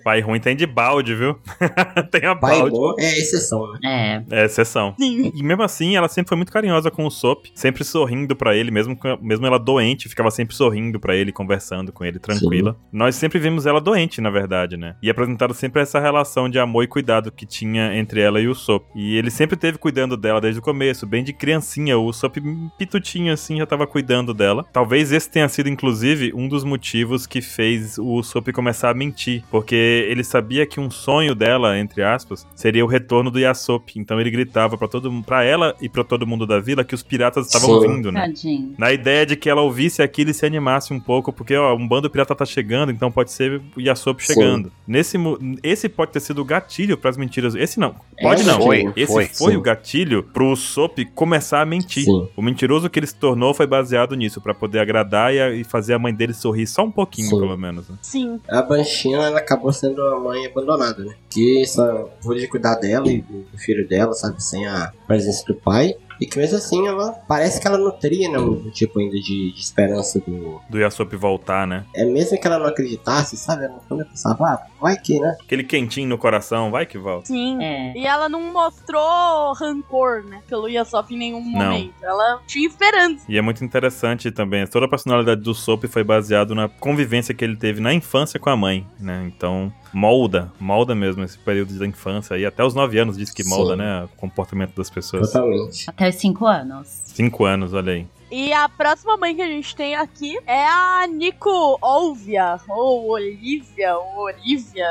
[SPEAKER 3] Pai ruim tem de balde, viu? *laughs* tem a
[SPEAKER 2] Pai
[SPEAKER 3] balde.
[SPEAKER 2] bom é exceção, né?
[SPEAKER 5] É.
[SPEAKER 3] É exceção. E mesmo assim, ela sempre foi muito carinhosa com o Sop, sempre sorrindo pra ele, mesmo, com- mesmo ela doente, ficava sempre sorrindo pra ele, conversando com ele, tranquila. Uhum. Nós sempre vimos ela doente, na verdade, né? E apresentaram sempre essa relação de amor e cuidado que tinha entre ela e o Sop. E ele sempre teve cuidando dela desde o começo, bem de criancinha. O Sop pitutinho assim já tava cuidando dela. Talvez esse tenha sido, inclusive, um dos motivos que fez o Sop começar a mentir, porque ele sabia que um sonho dela, entre aspas, seria o retorno do Yasop. Então ele gritava pra todo para ela e pra todo mundo da vila que os piratas estavam
[SPEAKER 2] Sim.
[SPEAKER 3] vindo, né?
[SPEAKER 5] Tadinho.
[SPEAKER 3] Na ideia de que ela ouvisse aquilo e se animasse um pouco, porque ó, um bando pirata tá chegando, então pode ser o Yasop
[SPEAKER 2] Sim.
[SPEAKER 3] chegando. Nesse mo- esse pode ter sido o gatilho pras mentiras. Esse não, pode
[SPEAKER 2] Esse
[SPEAKER 3] não.
[SPEAKER 1] Foi,
[SPEAKER 3] Esse foi,
[SPEAKER 1] foi.
[SPEAKER 2] sim.
[SPEAKER 3] o gatilho pro Sop começar a mentir.
[SPEAKER 2] Sim.
[SPEAKER 3] O mentiroso que ele se tornou foi baseado nisso, pra poder agradar e, a- e fazer a mãe dele sorrir só um pouquinho,
[SPEAKER 2] Sim.
[SPEAKER 3] pelo menos. né?
[SPEAKER 4] Sim.
[SPEAKER 2] A Banshina, ela acabou sendo a mãe abandonada, né? Que só pôde cuidar dela e do filho dela, sabe? Sem a presença do pai. E que mesmo assim, ela parece que ela nutria, né? Um tipo ainda de, de esperança do...
[SPEAKER 3] Do Yasop voltar, né?
[SPEAKER 2] É mesmo que ela não acreditasse, sabe? Ela quando eu pensava, ah, vai que, né?
[SPEAKER 3] Aquele quentinho no coração, vai que volta.
[SPEAKER 4] Sim.
[SPEAKER 5] É.
[SPEAKER 4] E ela não mostrou rancor, né? Pelo Yasop em nenhum
[SPEAKER 3] Não.
[SPEAKER 4] momento. Ela tinha esperança.
[SPEAKER 3] E é muito interessante também. Toda a personalidade do Sop foi baseado na convivência que ele teve na infância com a mãe, né? Então, molda, molda mesmo esse período da infância. E até os 9 anos diz que molda,
[SPEAKER 2] Sim.
[SPEAKER 3] né? O comportamento das pessoas.
[SPEAKER 2] Totalmente.
[SPEAKER 5] Até os 5 anos.
[SPEAKER 3] 5 anos, olha aí.
[SPEAKER 4] E a próxima mãe que a gente tem aqui é a Nico Olvia, ou Olivia, ou Olivia.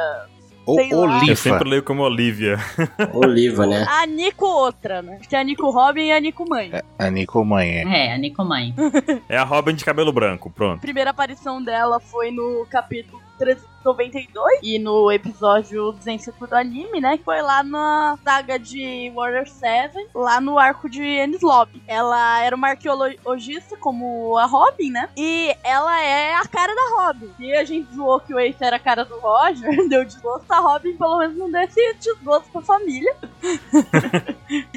[SPEAKER 1] Ou
[SPEAKER 4] Sei lá.
[SPEAKER 3] Eu
[SPEAKER 1] Oliva.
[SPEAKER 3] sempre leio como Olivia.
[SPEAKER 2] Oliva, né?
[SPEAKER 4] A Nico outra, né? Tem a Nico Robin e a Nico Mãe.
[SPEAKER 1] A Nico Mãe, é.
[SPEAKER 5] É, a Nicomãe.
[SPEAKER 3] É a Robin de cabelo branco,
[SPEAKER 4] A
[SPEAKER 3] pronto.
[SPEAKER 4] primeira aparição dela foi no capítulo 392 e no episódio 205 do anime, né? Que foi lá na saga de Warrior 7, lá no arco de Ennis Lobby. Ela era uma arqueologista como a Robin, né? E ela é a cara da Robin. E a gente zoou que o Ace era a cara do Roger, *laughs* deu desgosto. A Robin pelo menos não deu esse desgosto pra família.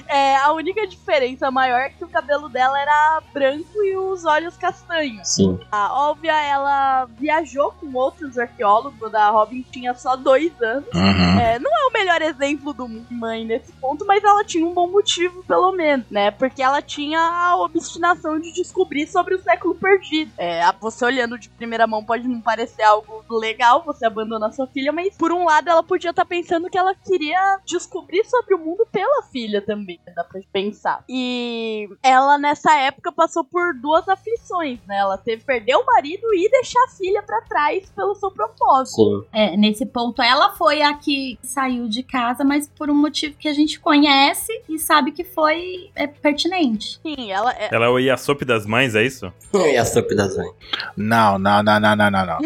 [SPEAKER 4] É, a única diferença maior é que o cabelo dela era branco e os olhos castanhos.
[SPEAKER 2] Sim.
[SPEAKER 4] A Olvia, ela viajou com outros arqueólogos, a Robin tinha só dois anos.
[SPEAKER 1] Uhum.
[SPEAKER 4] É, não é o melhor exemplo do mãe nesse ponto, mas ela tinha um bom motivo, pelo menos, né? Porque ela tinha a obstinação de descobrir sobre o século perdido. É, a- você olhando de primeira mão pode não parecer algo legal, você abandona sua filha, mas por um lado ela podia estar pensando que ela queria descobrir sobre o mundo pela filha também, né? dá pra pensar. E ela nessa época passou por duas aflições, né? Ela teve que perder o marido e deixar a filha pra trás pelo seu propósito.
[SPEAKER 2] Sim.
[SPEAKER 5] É, nesse ponto, ela foi a que saiu de casa, mas por um motivo que a gente conhece e sabe que foi é, pertinente.
[SPEAKER 4] Sim, ela é,
[SPEAKER 3] Ela é o Yasop das mães, é isso?
[SPEAKER 2] E a sopa das mães?
[SPEAKER 1] Não, não, não, não, não, não, não.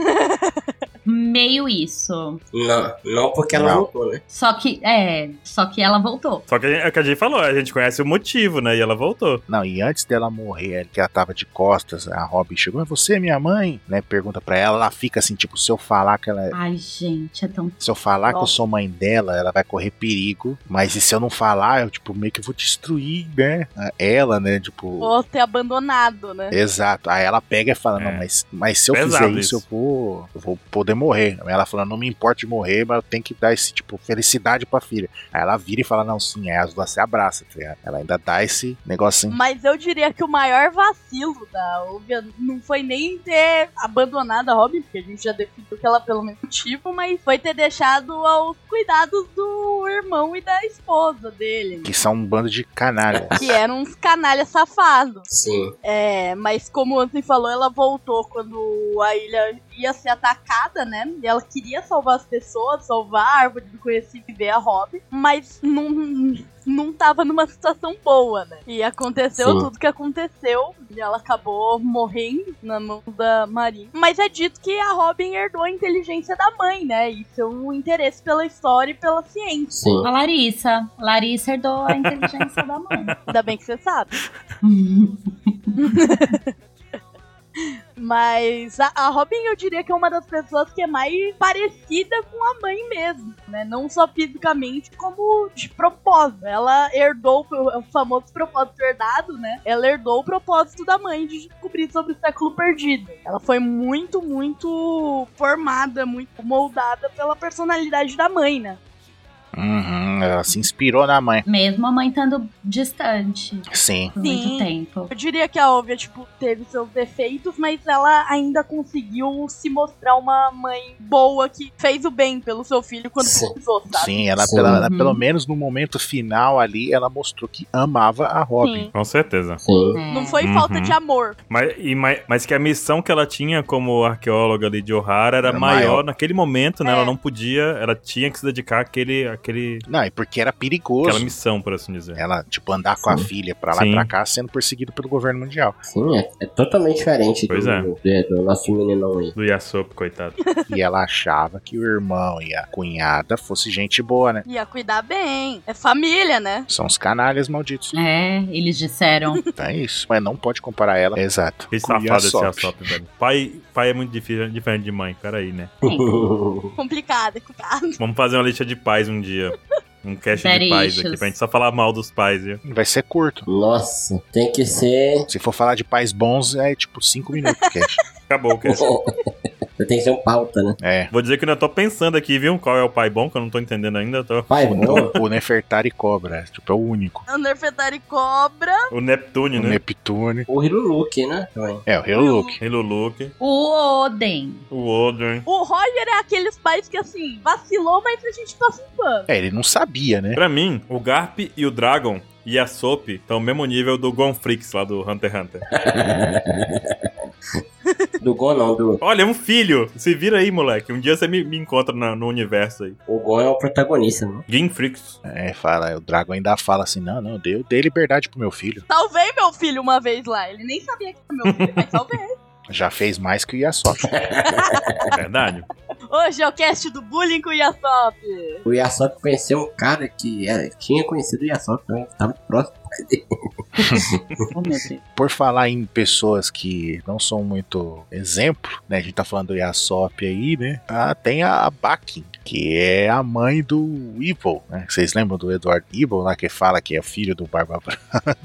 [SPEAKER 5] Meio isso.
[SPEAKER 2] Não, não porque ela
[SPEAKER 1] Não.
[SPEAKER 2] voltou, né?
[SPEAKER 5] Só que, é, só que ela voltou.
[SPEAKER 3] Só que é o que a gente falou, a gente conhece o motivo, né? E ela voltou.
[SPEAKER 1] Não, e antes dela morrer, é, que ela tava de costas, a Robin chegou, é você minha mãe? Né, pergunta pra ela, ela fica assim, tipo, se eu falar que ela é-
[SPEAKER 5] Ai, gente, é tão.
[SPEAKER 1] Se eu falar que eu
[SPEAKER 4] Nossa.
[SPEAKER 1] sou mãe dela, ela vai correr perigo. Mas e se eu não falar, eu, tipo, meio que vou destruir, né? Ela, né? Tipo.
[SPEAKER 4] ou ter abandonado, né?
[SPEAKER 1] Exato. Aí ela pega e fala:
[SPEAKER 3] É.
[SPEAKER 1] Não, mas, mas se eu
[SPEAKER 3] Pesado
[SPEAKER 1] fizer isso,
[SPEAKER 3] isso.
[SPEAKER 1] eu vou, eu vou poder morrer. Aí ela fala: Não me importa de morrer, mas eu tenho que dar esse, tipo, felicidade pra filha. Aí ela vira e fala: Não, sim, aí as duas se abraçam. tá ligado? Ela ainda dá esse negocinho.
[SPEAKER 4] Mas eu diria que o maior vacilo da Olivia não foi nem ter abandonado a Robin, porque a gente já definiu que ela pelo mesmo motivo, mas foi ter deixado aos cuidados do irmão e da esposa dele.
[SPEAKER 1] Que são um bando de
[SPEAKER 3] *laughs*
[SPEAKER 1] canalha.
[SPEAKER 4] Que eram uns canalhas safados.
[SPEAKER 2] Sim.
[SPEAKER 4] É, mas como o Anthony falou, ela voltou quando a ilha ia ser atacada, né? E ela queria salvar as pessoas, salvar a árvore do conhecimento e ver a Robin, mas não, não tava numa situação boa, né? E aconteceu
[SPEAKER 2] Sim.
[SPEAKER 4] tudo que aconteceu, e ela acabou morrendo na mão da Marie. Mas é dito que a Robin herdou a inteligência da mãe, né? E seu interesse pela história e pela ciência.
[SPEAKER 2] Sim.
[SPEAKER 5] A Larissa. Larissa herdou a inteligência da mãe.
[SPEAKER 4] Ainda bem que você sabe. Mas a, a Robin eu diria que é uma das pessoas que é mais parecida com a mãe mesmo, né? Não só fisicamente, como de propósito. Ela herdou o o famoso propósito herdado, né? Ela herdou o propósito da mãe de descobrir sobre o século perdido. Ela foi muito, muito formada, muito moldada pela personalidade da mãe, né?
[SPEAKER 1] Uhum, ela se inspirou na mãe.
[SPEAKER 5] Mesmo a mãe estando distante
[SPEAKER 1] Sim.
[SPEAKER 5] por
[SPEAKER 4] Sim.
[SPEAKER 5] muito tempo.
[SPEAKER 4] Eu diria que a Olivia, tipo, teve seus defeitos, mas ela ainda conseguiu se mostrar uma mãe boa que fez o bem pelo seu filho quando
[SPEAKER 2] Sim.
[SPEAKER 4] precisou, sabe?
[SPEAKER 1] Sim, ela,
[SPEAKER 2] Sim.
[SPEAKER 1] pela- ela,
[SPEAKER 5] Uhum.
[SPEAKER 1] pelo menos no momento final ali, ela mostrou que amava a Robin.
[SPEAKER 4] Sim.
[SPEAKER 3] Com certeza.
[SPEAKER 2] Sim.
[SPEAKER 5] É.
[SPEAKER 4] Não foi
[SPEAKER 3] Uhum.
[SPEAKER 4] falta de amor.
[SPEAKER 3] Mas, e mai- mas que a missão que ela tinha como arqueóloga ali de O'Hara era
[SPEAKER 1] Era
[SPEAKER 3] maior.
[SPEAKER 1] maior.
[SPEAKER 3] naquele momento, né?
[SPEAKER 4] É.
[SPEAKER 3] Ela não podia, ela tinha que se dedicar àquele, àquele,
[SPEAKER 1] Não, e porque era perigoso.
[SPEAKER 3] àquela missão, por assim dizer.
[SPEAKER 1] Ela, tipo, andar com a
[SPEAKER 2] Sim.
[SPEAKER 1] filha pra lá e
[SPEAKER 3] Sim.
[SPEAKER 1] pra cá, sendo perseguida pelo governo mundial.
[SPEAKER 2] Sim, é, é totalmente diferente
[SPEAKER 3] Pois
[SPEAKER 2] do,
[SPEAKER 3] é.
[SPEAKER 2] do- do nosso meninão aí. *laughs*
[SPEAKER 3] Do Yasop, coitado.
[SPEAKER 1] e ela achava que o irmão e a cunhada fosse gente boa, né?
[SPEAKER 4] Ia cuidar bem. É família, né?
[SPEAKER 1] São os canalhas
[SPEAKER 3] *laughs*
[SPEAKER 1] malditos.
[SPEAKER 5] É, eles disseram.
[SPEAKER 1] Então é isso. Mas não pode comparar ela. Exato. *laughs*
[SPEAKER 3] Que
[SPEAKER 1] Com
[SPEAKER 3] safado esse
[SPEAKER 1] Yasop.
[SPEAKER 3] Yasop, velho. Pai, pai é muito difí- diferente de mãe, peraí, né?
[SPEAKER 2] *laughs*
[SPEAKER 4] Complicado, é complicado. *laughs*
[SPEAKER 3] Vamos fazer uma lista de pais um dia. Um cast
[SPEAKER 5] Daddy
[SPEAKER 3] de pais
[SPEAKER 5] issues.
[SPEAKER 3] aqui, pra gente só falar mal dos pais, viu?
[SPEAKER 1] Vai ser curto.
[SPEAKER 2] Nossa, tem que ser. *laughs*
[SPEAKER 1] Se for falar de pais bons, é tipo 5 minutos. Cash.
[SPEAKER 3] Acabou
[SPEAKER 1] *laughs*
[SPEAKER 3] o cast.
[SPEAKER 2] tem que ser um pauta, né?
[SPEAKER 1] é.
[SPEAKER 3] Vou dizer que eu ainda tô pensando aqui, viu? Qual é o pai bom, que eu não tô entendendo ainda. eu Tô...
[SPEAKER 2] Pai, bom.
[SPEAKER 1] O Nefertari Cobra. Tipo, é o único.
[SPEAKER 4] O Nerfetari cobra.
[SPEAKER 3] O Neptune,
[SPEAKER 1] O
[SPEAKER 3] né?
[SPEAKER 1] Neptune.
[SPEAKER 2] O Hiruluki, né? Também.
[SPEAKER 1] É, o Helluke.
[SPEAKER 3] Ele, o Luke,
[SPEAKER 5] o Oden.
[SPEAKER 3] o Odin.
[SPEAKER 4] O Roger é aqueles pais que, assim, vacilou, mas a gente passa um pano.
[SPEAKER 1] É, ele não sabia, né?
[SPEAKER 3] Pra mim, o Garp e o Dragon e a Soap estão no mesmo nível do Gonfrix lá do Hunter x Hunter.
[SPEAKER 2] Do Gon, não. Do...
[SPEAKER 3] Olha, é um filho! Se vira aí, moleque. Um dia você me, me encontra na- no universo aí.
[SPEAKER 2] O Gon é o protagonista, né?
[SPEAKER 3] Ginfrix.
[SPEAKER 1] É, fala, o Drago ainda fala assim: não, não, eu dei, eu dei liberdade pro meu filho.
[SPEAKER 4] Salvei meu filho uma vez lá. Ele nem sabia que era meu filho, mas salvei.
[SPEAKER 1] Já fez mais que o Yasop.
[SPEAKER 3] *laughs* É verdade.
[SPEAKER 4] Hoje é o cast do bullying com o Yasop.
[SPEAKER 2] O Yasop conheceu um cara que é, tinha conhecido o Yasop, né? Tava próximo.
[SPEAKER 3] *laughs*
[SPEAKER 9] Oh, meu Deus.
[SPEAKER 1] Por falar em pessoas que não são muito exemplo, né? A gente tá falando do Yasop aí, né? Ah, tem a Bakin, que é a mãe do Evil, né? Vocês lembram do Edward Evil lá que *laughs* fala que é filho do Barba Branca?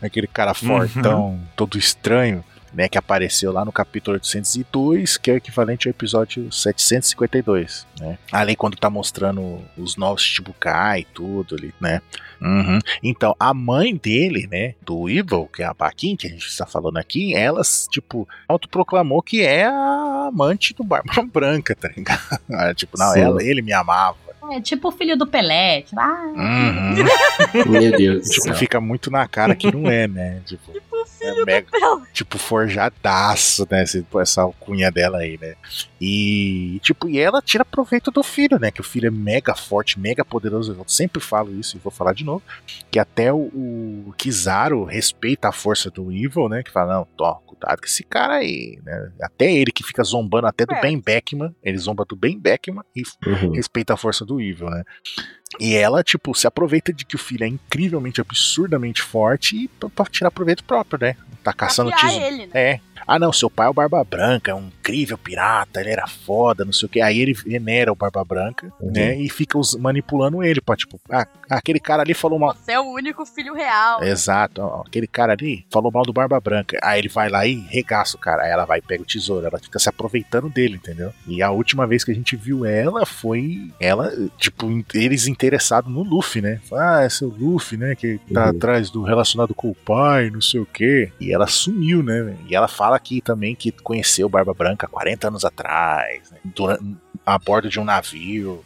[SPEAKER 1] Aquele cara fortão, todo estranho. né, que apareceu lá no capítulo 802, que é o equivalente ao episódio 752, né? Ali quando tá mostrando os novos Shichibukai e tudo ali, né? Uhum. Então, a mãe dele, né, do Evil, que é a Baquin, que a gente está falando aqui, ela, tipo, autoproclamou que é a amante do Barba *laughs* Branca, tá ligado? Ah, tipo, não,
[SPEAKER 2] Sim.
[SPEAKER 1] ela, ele me amava.
[SPEAKER 5] É tipo o filho do Pelé,
[SPEAKER 1] *laughs*
[SPEAKER 5] tipo, ah,
[SPEAKER 1] Uhum.
[SPEAKER 2] Meu Deus do
[SPEAKER 1] tipo,
[SPEAKER 2] céu.
[SPEAKER 1] fica muito na cara que não é, né? Tipo,
[SPEAKER 4] Tipo,
[SPEAKER 1] é
[SPEAKER 4] filho
[SPEAKER 1] mega,
[SPEAKER 4] do
[SPEAKER 1] tipo, forjadaço, né? esse- Essa alcunha dela aí, né? E, tipo, e ela tira proveito do filho, né? Que o filho é mega forte, mega poderoso. Eu sempre falo isso e vou falar de novo. Que até o, o Kizaru respeita a força do Evil, né? Que fala, não, tó, cuidado com esse cara aí, né? Até ele que fica zombando até do
[SPEAKER 4] É.
[SPEAKER 1] Ben Beckman. Ele zomba do Ben Beckman e
[SPEAKER 2] Uhum.
[SPEAKER 1] respeita a força do Evil, né? E ela, tipo, se aproveita de que o filho é incrivelmente, absurdamente forte e pra, pra tirar proveito próprio, né? Tá caçando
[SPEAKER 4] Apiar
[SPEAKER 1] tesouro.
[SPEAKER 4] ele, né?
[SPEAKER 1] É. Ah, não, seu pai é o Barba Branca, é um incrível pirata, ele era foda, não sei o que. Aí ele venera o Barba Branca,
[SPEAKER 2] Uhum.
[SPEAKER 1] né? E fica os- manipulando ele, pra, tipo, ah, aquele cara ali falou mal.
[SPEAKER 4] Você é o único filho real.
[SPEAKER 3] É.
[SPEAKER 1] Exato, ó, aquele cara ali falou mal do Barba Branca. Aí ele vai lá e regaça o cara. Aí ela vai e pega o tesouro. Ela fica se aproveitando dele, entendeu? E a última vez que a gente viu ela foi ela, tipo, in- eles interessados no Luffy, né? Fala, Ah, esse é o Luffy, né? Que tá
[SPEAKER 2] Uhum.
[SPEAKER 1] atrás do relacionado com o pai, não sei o quê. E ela sumiu, né? velho? E ela fala aqui também que conheceu o Barba Branca 40 anos atrás, né? Durante, a bordo de um navio.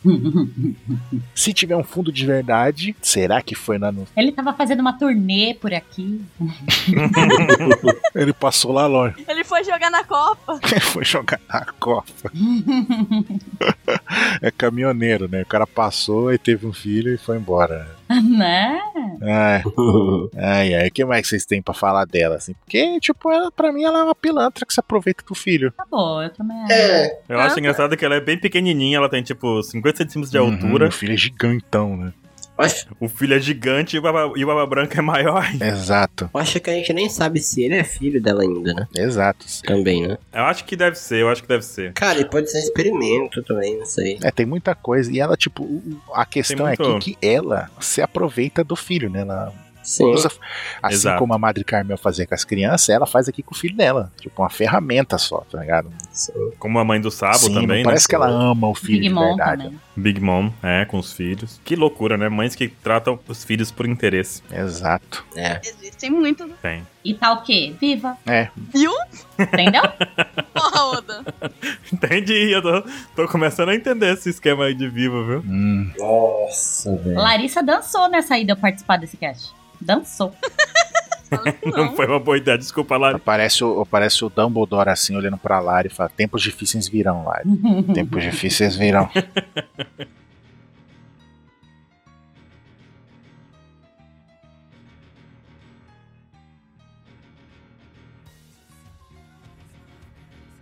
[SPEAKER 1] Se tiver um fundo de verdade, será que foi lá no
[SPEAKER 5] ele tava fazendo uma turnê por aqui. *laughs*
[SPEAKER 1] Ele passou lá longe.
[SPEAKER 4] Ele foi jogar na Copa.
[SPEAKER 1] Ele *laughs* foi jogar na Copa. *laughs* É caminhoneiro, né? O cara passou e teve um filho e foi embora.
[SPEAKER 5] né?
[SPEAKER 1] Ai,
[SPEAKER 2] Uhum.
[SPEAKER 1] ai, ai. O que mais vocês têm pra falar dela, assim? Porque, tipo, ela, pra mim ela é uma pilantra que se aproveita do filho.
[SPEAKER 5] Tá bom, eu também acho.
[SPEAKER 2] É,
[SPEAKER 3] Eu acho engraçado que ela é bem pequenininha, ela tem tipo 50 centímetros de altura,
[SPEAKER 1] Uhum, o filho é gigantão, né?
[SPEAKER 2] eu acho,
[SPEAKER 3] o filho é gigante e o Baba, e o Baba Branca é maior.
[SPEAKER 1] Exato,
[SPEAKER 2] eu acho que a gente nem sabe se ele é filho dela ainda, né?
[SPEAKER 1] exato.
[SPEAKER 2] Também, né?
[SPEAKER 3] Eu acho que deve ser, eu acho que deve ser.
[SPEAKER 2] Cara, e pode ser um experimento também, não sei.
[SPEAKER 1] É, tem muita coisa. E ela, tipo, o- o- a questão é
[SPEAKER 3] muito-
[SPEAKER 1] que, que ela se aproveita do filho, né? Ela
[SPEAKER 2] Sim.
[SPEAKER 1] usa- assim
[SPEAKER 3] Exato.
[SPEAKER 1] como a Madre Carmel fazia com as crianças, ela faz aqui com o filho dela. Tipo, uma ferramenta só, tá ligado?
[SPEAKER 2] sim.
[SPEAKER 3] Como a mãe do Sabo
[SPEAKER 1] Sim,
[SPEAKER 3] também,
[SPEAKER 1] não
[SPEAKER 3] né?
[SPEAKER 1] Parece que ela ama o filho
[SPEAKER 5] Big
[SPEAKER 1] de
[SPEAKER 5] Mom
[SPEAKER 1] verdade.
[SPEAKER 5] também.
[SPEAKER 3] Big Mom, é, com os filhos. Que loucura, né? Mães que tratam os filhos por interesse. *laughs*
[SPEAKER 1] Exato.
[SPEAKER 2] É.
[SPEAKER 4] Existem muitos.
[SPEAKER 3] Tem.
[SPEAKER 5] E tá o quê? Viva,
[SPEAKER 1] É,
[SPEAKER 4] Viu?
[SPEAKER 5] entendeu?
[SPEAKER 4] *laughs* Porra,
[SPEAKER 3] *laughs*
[SPEAKER 4] Oda.
[SPEAKER 3] Entendi, eu tô, tô começando a entender esse esquema aí de vivo, viu?
[SPEAKER 1] hum,
[SPEAKER 2] Nossa, velho.
[SPEAKER 5] Larissa dançou nessa ida eu participar desse cast. Dançou.
[SPEAKER 3] *laughs*
[SPEAKER 4] Fala que
[SPEAKER 3] Não,
[SPEAKER 4] não.
[SPEAKER 3] foi uma boa ideia, desculpa, Lari.
[SPEAKER 1] aparece, o, aparece o Dumbledore assim, olhando pra Lari e fala: Tempos difíceis virão, Lari.
[SPEAKER 5] Uhum.
[SPEAKER 1] Tempos difíceis virão.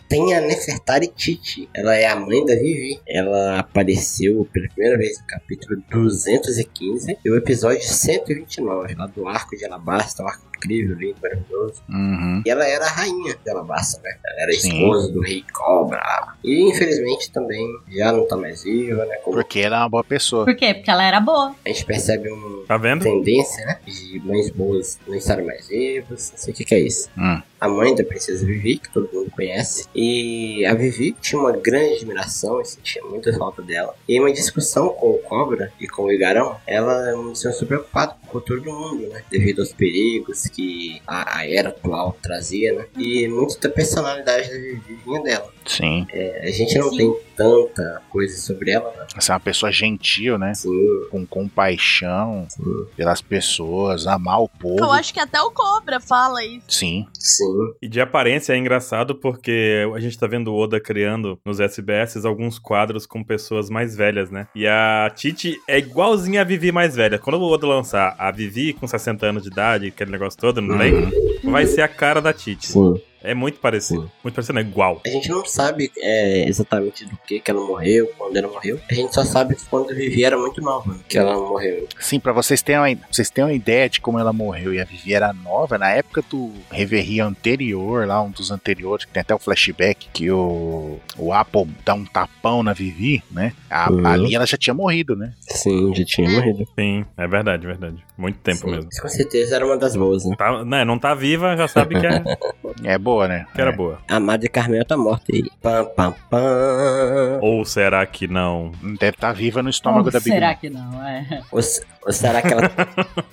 [SPEAKER 2] Tem a Nefertari Titi. Ela é a mãe da Vivi. Ela apareceu pela primeira vez no capítulo 215 e o episódio 129, lá do Arco de Alabasta, um arco incrível, lindo, maravilhoso.
[SPEAKER 1] Uhum.
[SPEAKER 2] E ela era a rainha de Alabasta, né? Ela era a
[SPEAKER 1] Sim.
[SPEAKER 2] esposa do rei Cobra. E infelizmente também já não tá mais viva, né? Como
[SPEAKER 1] Porque ela é uma boa pessoa.
[SPEAKER 5] Por quê? Porque ela era boa.
[SPEAKER 2] a gente percebe um uma
[SPEAKER 3] Tá vendo?
[SPEAKER 2] tendência, né? De mães boas não estarem mais vivas. Não sei o que que é isso.
[SPEAKER 1] Hum.
[SPEAKER 2] a mãe da princesa Vivi, que todo mundo conhece. E a Vivi tinha uma grande admiração e sentia muita falta dela. E em uma discussão com o Cobra e com o Igarão, ela é se mostrou preocupada com o futuro do mundo, né? Devido aos perigos que a, a era atual trazia, né? E muito da personalidade da Vivi vinha dela.
[SPEAKER 1] Sim.
[SPEAKER 2] É, a gente não
[SPEAKER 4] Sim.
[SPEAKER 2] tem tanta coisa sobre ela, né?
[SPEAKER 1] Essa é uma pessoa gentil, né?
[SPEAKER 2] Assim,
[SPEAKER 1] Com compaixão
[SPEAKER 2] Sim.
[SPEAKER 1] pelas pessoas, amar o
[SPEAKER 4] Eu
[SPEAKER 1] povo.
[SPEAKER 4] acho que até o Cobra fala isso.
[SPEAKER 1] Sim.
[SPEAKER 2] sim.
[SPEAKER 3] E de aparência é engraçado porque a gente tá vendo o Oda criando nos SBS alguns quadros com pessoas mais velhas, né? E a Titi é igualzinha a Vivi mais velha. Quando o Oda lançar a Vivi com 60 anos de idade, aquele negócio todo, não tem? Vai ser a cara da Titi.
[SPEAKER 2] Sim.
[SPEAKER 3] É muito parecido. Muito parecido, não é igual.
[SPEAKER 2] A gente não sabe é, exatamente do que que ela morreu, quando ela morreu. A gente só sabe que quando Vivi era muito nova, que ela morreu.
[SPEAKER 1] Sim, pra vocês terem, uma, pra vocês terem uma ideia de como ela morreu e a Vivi era nova, na época do Reverie anterior, lá um dos anteriores, que tem até o flashback, que o, o Apple dá um tapão na Vivi, né? A-
[SPEAKER 2] Uhum.
[SPEAKER 1] Ali ela já tinha morrido, né?
[SPEAKER 2] Sim, já tinha morrido.
[SPEAKER 3] Sim, é verdade, verdade. Muito tempo
[SPEAKER 2] Sim,
[SPEAKER 3] mesmo.
[SPEAKER 2] Com certeza era uma das boas, né?
[SPEAKER 3] Tá, né, não tá viva, já sabe que é.
[SPEAKER 1] É boa, né?
[SPEAKER 3] Que era
[SPEAKER 1] É.
[SPEAKER 3] boa.
[SPEAKER 2] A Madre Carmel tá morta aí. Pam, pam, pam.
[SPEAKER 3] *laughs* Ou será que não?
[SPEAKER 1] Deve estar viva no estômago
[SPEAKER 5] Ou
[SPEAKER 1] da Big
[SPEAKER 5] será
[SPEAKER 1] Mom.
[SPEAKER 5] que não? É.
[SPEAKER 2] Ou, se- ou será que ela.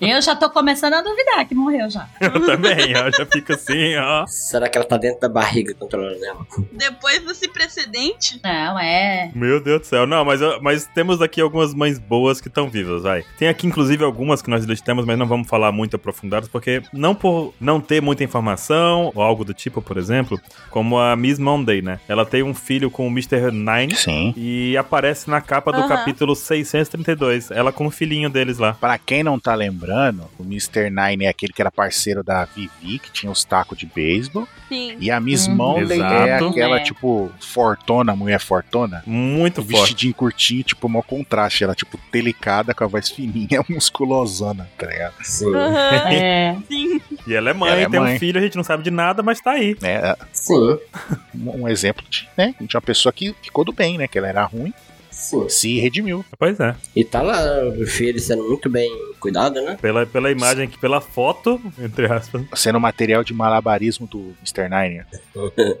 [SPEAKER 5] Eu já tô começando a duvidar que morreu já.
[SPEAKER 3] Eu também, ó. Já fica assim, ó.
[SPEAKER 2] será que ela tá dentro da barriga controlando ela?
[SPEAKER 4] Depois desse precedente,
[SPEAKER 5] Não, é.
[SPEAKER 3] Meu Deus do céu. Não, mas, mas temos aqui algumas mães boas que estão vivas, vai. Tem aqui, inclusive, algumas que nós listamos, mas não vamos falar muito aprofundadas, porque não por não ter muita informação, ou algo do tipo, por exemplo, como a Miss Monday, né? Ela tem um filho com o Mr.
[SPEAKER 5] é?
[SPEAKER 3] Nine
[SPEAKER 1] Sim.
[SPEAKER 3] e aparece na capa do
[SPEAKER 4] Aham.
[SPEAKER 3] capítulo 632. Ela com o filhinho deles lá.
[SPEAKER 1] Pra quem não tá lembrando, o Mr. Nine é aquele que era parceiro da Vivi, que tinha os tacos de beisebol.
[SPEAKER 4] sim.
[SPEAKER 1] E a Miss
[SPEAKER 5] Hum.
[SPEAKER 1] Monday é
[SPEAKER 3] Exato.
[SPEAKER 1] aquela,
[SPEAKER 5] É.
[SPEAKER 1] tipo, fortona, mulher fortona.
[SPEAKER 3] Muito
[SPEAKER 1] O
[SPEAKER 3] forte.
[SPEAKER 1] vestidinho curtinho, tipo, mó contraste. Ela, tipo, delicada, com a voz fininha, *laughs* musculosona, tá ligado?
[SPEAKER 2] Sim.
[SPEAKER 3] *laughs*
[SPEAKER 4] Aham,
[SPEAKER 5] É.
[SPEAKER 4] sim.
[SPEAKER 3] E ela é mãe,
[SPEAKER 1] Ela é
[SPEAKER 3] tem um
[SPEAKER 1] mãe.
[SPEAKER 3] filho, a gente não sabe de nada, mas tá aí.
[SPEAKER 1] É,
[SPEAKER 2] Sim.
[SPEAKER 1] um um exemplo de, né, de uma pessoa que ficou do bem, né? Que ela era ruim,
[SPEAKER 2] Sim.
[SPEAKER 1] se redimiu.
[SPEAKER 3] Pois é.
[SPEAKER 2] E tá lá o filho sendo muito bem cuidado, né?
[SPEAKER 3] Pela, pela imagem aqui, pela foto, entre aspas.
[SPEAKER 1] Sendo material de malabarismo do Mr. Nine.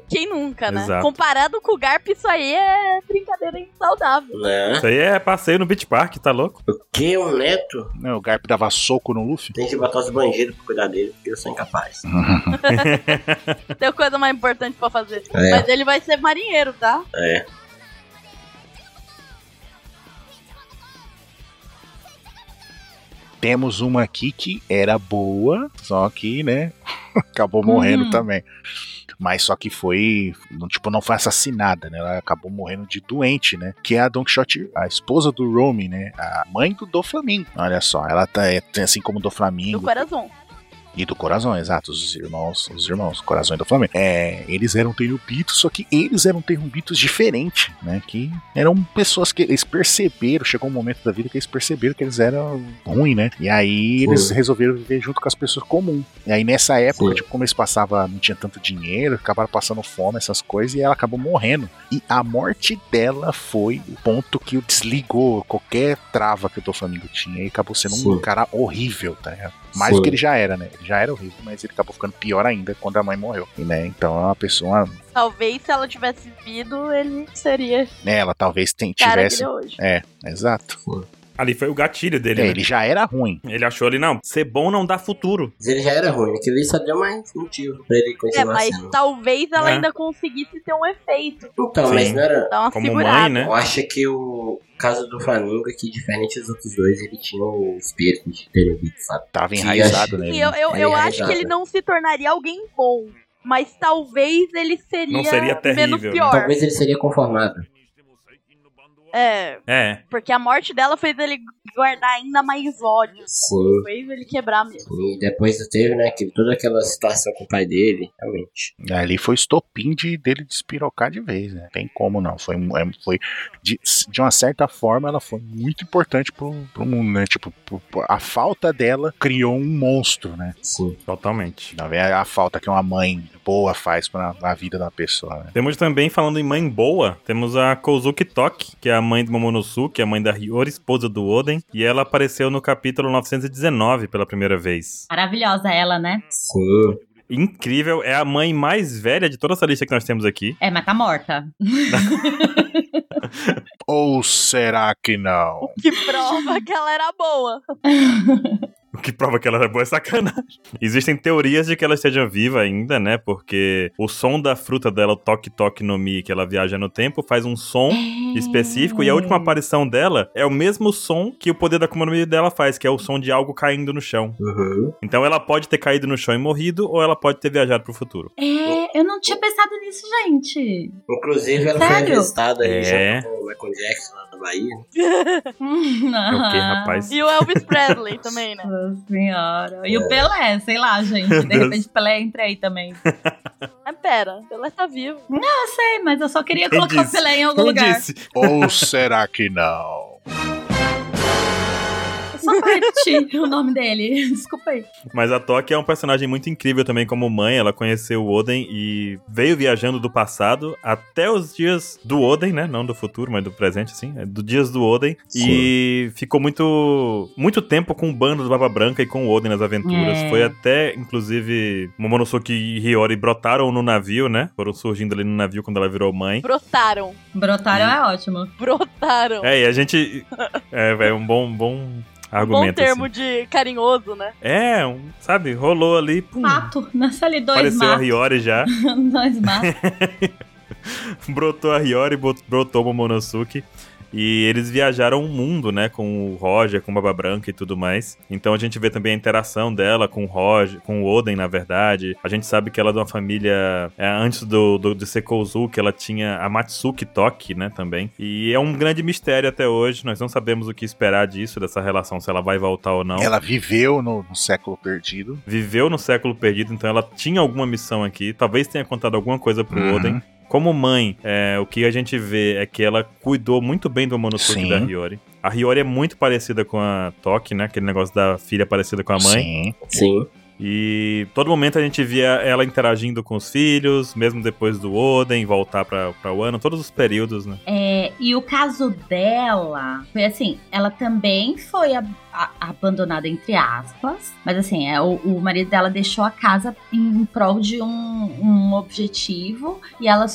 [SPEAKER 4] Quem nunca, né?
[SPEAKER 3] Exato.
[SPEAKER 4] Comparado com o Garp, isso aí é brincadeira saudável.
[SPEAKER 2] Né?
[SPEAKER 3] Isso aí é passeio no Beach Park, tá louco?
[SPEAKER 2] Que o Um neto
[SPEAKER 1] Não, Né, o Garp dava soco no Luffy.
[SPEAKER 2] tem que botar os bandidos pra cuidar dele, porque eu sou incapaz.
[SPEAKER 4] Tem coisa mais importante pra fazer.
[SPEAKER 2] É.
[SPEAKER 4] Mas ele vai ser marinheiro, tá?
[SPEAKER 2] É.
[SPEAKER 1] Temos uma aqui que era boa, só que, né, *laughs* acabou morrendo
[SPEAKER 4] Hum.
[SPEAKER 5] Uhum.
[SPEAKER 1] também. Mas só que foi, não- tipo, não foi assassinada, né? Ela acabou morrendo de doente, né? Que é a Don Quixote, a esposa do Romy, né? A mãe do Doflamingo. Olha só, ela tá, é, tem assim como o Doflamingo.
[SPEAKER 4] Do coração.
[SPEAKER 1] E do Corazão, exato. Os irmãos, os irmãos, Corazão e do Flamengo. É, eles eram terrubitos, só que eles eram terrubitos diferentes, né? Que eram pessoas que eles perceberam, chegou um momento da vida que eles perceberam que eles eram ruins, né? E aí eles
[SPEAKER 2] Foi.
[SPEAKER 1] resolveram viver junto com as pessoas comuns. E aí nessa época,
[SPEAKER 2] Foi.
[SPEAKER 1] tipo, como eles passavam, não tinha tanto dinheiro, acabaram passando fome, essas coisas, e ela acabou morrendo. E a morte dela foi o ponto que o desligou qualquer trava que o do Flamengo tinha e acabou sendo um
[SPEAKER 2] Foi.
[SPEAKER 1] cara horrível, tá ligado? Mais do
[SPEAKER 2] Foi.
[SPEAKER 1] que ele já era, né? Ele já era horrível, mas ele acabou ficando pior ainda quando a mãe morreu. E, né? Então é uma pessoa.
[SPEAKER 4] Talvez se ela tivesse vindo, ele seria esse
[SPEAKER 1] Né, ela talvez tem-
[SPEAKER 4] cara que ele
[SPEAKER 1] tivesse.
[SPEAKER 4] é hoje.
[SPEAKER 1] Exato.
[SPEAKER 3] Ali foi o gatilho
[SPEAKER 1] É,
[SPEAKER 3] dele,
[SPEAKER 1] Ele,
[SPEAKER 3] né?
[SPEAKER 1] já era ruim.
[SPEAKER 3] Ele achou ali, não, ser bom não dá futuro.
[SPEAKER 2] Mas ele já era ruim, aquilo ali só deu mais motivo pra ele
[SPEAKER 4] É,
[SPEAKER 2] continuar
[SPEAKER 4] mas
[SPEAKER 2] sendo.
[SPEAKER 4] talvez ela
[SPEAKER 3] É.
[SPEAKER 4] ainda conseguisse ter um efeito.
[SPEAKER 2] Então,
[SPEAKER 3] Sim.
[SPEAKER 2] mas não era.
[SPEAKER 4] Dar uma
[SPEAKER 3] Como
[SPEAKER 4] segurada.
[SPEAKER 3] mãe, né?
[SPEAKER 2] Eu acho que o caso do Flamengo é que, diferente dos outros dois, ele tinha o espírito de Terubito, sabe?
[SPEAKER 1] Tava
[SPEAKER 2] Sim,
[SPEAKER 1] enraizado
[SPEAKER 2] acho-
[SPEAKER 1] nele.
[SPEAKER 4] E
[SPEAKER 1] né?
[SPEAKER 4] eu, eu,
[SPEAKER 2] Ele
[SPEAKER 4] eu
[SPEAKER 2] é
[SPEAKER 4] acho
[SPEAKER 2] exato.
[SPEAKER 4] que ele não se tornaria alguém bom. Mas talvez ele seria,
[SPEAKER 3] Não seria terrível,
[SPEAKER 4] menos
[SPEAKER 3] né?
[SPEAKER 4] pior.
[SPEAKER 2] Talvez ele seria conformado.
[SPEAKER 4] É,
[SPEAKER 3] É.
[SPEAKER 4] porque a morte dela fez ele guardar ainda mais ódio.
[SPEAKER 2] Sim.
[SPEAKER 4] Fez ele quebrar mesmo.
[SPEAKER 2] E depois teve, né, que toda aquela situação com o pai dele, realmente.
[SPEAKER 1] Ali foi o estopim de, dele despirocar de vez, né? Tem como não. Foi, mu- é, foi de, de uma certa forma, ela foi muito importante pro, pro mundo, né? Tipo, pro- pro- a falta dela criou um monstro, né?
[SPEAKER 2] Sim.
[SPEAKER 3] Totalmente.
[SPEAKER 1] Não é a falta que uma mãe boa faz pra, na vida da pessoa, né?
[SPEAKER 3] Temos também, falando em mãe boa, temos a Kozuki Toki, que é a mãe do Momonosuke, é a mãe da Hiyori, esposa do Oden, e ela apareceu no capítulo 919 pela primeira vez.
[SPEAKER 5] Maravilhosa ela, né?
[SPEAKER 2] Sim.
[SPEAKER 3] Incrível, é a mãe mais velha de toda essa lista que nós temos aqui.
[SPEAKER 5] É, mas tá morta.
[SPEAKER 1] Ou será que não?
[SPEAKER 4] Que prova que ela era boa.
[SPEAKER 3] O que prova que ela era boa é sacanagem. *laughs* Existem teorias de que ela esteja viva ainda, né? Porque o som da fruta dela, o Toque Toque no Mi, que ela viaja no tempo, faz um som específico. E a última aparição dela é o mesmo som que o poder da Akuma no Mi dela faz, que é o som de algo caindo no chão.
[SPEAKER 2] Uhum.
[SPEAKER 3] Então ela pode ter caído no chão e morrido, ou ela pode ter viajado pro futuro.
[SPEAKER 5] É, eu não tinha pensado nisso, gente. *laughs*
[SPEAKER 2] Inclusive, ela foi
[SPEAKER 5] Sério?
[SPEAKER 2] avistada aí
[SPEAKER 3] É.
[SPEAKER 2] junto com o Michael Jackson lá da Bahia. né?
[SPEAKER 3] É o quê,
[SPEAKER 5] Ah,
[SPEAKER 3] rapaz?
[SPEAKER 4] E o Elvis Presley também, né?
[SPEAKER 5] Nossa senhora.
[SPEAKER 3] É.
[SPEAKER 5] E o Pelé, sei lá, gente. De
[SPEAKER 3] Deus. *laughs*
[SPEAKER 5] repente o Pelé entra aí também. Não
[SPEAKER 4] Mas pera, ela tá viva.
[SPEAKER 5] sei, mas eu só queria
[SPEAKER 3] Quem
[SPEAKER 5] colocar
[SPEAKER 3] disse?
[SPEAKER 5] o Pelé em algum
[SPEAKER 3] Quem
[SPEAKER 5] lugar.
[SPEAKER 3] disse?
[SPEAKER 1] Ou será que não?
[SPEAKER 5] Eu só Desculpa repetir o nome dele. *laughs* Desculpa aí.
[SPEAKER 3] Mas a Toque é um personagem muito incrível também como mãe. Ela conheceu o Oden e veio viajando do passado até os dias do Oden, né? Não do futuro, mas do presente, assim. É do dias do Oden.
[SPEAKER 1] Sim.
[SPEAKER 3] E ficou muito muito tempo com o bando do Baba Branca e com o Oden nas aventuras.
[SPEAKER 5] É.
[SPEAKER 3] Foi até, inclusive, Momonosuke e Hiyori brotaram no navio, né? Foram surgindo ali no navio quando ela virou mãe.
[SPEAKER 4] Brotaram.
[SPEAKER 3] Hum.
[SPEAKER 5] Brotaram é ótimo.
[SPEAKER 4] Brotaram.
[SPEAKER 3] É, e a gente... É, é um bom, bom argumento,
[SPEAKER 4] Bom termo
[SPEAKER 3] assim.
[SPEAKER 4] de carinhoso, né?
[SPEAKER 3] É, um, sabe? Rolou ali, pum.
[SPEAKER 5] *laughs* Mato. Nasce ali dois
[SPEAKER 3] Apareceu Hum. a
[SPEAKER 5] matos.
[SPEAKER 3] Hiyori já.
[SPEAKER 5] dois matos.
[SPEAKER 3] *laughs* brotou a Hiyori, bot- brotou o Momonosuke. E eles viajaram o mundo, né? Com o Roger, com o Baba Branca e tudo mais. Então a gente vê também a interação dela com o Roger, com o Oden, na verdade. A gente sabe que ela é de uma família. é, antes do, do, de ser Kozuki, ela tinha a Matsuki Toki, né? Também. E é um grande mistério até hoje. Nós não sabemos o que esperar disso, dessa relação, se ela vai voltar ou não.
[SPEAKER 1] Ela viveu no, no século perdido.
[SPEAKER 3] Viveu no século perdido, então ela tinha alguma missão aqui. Talvez tenha contado alguma coisa pro
[SPEAKER 1] Uhum.
[SPEAKER 3] Oden. Como mãe, é, o que a gente vê é que ela cuidou muito bem do Monosuke
[SPEAKER 1] Sim.
[SPEAKER 3] da Hiyori. A Hiyori é muito parecida com a Toki, né? Aquele negócio da filha parecida com a mãe.
[SPEAKER 1] Sim.
[SPEAKER 2] Sim.
[SPEAKER 3] E todo momento a gente via ela interagindo com os filhos, mesmo depois do Oden voltar pra, pra Wano, todos os períodos, né?
[SPEAKER 5] É, e o caso dela foi assim: ela também foi a- a- abandonada, entre aspas, mas assim, é, o, o marido dela deixou a casa em prol de um, um objetivo e ela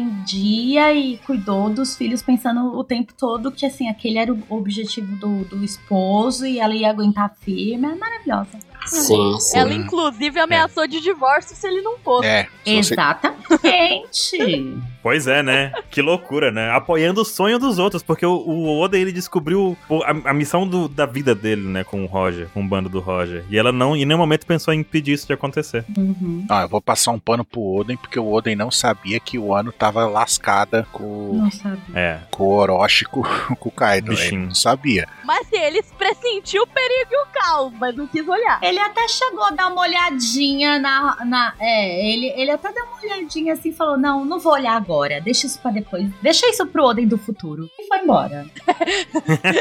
[SPEAKER 5] superentendia e cuidou dos filhos, pensando o tempo todo que assim, aquele era o objetivo do, do esposo e ela ia aguentar firme. É maravilhosa.
[SPEAKER 2] Sim, sim.
[SPEAKER 4] Ela, inclusive, ameaçou
[SPEAKER 3] É.
[SPEAKER 4] de divórcio se ele não fosse.
[SPEAKER 1] É. se você-
[SPEAKER 5] Exatamente!
[SPEAKER 3] Pois
[SPEAKER 1] *laughs*
[SPEAKER 3] é, né? Que loucura, né? Apoiando o sonho dos outros, porque o, o Oda ele descobriu o- a, a missão do- da vida dele, né, com o Roger, com o bando do Roger. E ela não, em nenhum momento pensou em impedir isso de acontecer.
[SPEAKER 5] Uhum.
[SPEAKER 1] Não, eu vou passar um pano pro Oden, porque o Oden não sabia que o ano tava lascada com,
[SPEAKER 5] Não sabe.
[SPEAKER 3] É.
[SPEAKER 1] com o Orochi com, com o Kaido. Ele
[SPEAKER 3] Bichinho.
[SPEAKER 1] não sabia.
[SPEAKER 4] Mas assim, ele pressentiu o perigo e o caos, mas não quis olhar.
[SPEAKER 5] Ele até chegou a dar uma olhadinha na. na é, ele, ele até deu uma olhadinha assim e falou: Não, não vou olhar agora, deixa isso pra depois. Deixa isso pro Oden do futuro. E foi embora.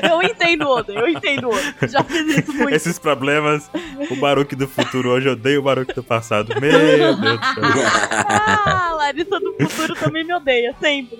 [SPEAKER 4] Eu entendo, Oden, eu entendo, Oden. Já fiz isso muito.
[SPEAKER 3] Esses problemas, o Baruque do futuro hoje odeia o Baruque do passado. Meu Deus do céu.
[SPEAKER 4] Ah, Larissa do futuro também me odeia, sempre.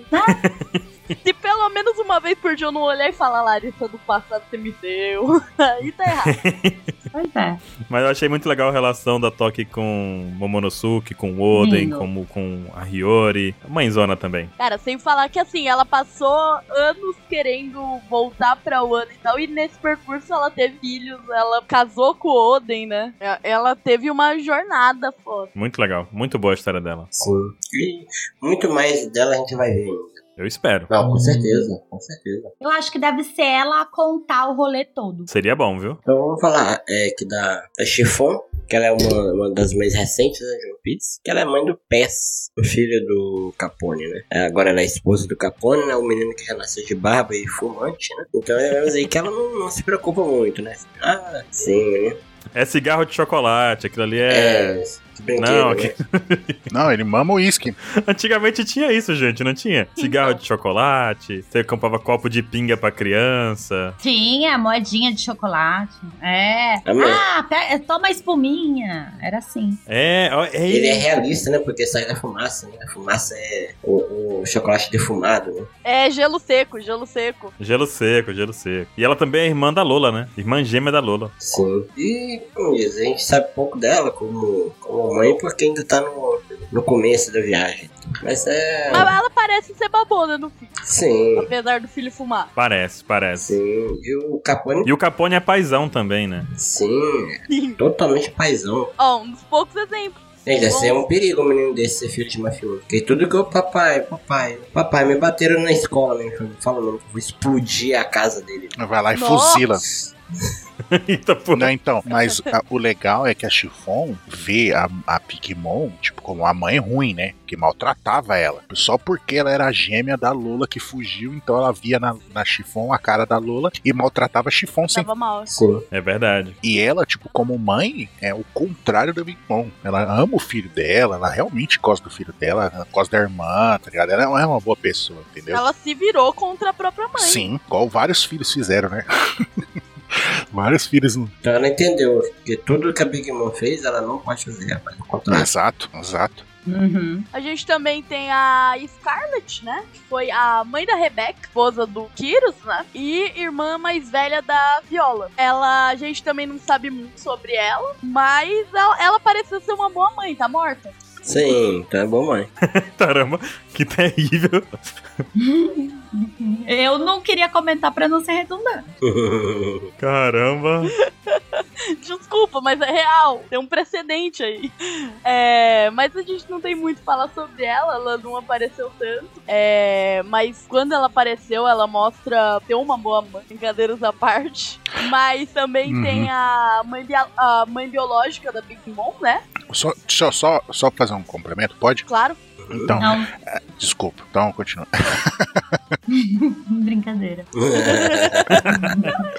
[SPEAKER 4] Se pelo menos uma vez por dia eu não olhar e falar, Larissa do passado você me deu. *laughs* Aí tá errado.
[SPEAKER 5] Pois é.
[SPEAKER 3] Mas eu achei muito legal a relação da Toki com Momonosuke, com o Oden,
[SPEAKER 5] Lindo.
[SPEAKER 3] como com a Hiyori. A mãezona também.
[SPEAKER 4] Cara, sem falar que assim, ela passou anos querendo voltar pra Wano e tal, e nesse percurso ela teve filhos, ela casou com o Oden, né? É, Ela teve uma jornada foda.
[SPEAKER 3] Muito legal. Muito boa a história dela.
[SPEAKER 2] Sim. E muito mais dela a gente vai ver ainda.
[SPEAKER 3] Eu espero.
[SPEAKER 2] Não, com certeza, com certeza.
[SPEAKER 5] Eu acho que deve ser ela a contar o rolê todo.
[SPEAKER 3] Seria bom, viu?
[SPEAKER 2] Então vamos falar é, que da, da Chiffon, que ela é uma, uma das mais recentes né, de One Piece, que ela é mãe do Pés, o filho do Capone, né? É, Agora ela é esposa do Capone, né? O menino que renasceu de barba e fumante, né? Então é vemos aí que ela não, não se preocupa muito, né? Ah, sim, né?
[SPEAKER 3] É cigarro de chocolate, aquilo ali é.
[SPEAKER 2] É. que brinquedo,
[SPEAKER 3] Não,
[SPEAKER 2] né?
[SPEAKER 3] que-
[SPEAKER 1] Não, ele mama o uísque.
[SPEAKER 3] Antigamente tinha isso, gente, não tinha? Cigarro de chocolate, você comprava copo de pinga pra criança.
[SPEAKER 5] Sim, é a moedinha de chocolate. É.
[SPEAKER 2] Amém.
[SPEAKER 5] Ah, pe- toma a espuminha. Era assim.
[SPEAKER 3] É, ó, é
[SPEAKER 2] Ele é
[SPEAKER 3] ele.
[SPEAKER 2] realista, né? Porque sai da fumaça, né? A fumaça é o, o chocolate defumado, né?
[SPEAKER 4] É gelo seco, gelo seco.
[SPEAKER 3] Gelo seco, gelo seco. E ela também é irmã da Lola, né? Irmã gêmea da Lola.
[SPEAKER 2] Sim. E, como diz, a gente sabe pouco dela como, como mãe, porque ainda tá no, no começo da viagem. Mas é.
[SPEAKER 4] Mas ela parece ser babona no filho,
[SPEAKER 2] Sim,
[SPEAKER 4] apesar do filho fumar.
[SPEAKER 3] Parece, parece.
[SPEAKER 2] sim. E o Capone,
[SPEAKER 3] E o Capone é paizão também, né? *laughs*
[SPEAKER 2] sim, é totalmente paizão.
[SPEAKER 4] Ó, um dos poucos exemplos.
[SPEAKER 2] Gente, deve ser um perigo um menino desse ser filho de mafioso. Porque tudo que o papai, papai, papai, me bateram na escola, né? Fala não, vou explodir a casa dele.
[SPEAKER 1] Vai lá e
[SPEAKER 4] Nossa.
[SPEAKER 1] fuzila.
[SPEAKER 3] Eita, pô.
[SPEAKER 1] Não, então, mas a- o legal é que a Chiffon vê a, a Pigmon, tipo, como a mãe ruim, né? Que maltratava ela. Só porque ela era a gêmea da Lola que fugiu, então ela via na, na Chiffon a cara da Lola e maltratava a Chiffon sem.
[SPEAKER 4] Tava mal.
[SPEAKER 2] Sim.
[SPEAKER 3] É verdade.
[SPEAKER 1] E ela, tipo, como mãe, é o contrário da Pigmon. Ela ama o filho dela, ela realmente gosta do filho dela, ela gosta da irmã, tá ligado? Ela é uma boa pessoa, entendeu?
[SPEAKER 4] Ela se virou contra a própria é mãe.
[SPEAKER 1] Sim, igual vários filhos fizeram, né? *laughs* Vários filhos. no-
[SPEAKER 2] Então ela entendeu que tudo que a Big Mom fez, ela não pode fazer, ela vai encontrar.
[SPEAKER 1] Exato, exato.
[SPEAKER 5] Uhum.
[SPEAKER 4] A gente também tem a Scarlett, né? Que foi a mãe da Rebecca, esposa do Kyrus, né? E irmã mais velha da Viola. Ela, a gente também não sabe muito sobre ela, mas ela, ela pareceu ser uma boa mãe, tá morta?
[SPEAKER 2] Sim, então é bom, mãe. *laughs*
[SPEAKER 3] Caramba, que terrível.
[SPEAKER 5] Eu não queria comentar pra não ser redundante.
[SPEAKER 3] Caramba.
[SPEAKER 4] Desculpa, mas é real. Tem um precedente aí. *laughs* É, mas a gente não tem muito falar sobre ela, ela não apareceu tanto. É, mas quando ela apareceu, ela mostra ter uma boa mãe, brincadeiras à parte. Mas também
[SPEAKER 1] Uhum.
[SPEAKER 4] tem a mãe, bia- a mãe biológica da Big Mom, né?
[SPEAKER 1] Só, só, só, só fazer um complemento, pode?
[SPEAKER 4] Claro.
[SPEAKER 1] Então,
[SPEAKER 5] Não,
[SPEAKER 1] desculpa. Então, continua.
[SPEAKER 5] brincadeira.
[SPEAKER 2] Uhum.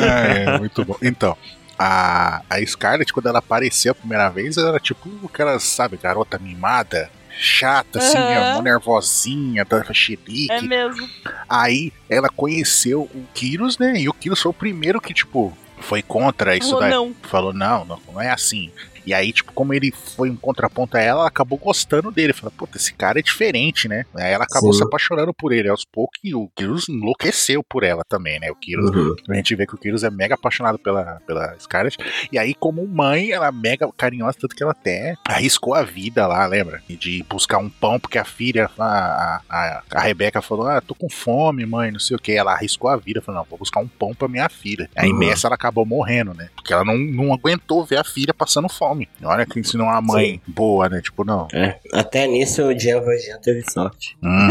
[SPEAKER 1] É, muito bom. Então, a, a Scarlett, quando ela apareceu a primeira vez, ela era tipo aquela, sabe, garota mimada, chata, assim,
[SPEAKER 4] Aham.
[SPEAKER 1] mó nervosinha, da xerique.
[SPEAKER 4] É mesmo.
[SPEAKER 1] Aí ela conheceu o Kyrus, né? E o Kyrus foi o primeiro que, tipo, foi contra isso
[SPEAKER 4] Ou
[SPEAKER 1] daí.
[SPEAKER 4] não.
[SPEAKER 1] Falou, não, não, não é assim. E aí, tipo, como ele foi um contraponto a ela, ela acabou gostando dele. Falou, puta, esse cara é diferente, né? Aí ela acabou
[SPEAKER 2] Sim.
[SPEAKER 1] se apaixonando por ele. Aos poucos, e o Kyrus enlouqueceu por ela também, né? O Kyrus,
[SPEAKER 2] Uhum.
[SPEAKER 1] a gente vê que o Kyrus é mega apaixonado pela, pela Scarlett. E aí, como mãe, ela é mega carinhosa, tanto que ela até arriscou a vida lá, lembra? E De buscar um pão, porque a filha, a, a, a Rebeca falou, ah, tô com fome, mãe, não sei o que. Ela arriscou a vida, falou, não, vou buscar um pão pra minha filha. Aí
[SPEAKER 2] Uhum.
[SPEAKER 1] nessa ela acabou morrendo, né? Porque ela não, não aguentou ver a filha passando fome. Olha que ensinou uma mãe boa, né? Tipo, não.
[SPEAKER 2] É. Até nisso o Jean Valjean teve sorte.
[SPEAKER 1] Hum,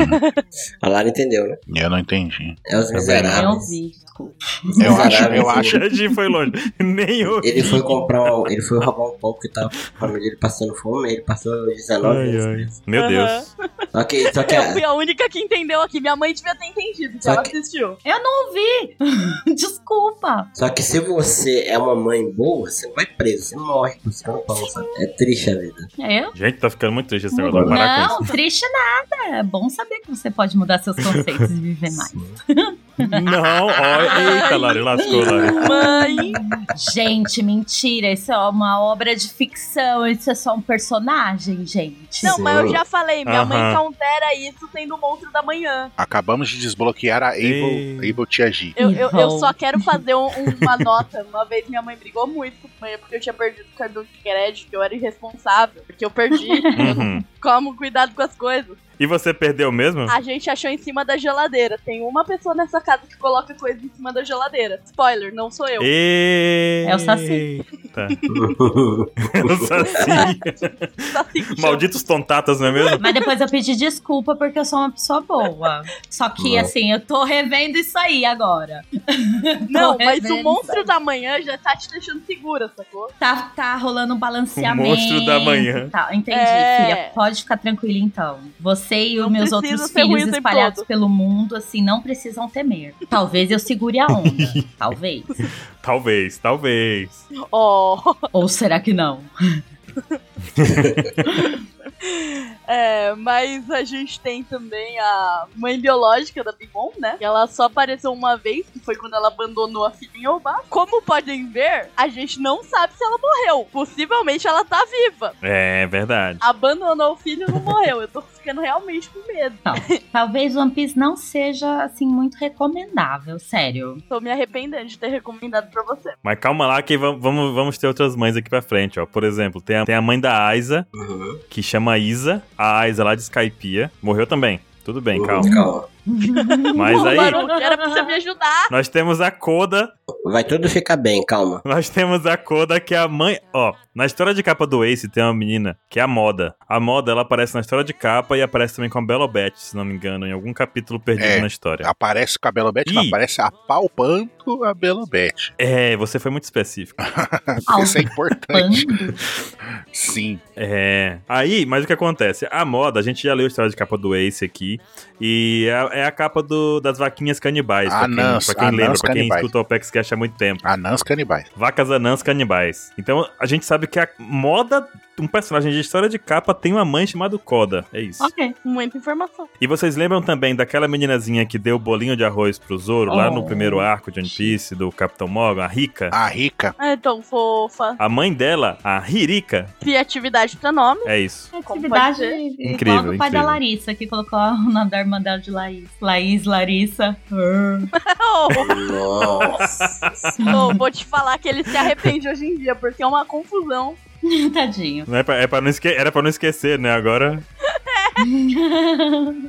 [SPEAKER 2] A Lara entendeu, né?
[SPEAKER 1] *laughs* eu não entendi.
[SPEAKER 2] É os
[SPEAKER 3] Também
[SPEAKER 5] Eu
[SPEAKER 2] miseráveis.
[SPEAKER 5] vi, desculpa.
[SPEAKER 1] Eu acho, eu
[SPEAKER 2] Miseráveis,
[SPEAKER 3] *laughs*
[SPEAKER 1] acho.
[SPEAKER 3] A gente foi longe. Nem eu.
[SPEAKER 2] Ele foi
[SPEAKER 3] *laughs*
[SPEAKER 2] comprar um, Ele foi roubar um pão que tava a família dele passando fome, ele passou 19
[SPEAKER 3] Ai,
[SPEAKER 2] anos
[SPEAKER 3] ai.
[SPEAKER 2] preso.
[SPEAKER 3] Meu Deus.
[SPEAKER 2] Só que, só que
[SPEAKER 4] Eu
[SPEAKER 2] a-
[SPEAKER 4] fui a única que entendeu aqui. Minha mãe devia ter entendido, que
[SPEAKER 2] É. Só
[SPEAKER 4] ela
[SPEAKER 2] que-
[SPEAKER 4] assistiu.
[SPEAKER 5] Eu não ouvi! Desculpa!
[SPEAKER 2] Só que se você é uma mãe boa, você não vai preso, você morre buscando pão, sabe? É triste a vida.
[SPEAKER 5] Eu?
[SPEAKER 3] Gente, tá ficando muito triste esse negócio.
[SPEAKER 2] Não.
[SPEAKER 3] Vai parar com
[SPEAKER 5] Não, triste nada. É bom saber que você pode mudar seus conceitos e viver mais.
[SPEAKER 3] isso. Não, olha. Eita, Lari, lascou, Lari.
[SPEAKER 4] Mãe.
[SPEAKER 5] Gente, mentira. Isso é uma obra de ficção. Isso é só um personagem, gente.
[SPEAKER 4] Não, mas eu
[SPEAKER 2] Sim.
[SPEAKER 4] já falei, minha mãe
[SPEAKER 3] Aham.
[SPEAKER 4] countera isso sendo um monstro da manhã.
[SPEAKER 1] Acabamos de desbloquear a Able,
[SPEAKER 3] Ei.
[SPEAKER 1] Able Tia G.
[SPEAKER 4] Eu, eu, eu
[SPEAKER 5] Evil.
[SPEAKER 4] só quero fazer um- uma nota. Uma vez minha mãe brigou muito com a mãe porque eu tinha perdido o cartão de crédito, que eu era irresponsável, porque eu perdi.
[SPEAKER 3] Uhum.
[SPEAKER 4] Como cuidado com as coisas.
[SPEAKER 3] E você perdeu mesmo?
[SPEAKER 4] A gente achou em cima da geladeira. Tem uma pessoa nessa casa que coloca coisa em cima da geladeira. Spoiler, não sou eu.
[SPEAKER 3] Eita.
[SPEAKER 5] É o Saci.
[SPEAKER 3] É o
[SPEAKER 5] *laughs*
[SPEAKER 3] Saci.
[SPEAKER 4] Só se chama.
[SPEAKER 3] Malditos tontatas, não é mesmo?
[SPEAKER 5] Mas depois eu pedi desculpa porque eu sou uma pessoa boa. Só que,
[SPEAKER 2] Não.
[SPEAKER 5] assim, eu tô revendo isso aí agora.
[SPEAKER 4] Não,
[SPEAKER 5] Tô
[SPEAKER 4] mas o
[SPEAKER 5] revendo.
[SPEAKER 4] monstro da manhã já tá te deixando segura, sacou?
[SPEAKER 5] Tá, tá rolando um balanceamento.
[SPEAKER 3] O monstro da manhã.
[SPEAKER 5] e tal. Entendi,
[SPEAKER 4] É.
[SPEAKER 5] filha. Pode ficar tranquila então. Você e os
[SPEAKER 4] Não
[SPEAKER 5] meus
[SPEAKER 4] precisa
[SPEAKER 5] outros
[SPEAKER 4] ser ruim o
[SPEAKER 5] filhos
[SPEAKER 4] tempo
[SPEAKER 5] espalhados
[SPEAKER 4] todo.
[SPEAKER 5] pelo mundo, assim, não precisam temer. Talvez eu segure
[SPEAKER 3] *laughs*
[SPEAKER 5] a onda. talvez.
[SPEAKER 3] Talvez, talvez.
[SPEAKER 4] Ó.
[SPEAKER 5] Ou será que não?
[SPEAKER 4] É, mas a gente tem também a mãe biológica da Big Mom, né? Que Ela só apareceu uma vez, que foi quando ela abandonou a filha em Obá. Como podem ver, a gente não sabe se ela morreu. Possivelmente ela tá viva.
[SPEAKER 3] É verdade.
[SPEAKER 4] Abandonou o filho e não morreu. Eu tô ficando realmente com medo.
[SPEAKER 5] Tal- Talvez One Piece não seja, assim, muito recomendável, sério.
[SPEAKER 4] Tô me arrependendo de ter recomendado pra você.
[SPEAKER 3] Mas calma lá que vam- vamos, vamos ter outras mães aqui pra frente, ó. Por exemplo, tem a, tem a mãe da Aiza,
[SPEAKER 2] Uhum.
[SPEAKER 3] que chama Isa. A Aiza lá de Skypiea. Morreu também. Tudo *laughs* bem,
[SPEAKER 2] Uhum, *laughs*
[SPEAKER 3] calma.
[SPEAKER 2] calma.
[SPEAKER 3] Mas aí,
[SPEAKER 4] Maruco, era pra você me ajudar.
[SPEAKER 3] nós temos a Koda,
[SPEAKER 2] Vai tudo ficar bem, calma.
[SPEAKER 3] Nós temos a Koda, que é a mãe. Ó, na história de capa do Ace tem uma menina, que é a Moda. A Moda, ela aparece na história de capa e aparece também com a Bella Beth, se não me engano, em algum capítulo perdido
[SPEAKER 1] É.
[SPEAKER 3] na história.
[SPEAKER 1] Aparece com a Belobete, não,
[SPEAKER 3] Ih.
[SPEAKER 1] aparece apalpando a Belobete.
[SPEAKER 3] É, você foi muito específico.
[SPEAKER 4] Ah.
[SPEAKER 1] *laughs* Isso é importante.
[SPEAKER 5] Pando.
[SPEAKER 1] Sim.
[SPEAKER 3] É. Aí, mas o que acontece? A Moda, a gente já leu a história de capa do Ace aqui, e é, é a capa do- das vaquinhas canibais.
[SPEAKER 1] Ah,
[SPEAKER 3] pra quem,
[SPEAKER 1] nãs,
[SPEAKER 3] pra quem
[SPEAKER 1] ah,
[SPEAKER 3] lembra,
[SPEAKER 1] nãs
[SPEAKER 3] pra quem
[SPEAKER 1] canibais.
[SPEAKER 3] escuta o Apex Cash há muito tempo.
[SPEAKER 1] Anãs canibais.
[SPEAKER 3] Vacas anãs canibais. Então, a gente sabe que a moda um personagem de história de capa tem uma mãe chamada Coda. É isso.
[SPEAKER 4] Ok, muita informação.
[SPEAKER 3] E vocês lembram também daquela meninazinha que deu bolinho de arroz pro Zoro lá no
[SPEAKER 9] Oh.
[SPEAKER 3] primeiro arco de One Piece do Capitão Morgan, a Rika?
[SPEAKER 1] A rica.
[SPEAKER 4] É tão fofa.
[SPEAKER 3] A mãe dela, a Hirika,
[SPEAKER 4] Criatividade pra nome. *laughs*
[SPEAKER 3] é isso.
[SPEAKER 4] pode
[SPEAKER 5] Atividade
[SPEAKER 4] ser?
[SPEAKER 5] igual do pai
[SPEAKER 3] incrível.
[SPEAKER 5] da Larissa, que colocou o nome da irmã dela de Laís. Laís, Larissa. *laughs*
[SPEAKER 4] Oh,
[SPEAKER 2] Nossa.
[SPEAKER 4] oh, vou te falar que ele se arrepende hoje em dia, porque é uma confusão.
[SPEAKER 5] Tadinho.
[SPEAKER 3] Não é pra, é pra não esque- era pra não esquecer, né? Agora.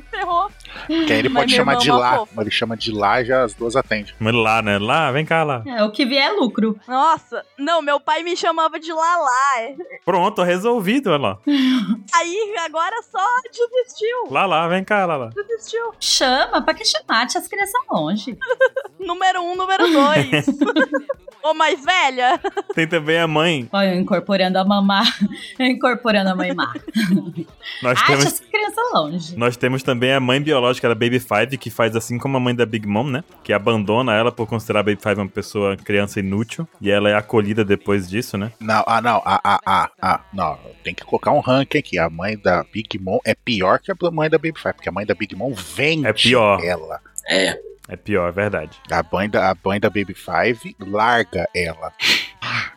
[SPEAKER 4] Ferrou.
[SPEAKER 1] Que aí ele
[SPEAKER 4] Mas
[SPEAKER 1] pode
[SPEAKER 4] minha
[SPEAKER 1] chamar
[SPEAKER 4] irmã é
[SPEAKER 1] de
[SPEAKER 4] uma
[SPEAKER 1] lá.
[SPEAKER 4] fofa.
[SPEAKER 1] Ele chama de lá e já as duas atendem.
[SPEAKER 3] Mas lá, né? Lá, vem cá, lá.
[SPEAKER 5] É, o que vier é lucro.
[SPEAKER 4] Nossa, não, meu pai me chamava de Lalá. é.
[SPEAKER 3] Pronto, resolvido, olha lá.
[SPEAKER 4] Aí agora só desistiu.
[SPEAKER 3] Lá, lá, vem cá, lá, lá.
[SPEAKER 4] Desistiu.
[SPEAKER 5] Chama, pra que chamar? Tia, As crianças são longe.
[SPEAKER 4] Número um, número dois. Ô, mais velha.
[SPEAKER 3] Tem também a mãe.
[SPEAKER 5] Olha, eu incorporando
[SPEAKER 3] *laughs*
[SPEAKER 5] a mamá, eu incorporando a mãe má.
[SPEAKER 3] Nós
[SPEAKER 5] Acha assim?
[SPEAKER 3] temos.
[SPEAKER 5] as crianças longe.
[SPEAKER 3] Nós temos também a mãe biológica da Baby Five, que faz assim como a mãe da Big Mom, né? Que abandona ela por considerar a Baby Five uma pessoa, criança inútil. E ela é acolhida depois disso, né?
[SPEAKER 1] Não, ah, não, ah, ah, ah, ah, não, tem que colocar um ranking aqui. A mãe da Big Mom é pior que a mãe da Baby Five, porque a mãe da Big Mom vende
[SPEAKER 3] É pior.
[SPEAKER 1] ela.
[SPEAKER 2] É.
[SPEAKER 3] É pior, é verdade.
[SPEAKER 1] A mãe, da, a mãe da Baby Five larga ela.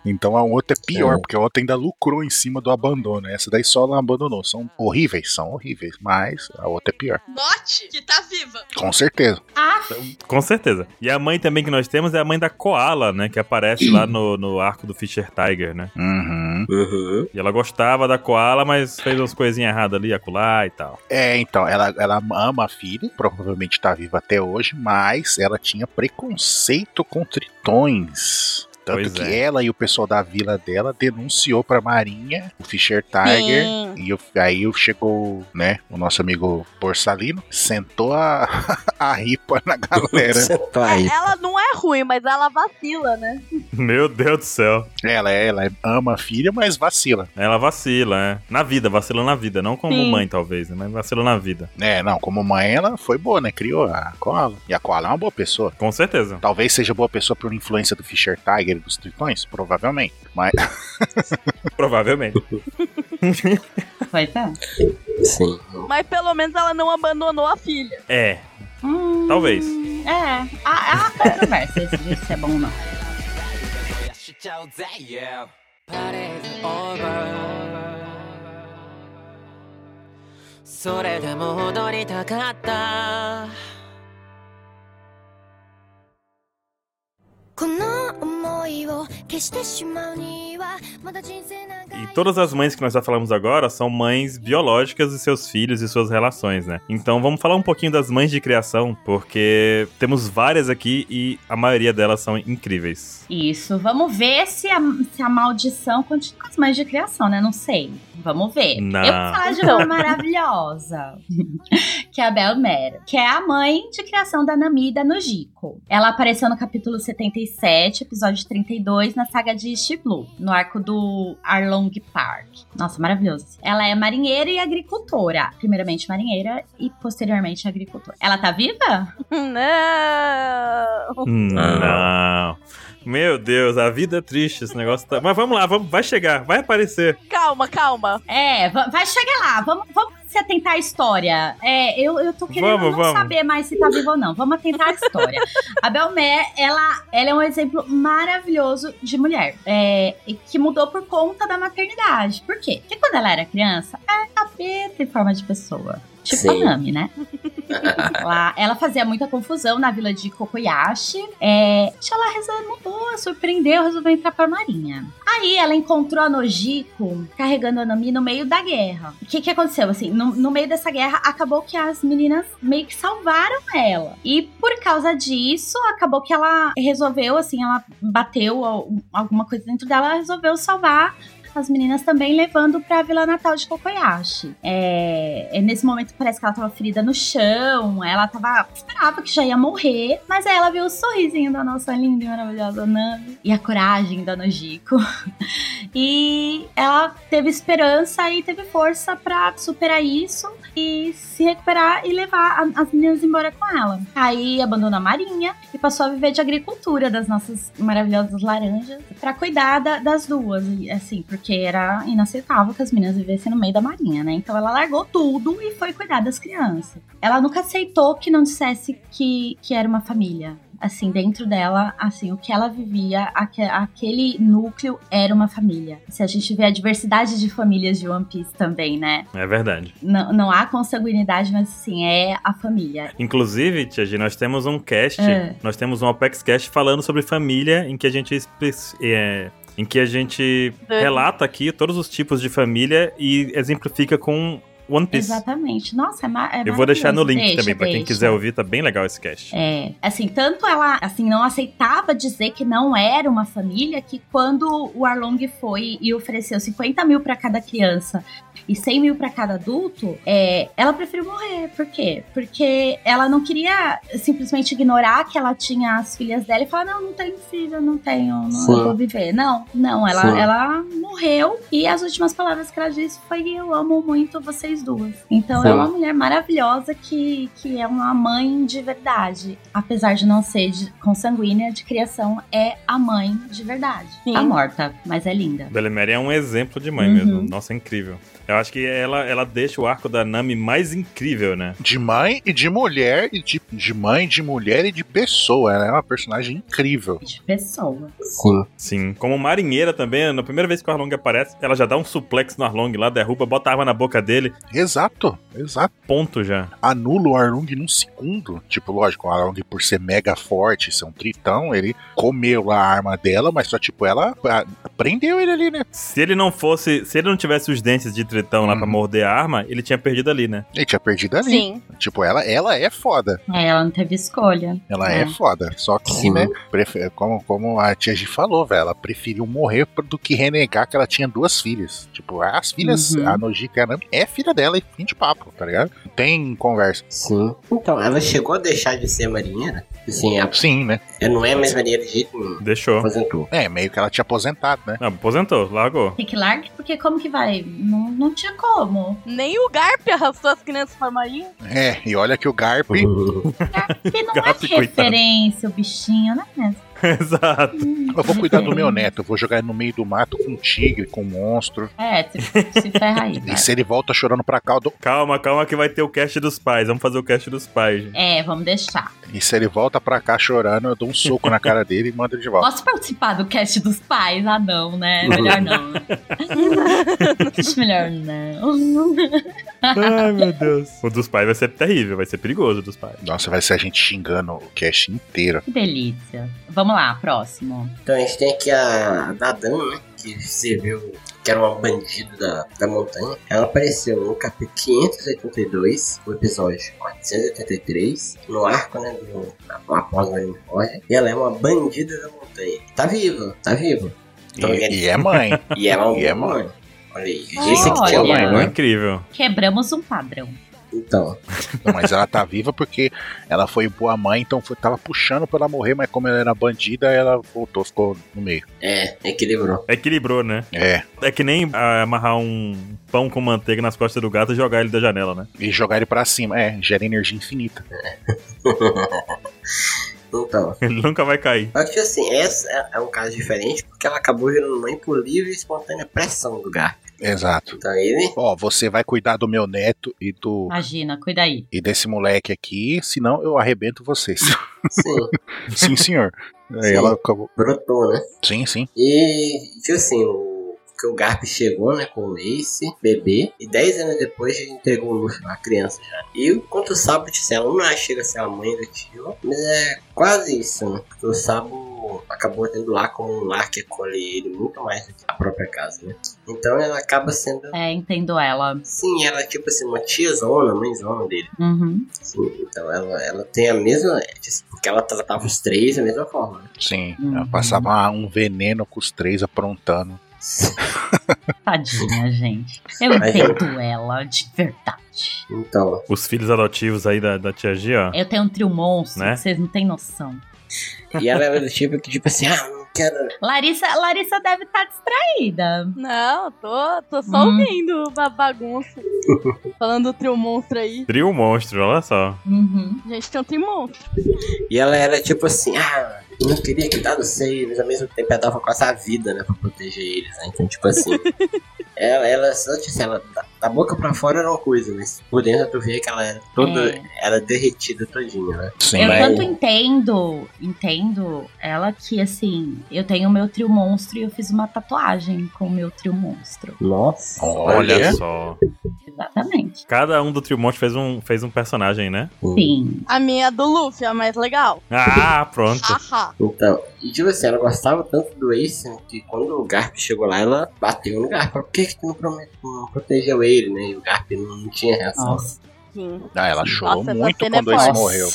[SPEAKER 1] Então a outra é pior,
[SPEAKER 2] Sim.
[SPEAKER 1] porque a outra ainda lucrou em cima do abandono. Essa daí só ela abandonou. São horríveis, são horríveis, mas a outra é pior.
[SPEAKER 4] Note que tá viva.
[SPEAKER 1] Com certeza.
[SPEAKER 5] Ah,
[SPEAKER 3] Com certeza. E a mãe também que nós temos é a mãe da Koala, né? Que aparece lá no, no arco do Fischer Tiger, né?
[SPEAKER 1] Uhum.
[SPEAKER 2] Uhum.
[SPEAKER 3] E ela gostava da Koala, mas fez umas coisinhas erradas ali, acolá e tal. *laughs*
[SPEAKER 1] É, então, ela, ela ama a filha, provavelmente tá viva até hoje, mas ela tinha preconceito com tritões. Tanto
[SPEAKER 3] Pois
[SPEAKER 1] que
[SPEAKER 3] é.
[SPEAKER 1] ela e o pessoal da vila dela denunciou pra Marinha, o Fischer Tiger,
[SPEAKER 4] Sim.
[SPEAKER 1] e o- aí chegou, né, o nosso amigo Borsalino, sentou a, *laughs* a ripa na galera.
[SPEAKER 2] Pai.
[SPEAKER 4] É, ela não é ruim, mas ela vacila, né?
[SPEAKER 3] Meu Deus do céu.
[SPEAKER 1] ela, ela ama a filha, mas vacila.
[SPEAKER 3] Ela vacila, né? Na vida, vacila na vida. Não como
[SPEAKER 4] Sim.
[SPEAKER 3] mãe, talvez, né? Mas vacila na vida.
[SPEAKER 1] É, não, como mãe ela foi boa, né, criou a Koala. E a Koala é uma boa pessoa. *laughs*
[SPEAKER 3] Com certeza.
[SPEAKER 1] Talvez seja boa pessoa por influência do Fischer Tiger e dos Tritões, provavelmente. Mas *laughs*
[SPEAKER 3] Provavelmente.
[SPEAKER 5] vai tá.
[SPEAKER 2] Sim.
[SPEAKER 4] Mas pelo menos ela não abandonou a filha. *laughs*
[SPEAKER 3] É.
[SPEAKER 5] Hum,
[SPEAKER 3] Talvez.
[SPEAKER 5] É, há, há controvérsias disso se é bom ou não.
[SPEAKER 3] E todas as mães que nós já falamos agora são mães biológicas e seus filhos e suas relações, né? Então vamos falar um pouquinho das mães de criação, porque temos várias aqui e a maioria delas são incríveis.
[SPEAKER 5] Isso, vamos ver se a, se a maldição continua com as mães de criação, né? Não sei. Vamos ver.
[SPEAKER 3] Não.
[SPEAKER 5] Eu vou falar de uma maravilhosa, *laughs* que é a Belmera, que é a mãe de criação da Nami e da Nojiko. Ela apareceu no capítulo 77, episódio 32, na saga de East Blue, no arco do Arlong Park. Nossa, maravilhoso. Ela é marinheira e agricultora. Primeiramente marinheira e posteriormente agricultora. Ela tá viva?
[SPEAKER 4] Não.
[SPEAKER 3] Não. Meu Deus, a vida é triste esse negócio. Tá... Mas vamos lá, vamos, vai chegar, vai aparecer.
[SPEAKER 4] Calma, calma.
[SPEAKER 5] É, va- vai chegar lá. Vamos, vamos se atentar à história. É, eu, eu tô querendo
[SPEAKER 3] Vamos,
[SPEAKER 5] não
[SPEAKER 3] vamos.
[SPEAKER 5] saber mais se tá viva ou não. Vamos atentar
[SPEAKER 3] *laughs*
[SPEAKER 5] à história. a Belmé, ela, ela é um exemplo maravilhoso de mulher. é, e que mudou por conta da maternidade. Por quê? Porque quando ela era criança, ela era capeta em forma de pessoa. Tipo
[SPEAKER 2] Sim.
[SPEAKER 5] a Nami, né? Lá, ela fazia muita confusão na vila de Kokoyashi. É, acho que ela resolveu, mudou, surpreendeu, resolveu entrar pra marinha. Aí ela encontrou a Nojiko carregando a Nami no meio da guerra. O que que aconteceu? Assim, no, no meio dessa guerra, acabou que as meninas meio que salvaram ela. E por causa disso, acabou que ela resolveu, assim, ela bateu al- alguma coisa dentro dela, ela resolveu salvar as meninas também levando pra Vila Natal de Kokoyashi. É, é, nesse momento parece que ela tava ferida no chão, ela tava. esperava que já ia morrer, mas aí ela viu o sorrisinho da nossa linda e maravilhosa Nami e a coragem da Nojiko. *laughs* e ela teve esperança e teve força pra superar isso e se recuperar e levar a- as meninas embora com ela. Aí abandonou a marinha e passou a viver de agricultura das nossas maravilhosas laranjas pra cuidar da- das duas, e, assim, porque porque era inaceitável que as meninas vivessem no meio da marinha, né? Então ela largou tudo e foi cuidar das crianças. Ela nunca aceitou que não dissesse que, que era uma família. Assim, dentro dela, assim, o que ela vivia, aque- aquele núcleo era uma família. Se a gente vê a diversidade de famílias de One Piece também, né?
[SPEAKER 3] É verdade.
[SPEAKER 5] Não, não há consanguinidade, mas assim, é a família.
[SPEAKER 3] Inclusive, Tia G, nós temos um cast,
[SPEAKER 5] É.
[SPEAKER 3] nós temos um Apex Cast falando sobre família, em que a gente espe- é, em que a gente
[SPEAKER 4] É.
[SPEAKER 3] relata aqui todos os tipos de família e exemplifica com One Piece.
[SPEAKER 5] Exatamente. Nossa, é, ma- é
[SPEAKER 3] Eu vou deixar no link
[SPEAKER 5] maravilhoso. Deixa,
[SPEAKER 3] também, pra quem
[SPEAKER 5] deixa.
[SPEAKER 3] quiser ouvir, tá bem legal esse cast.
[SPEAKER 5] É, assim, tanto ela, assim, não aceitava dizer que não era uma família, que quando o Arlong foi e ofereceu 50 mil pra cada criança e 100 mil pra cada adulto, é, ela preferiu morrer. Por quê? Porque ela não queria simplesmente ignorar que ela tinha as filhas dela e falar, não, não tenho filho, não tenho, não
[SPEAKER 2] Sim.
[SPEAKER 5] eu vou viver. Não, não, ela,
[SPEAKER 2] Sim.
[SPEAKER 5] ela morreu e as últimas palavras que ela disse foi, eu amo muito vocês duas. Então,
[SPEAKER 2] Sim.
[SPEAKER 5] é uma mulher maravilhosa que, que é uma mãe de verdade. Apesar de não ser de, consanguínea, de criação, é a mãe de verdade.
[SPEAKER 4] Sim.
[SPEAKER 5] Tá morta, mas é linda.
[SPEAKER 3] Belemere é um exemplo de mãe
[SPEAKER 5] Uhum.
[SPEAKER 3] mesmo. Nossa, é incrível. Eu acho que ela, ela deixa o arco da Nami mais incrível, né?
[SPEAKER 1] De mãe e de mulher, e de, de mãe, de mulher e de pessoa. Ela é uma personagem incrível.
[SPEAKER 5] De pessoa.
[SPEAKER 2] Sim.
[SPEAKER 3] Sim. Como marinheira também, na primeira vez que o Arlong aparece, ela já dá um suplex no Arlong lá, derruba, bota a arma na boca dele,
[SPEAKER 1] Exato, exato.
[SPEAKER 3] ponto já.
[SPEAKER 1] Anula o Arlong num segundo. Tipo, lógico, o Arlong, por ser mega forte, ser um tritão, ele comeu a arma dela, mas só, tipo, ela ah, prendeu ele ali, né?
[SPEAKER 3] Se ele não fosse, se ele não tivesse os dentes de tritão lá pra
[SPEAKER 1] Uhum.
[SPEAKER 3] morder a arma, ele tinha perdido ali, né?
[SPEAKER 1] Ele tinha perdido ali.
[SPEAKER 4] Sim.
[SPEAKER 1] Tipo, ela, ela é foda.
[SPEAKER 5] É, ela não teve escolha.
[SPEAKER 1] Ela é,
[SPEAKER 5] É.
[SPEAKER 1] foda. Só que,
[SPEAKER 2] Sim.
[SPEAKER 1] né? prefe- Como, como a Tia G falou, velho, ela preferiu morrer pro- do que renegar que ela tinha duas filhas. Tipo, as filhas,
[SPEAKER 5] Uhum.
[SPEAKER 1] a Nojika e a Nami, é filha dela e fim de papo, tá ligado? Não Tem conversa.
[SPEAKER 2] Sim. Então, ela chegou a deixar de ser marinheira? Assim, ela
[SPEAKER 1] Sim, né?
[SPEAKER 2] ela não é mais marinheira de jeito nenhum.
[SPEAKER 3] Deixou.
[SPEAKER 2] Aposentou.
[SPEAKER 1] É, meio que ela tinha aposentado, né?
[SPEAKER 3] Não, aposentou, largou.
[SPEAKER 5] Tem que largar, porque como que vai? Não, não tinha como.
[SPEAKER 4] Nem o Garp arrastou as crianças pra marinha.
[SPEAKER 1] É, e olha que o
[SPEAKER 2] Uhum.
[SPEAKER 1] Garp.
[SPEAKER 5] Porque
[SPEAKER 3] *laughs*
[SPEAKER 5] não
[SPEAKER 3] Gato,
[SPEAKER 5] é
[SPEAKER 3] coitado.
[SPEAKER 5] referência, o bichinho, né?
[SPEAKER 3] *laughs* Exato.
[SPEAKER 1] Eu vou cuidar do meu neto, eu vou jogar ele no meio do mato com um tigre, com um monstro.
[SPEAKER 5] É, se, se ferra aí.
[SPEAKER 1] E
[SPEAKER 5] cara.
[SPEAKER 1] se ele volta chorando pra cá, eu dou...
[SPEAKER 3] Calma, calma que vai ter o cast dos pais. Vamos fazer o cast dos pais, gente.
[SPEAKER 5] É, vamos deixar.
[SPEAKER 1] e se ele volta pra cá chorando, eu dou um soco na cara dele e mando ele de volta.
[SPEAKER 5] Posso participar do cast dos pais? Ah, não, né? Melhor
[SPEAKER 3] *laughs*
[SPEAKER 5] não. *laughs* Melhor não.
[SPEAKER 3] *laughs* Ai, meu Deus. O dos pais vai ser terrível, vai ser perigoso o dos pais.
[SPEAKER 1] Nossa, vai ser a gente xingando o cast inteiro.
[SPEAKER 5] Que delícia. Vamos lá, próximo.
[SPEAKER 2] Então a gente tem aqui a Dadan, né? Que serviu, que era uma bandida da, da montanha. Ela apareceu no capítulo 582, o episódio 483, no arco, né? Do, na, após o Marineford. E ela é uma bandida da montanha. Tá viva, tá viva.
[SPEAKER 1] E, e é mãe.
[SPEAKER 2] E ela
[SPEAKER 1] *laughs*
[SPEAKER 2] é uma
[SPEAKER 1] E é
[SPEAKER 2] boa
[SPEAKER 1] mãe.
[SPEAKER 2] mãe. Olha aí, disse que tinha
[SPEAKER 5] Olha.
[SPEAKER 2] mãe,
[SPEAKER 3] É
[SPEAKER 2] né?
[SPEAKER 3] incrível.
[SPEAKER 5] Quebramos um padrão.
[SPEAKER 2] Então,
[SPEAKER 1] Não, mas ela tá viva porque ela foi boa mãe, então foi- tava puxando pra ela morrer, mas como ela era bandida, ela voltou, ficou no meio.
[SPEAKER 2] é, equilibrou. *laughs*
[SPEAKER 3] Equilibrou, né?
[SPEAKER 1] É.
[SPEAKER 3] É que nem ah, amarrar um pão com manteiga nas costas do gato e jogar ele da janela, né? *laughs*
[SPEAKER 1] E jogar ele pra cima. É, gera energia infinita.
[SPEAKER 2] Então,
[SPEAKER 3] Ele nunca vai cair.
[SPEAKER 2] Só que assim, essa é- é um caso diferente porque ela acabou virando mãe por livre e espontânea pressão do gato.
[SPEAKER 1] Exato.
[SPEAKER 2] Então ele.
[SPEAKER 1] Ó, você vai cuidar do meu neto e do.
[SPEAKER 5] Imagina, cuida aí.
[SPEAKER 1] E desse moleque aqui, senão eu arrebento vocês.
[SPEAKER 2] Sim,
[SPEAKER 1] Sim,
[SPEAKER 4] *laughs*
[SPEAKER 1] senhor. Aí
[SPEAKER 2] Sim.
[SPEAKER 1] ela acabou.
[SPEAKER 2] assim, brotou, né?
[SPEAKER 1] Sim, sim.
[SPEAKER 2] E tipo assim, o, que o Garp chegou, né, com o Ace, bebê, e 10 anos depois ele entregou o Luffy pra criança já. E o- quanto o Sabo disse, ela não chega a ser a mãe do tio, mas é quase isso, né? Porque o Sabo acabou tendo lá como um lar que acolhe ele muito mais do que a própria casa, né? Então ela acaba sendo.
[SPEAKER 5] É, entendo ela.
[SPEAKER 2] Sim, ela é tipo assim, uma tiazona, mãezona dele.
[SPEAKER 5] Uhum.
[SPEAKER 2] Sim, então ela, ela tem a mesma. Porque ela tratava os três da mesma forma. né?
[SPEAKER 1] Sim.
[SPEAKER 5] Uhum.
[SPEAKER 1] Ela passava um veneno com os três aprontando.
[SPEAKER 5] Tadinha, gente. Eu
[SPEAKER 2] Mas eu-
[SPEAKER 5] entendo ela, de verdade.
[SPEAKER 2] Então,
[SPEAKER 3] Os filhos adotivos aí da, da tia G, ó.
[SPEAKER 5] Eu tenho um trio monstro,
[SPEAKER 3] Né?
[SPEAKER 5] que vocês não têm noção.
[SPEAKER 2] e ela era do tipo que, tipo assim, ah, não quero.
[SPEAKER 5] Larissa, Larissa deve estar distraída.
[SPEAKER 4] Não, tô, tô só
[SPEAKER 5] Hum.
[SPEAKER 4] ouvindo uma bagunça. Falando do trio monstro aí.
[SPEAKER 3] Trio monstro, olha só.
[SPEAKER 5] Uhum.
[SPEAKER 4] Gente, tem um trio monstro.
[SPEAKER 2] E ela era tipo assim, ah, Eu não queria cuidar dos seio, mas ao mesmo tempo ela tava com essa vida, né? Pra proteger eles, né? Então, tipo
[SPEAKER 5] *laughs*
[SPEAKER 2] assim. ela, ela só tipo assim, ela da, da boca pra fora era uma coisa, mas por dentro tu vê que ela era toda.
[SPEAKER 5] É.
[SPEAKER 2] Era derretida todinha, né?
[SPEAKER 1] Sim.
[SPEAKER 5] Eu
[SPEAKER 2] Mas-
[SPEAKER 5] tanto entendo, entendo ela que, assim, eu tenho o meu trio monstro e eu fiz uma tatuagem com o meu trio monstro.
[SPEAKER 2] Nossa.
[SPEAKER 1] Olha.
[SPEAKER 3] Olha só.
[SPEAKER 5] Exatamente.
[SPEAKER 3] Cada um do Triomonte fez um, fez um personagem, né?
[SPEAKER 5] Sim.
[SPEAKER 4] A minha é do Luffy, a mais legal.
[SPEAKER 3] *laughs* Ah, pronto.
[SPEAKER 4] Haha.
[SPEAKER 2] Então, e tipo assim, ela gostava tanto do Ace né, que quando o Garp chegou lá, ela bateu no Garp. Por que, que tu não, prome- não protegeu ele, né? E o Garp não, não tinha reação.
[SPEAKER 5] Nossa.
[SPEAKER 4] Sim.
[SPEAKER 1] Ah, ela chorou
[SPEAKER 4] Nossa, essa
[SPEAKER 1] muito
[SPEAKER 4] cena é
[SPEAKER 1] quando esse
[SPEAKER 4] forte.
[SPEAKER 1] morreu.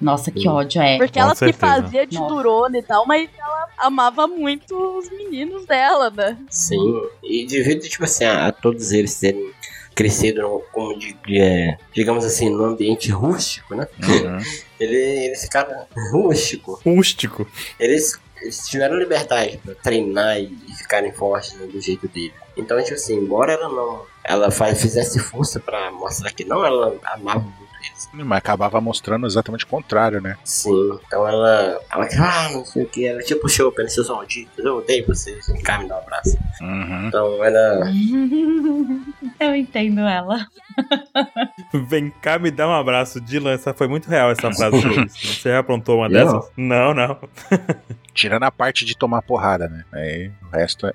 [SPEAKER 5] Nossa, que ódio é.
[SPEAKER 4] Porque
[SPEAKER 3] Com
[SPEAKER 4] ela se
[SPEAKER 3] certeza.
[SPEAKER 4] fazia de
[SPEAKER 5] Nossa.
[SPEAKER 4] durona e tal, mas ela amava muito os meninos dela, né?
[SPEAKER 2] Sim. E devido, tipo assim, a, a todos eles terem crescido no- como de, de, é, digamos assim, num ambiente rústico, né?
[SPEAKER 1] Uhum.
[SPEAKER 2] Ele, eles ficaram rústico.
[SPEAKER 3] Rústico.
[SPEAKER 2] Eles, eles tiveram liberdade pra treinar e, e ficarem fortes né, do jeito dele. Então, tipo assim, embora ela não ela fa- fizesse força pra mostrar que não, ela amava muito eles.
[SPEAKER 1] Mas acabava mostrando exatamente o contrário, né?
[SPEAKER 2] Sim, então ela. Ela ah, não sei o que, ela tipo puxou pelo seus malditos, eu odeio vocês, vem cá me dar um abraço.
[SPEAKER 1] Uhum.
[SPEAKER 2] Então ela.
[SPEAKER 3] *laughs*
[SPEAKER 5] *laughs* eu entendo ela.
[SPEAKER 3] Vem cá me dar um abraço. Dylan, essa foi muito real essa frase. do *laughs* Luiz. Você já aprontou uma
[SPEAKER 2] Eu?
[SPEAKER 3] dessas? Não, não.
[SPEAKER 1] Tirando a parte de tomar porrada, né? Aí o resto é.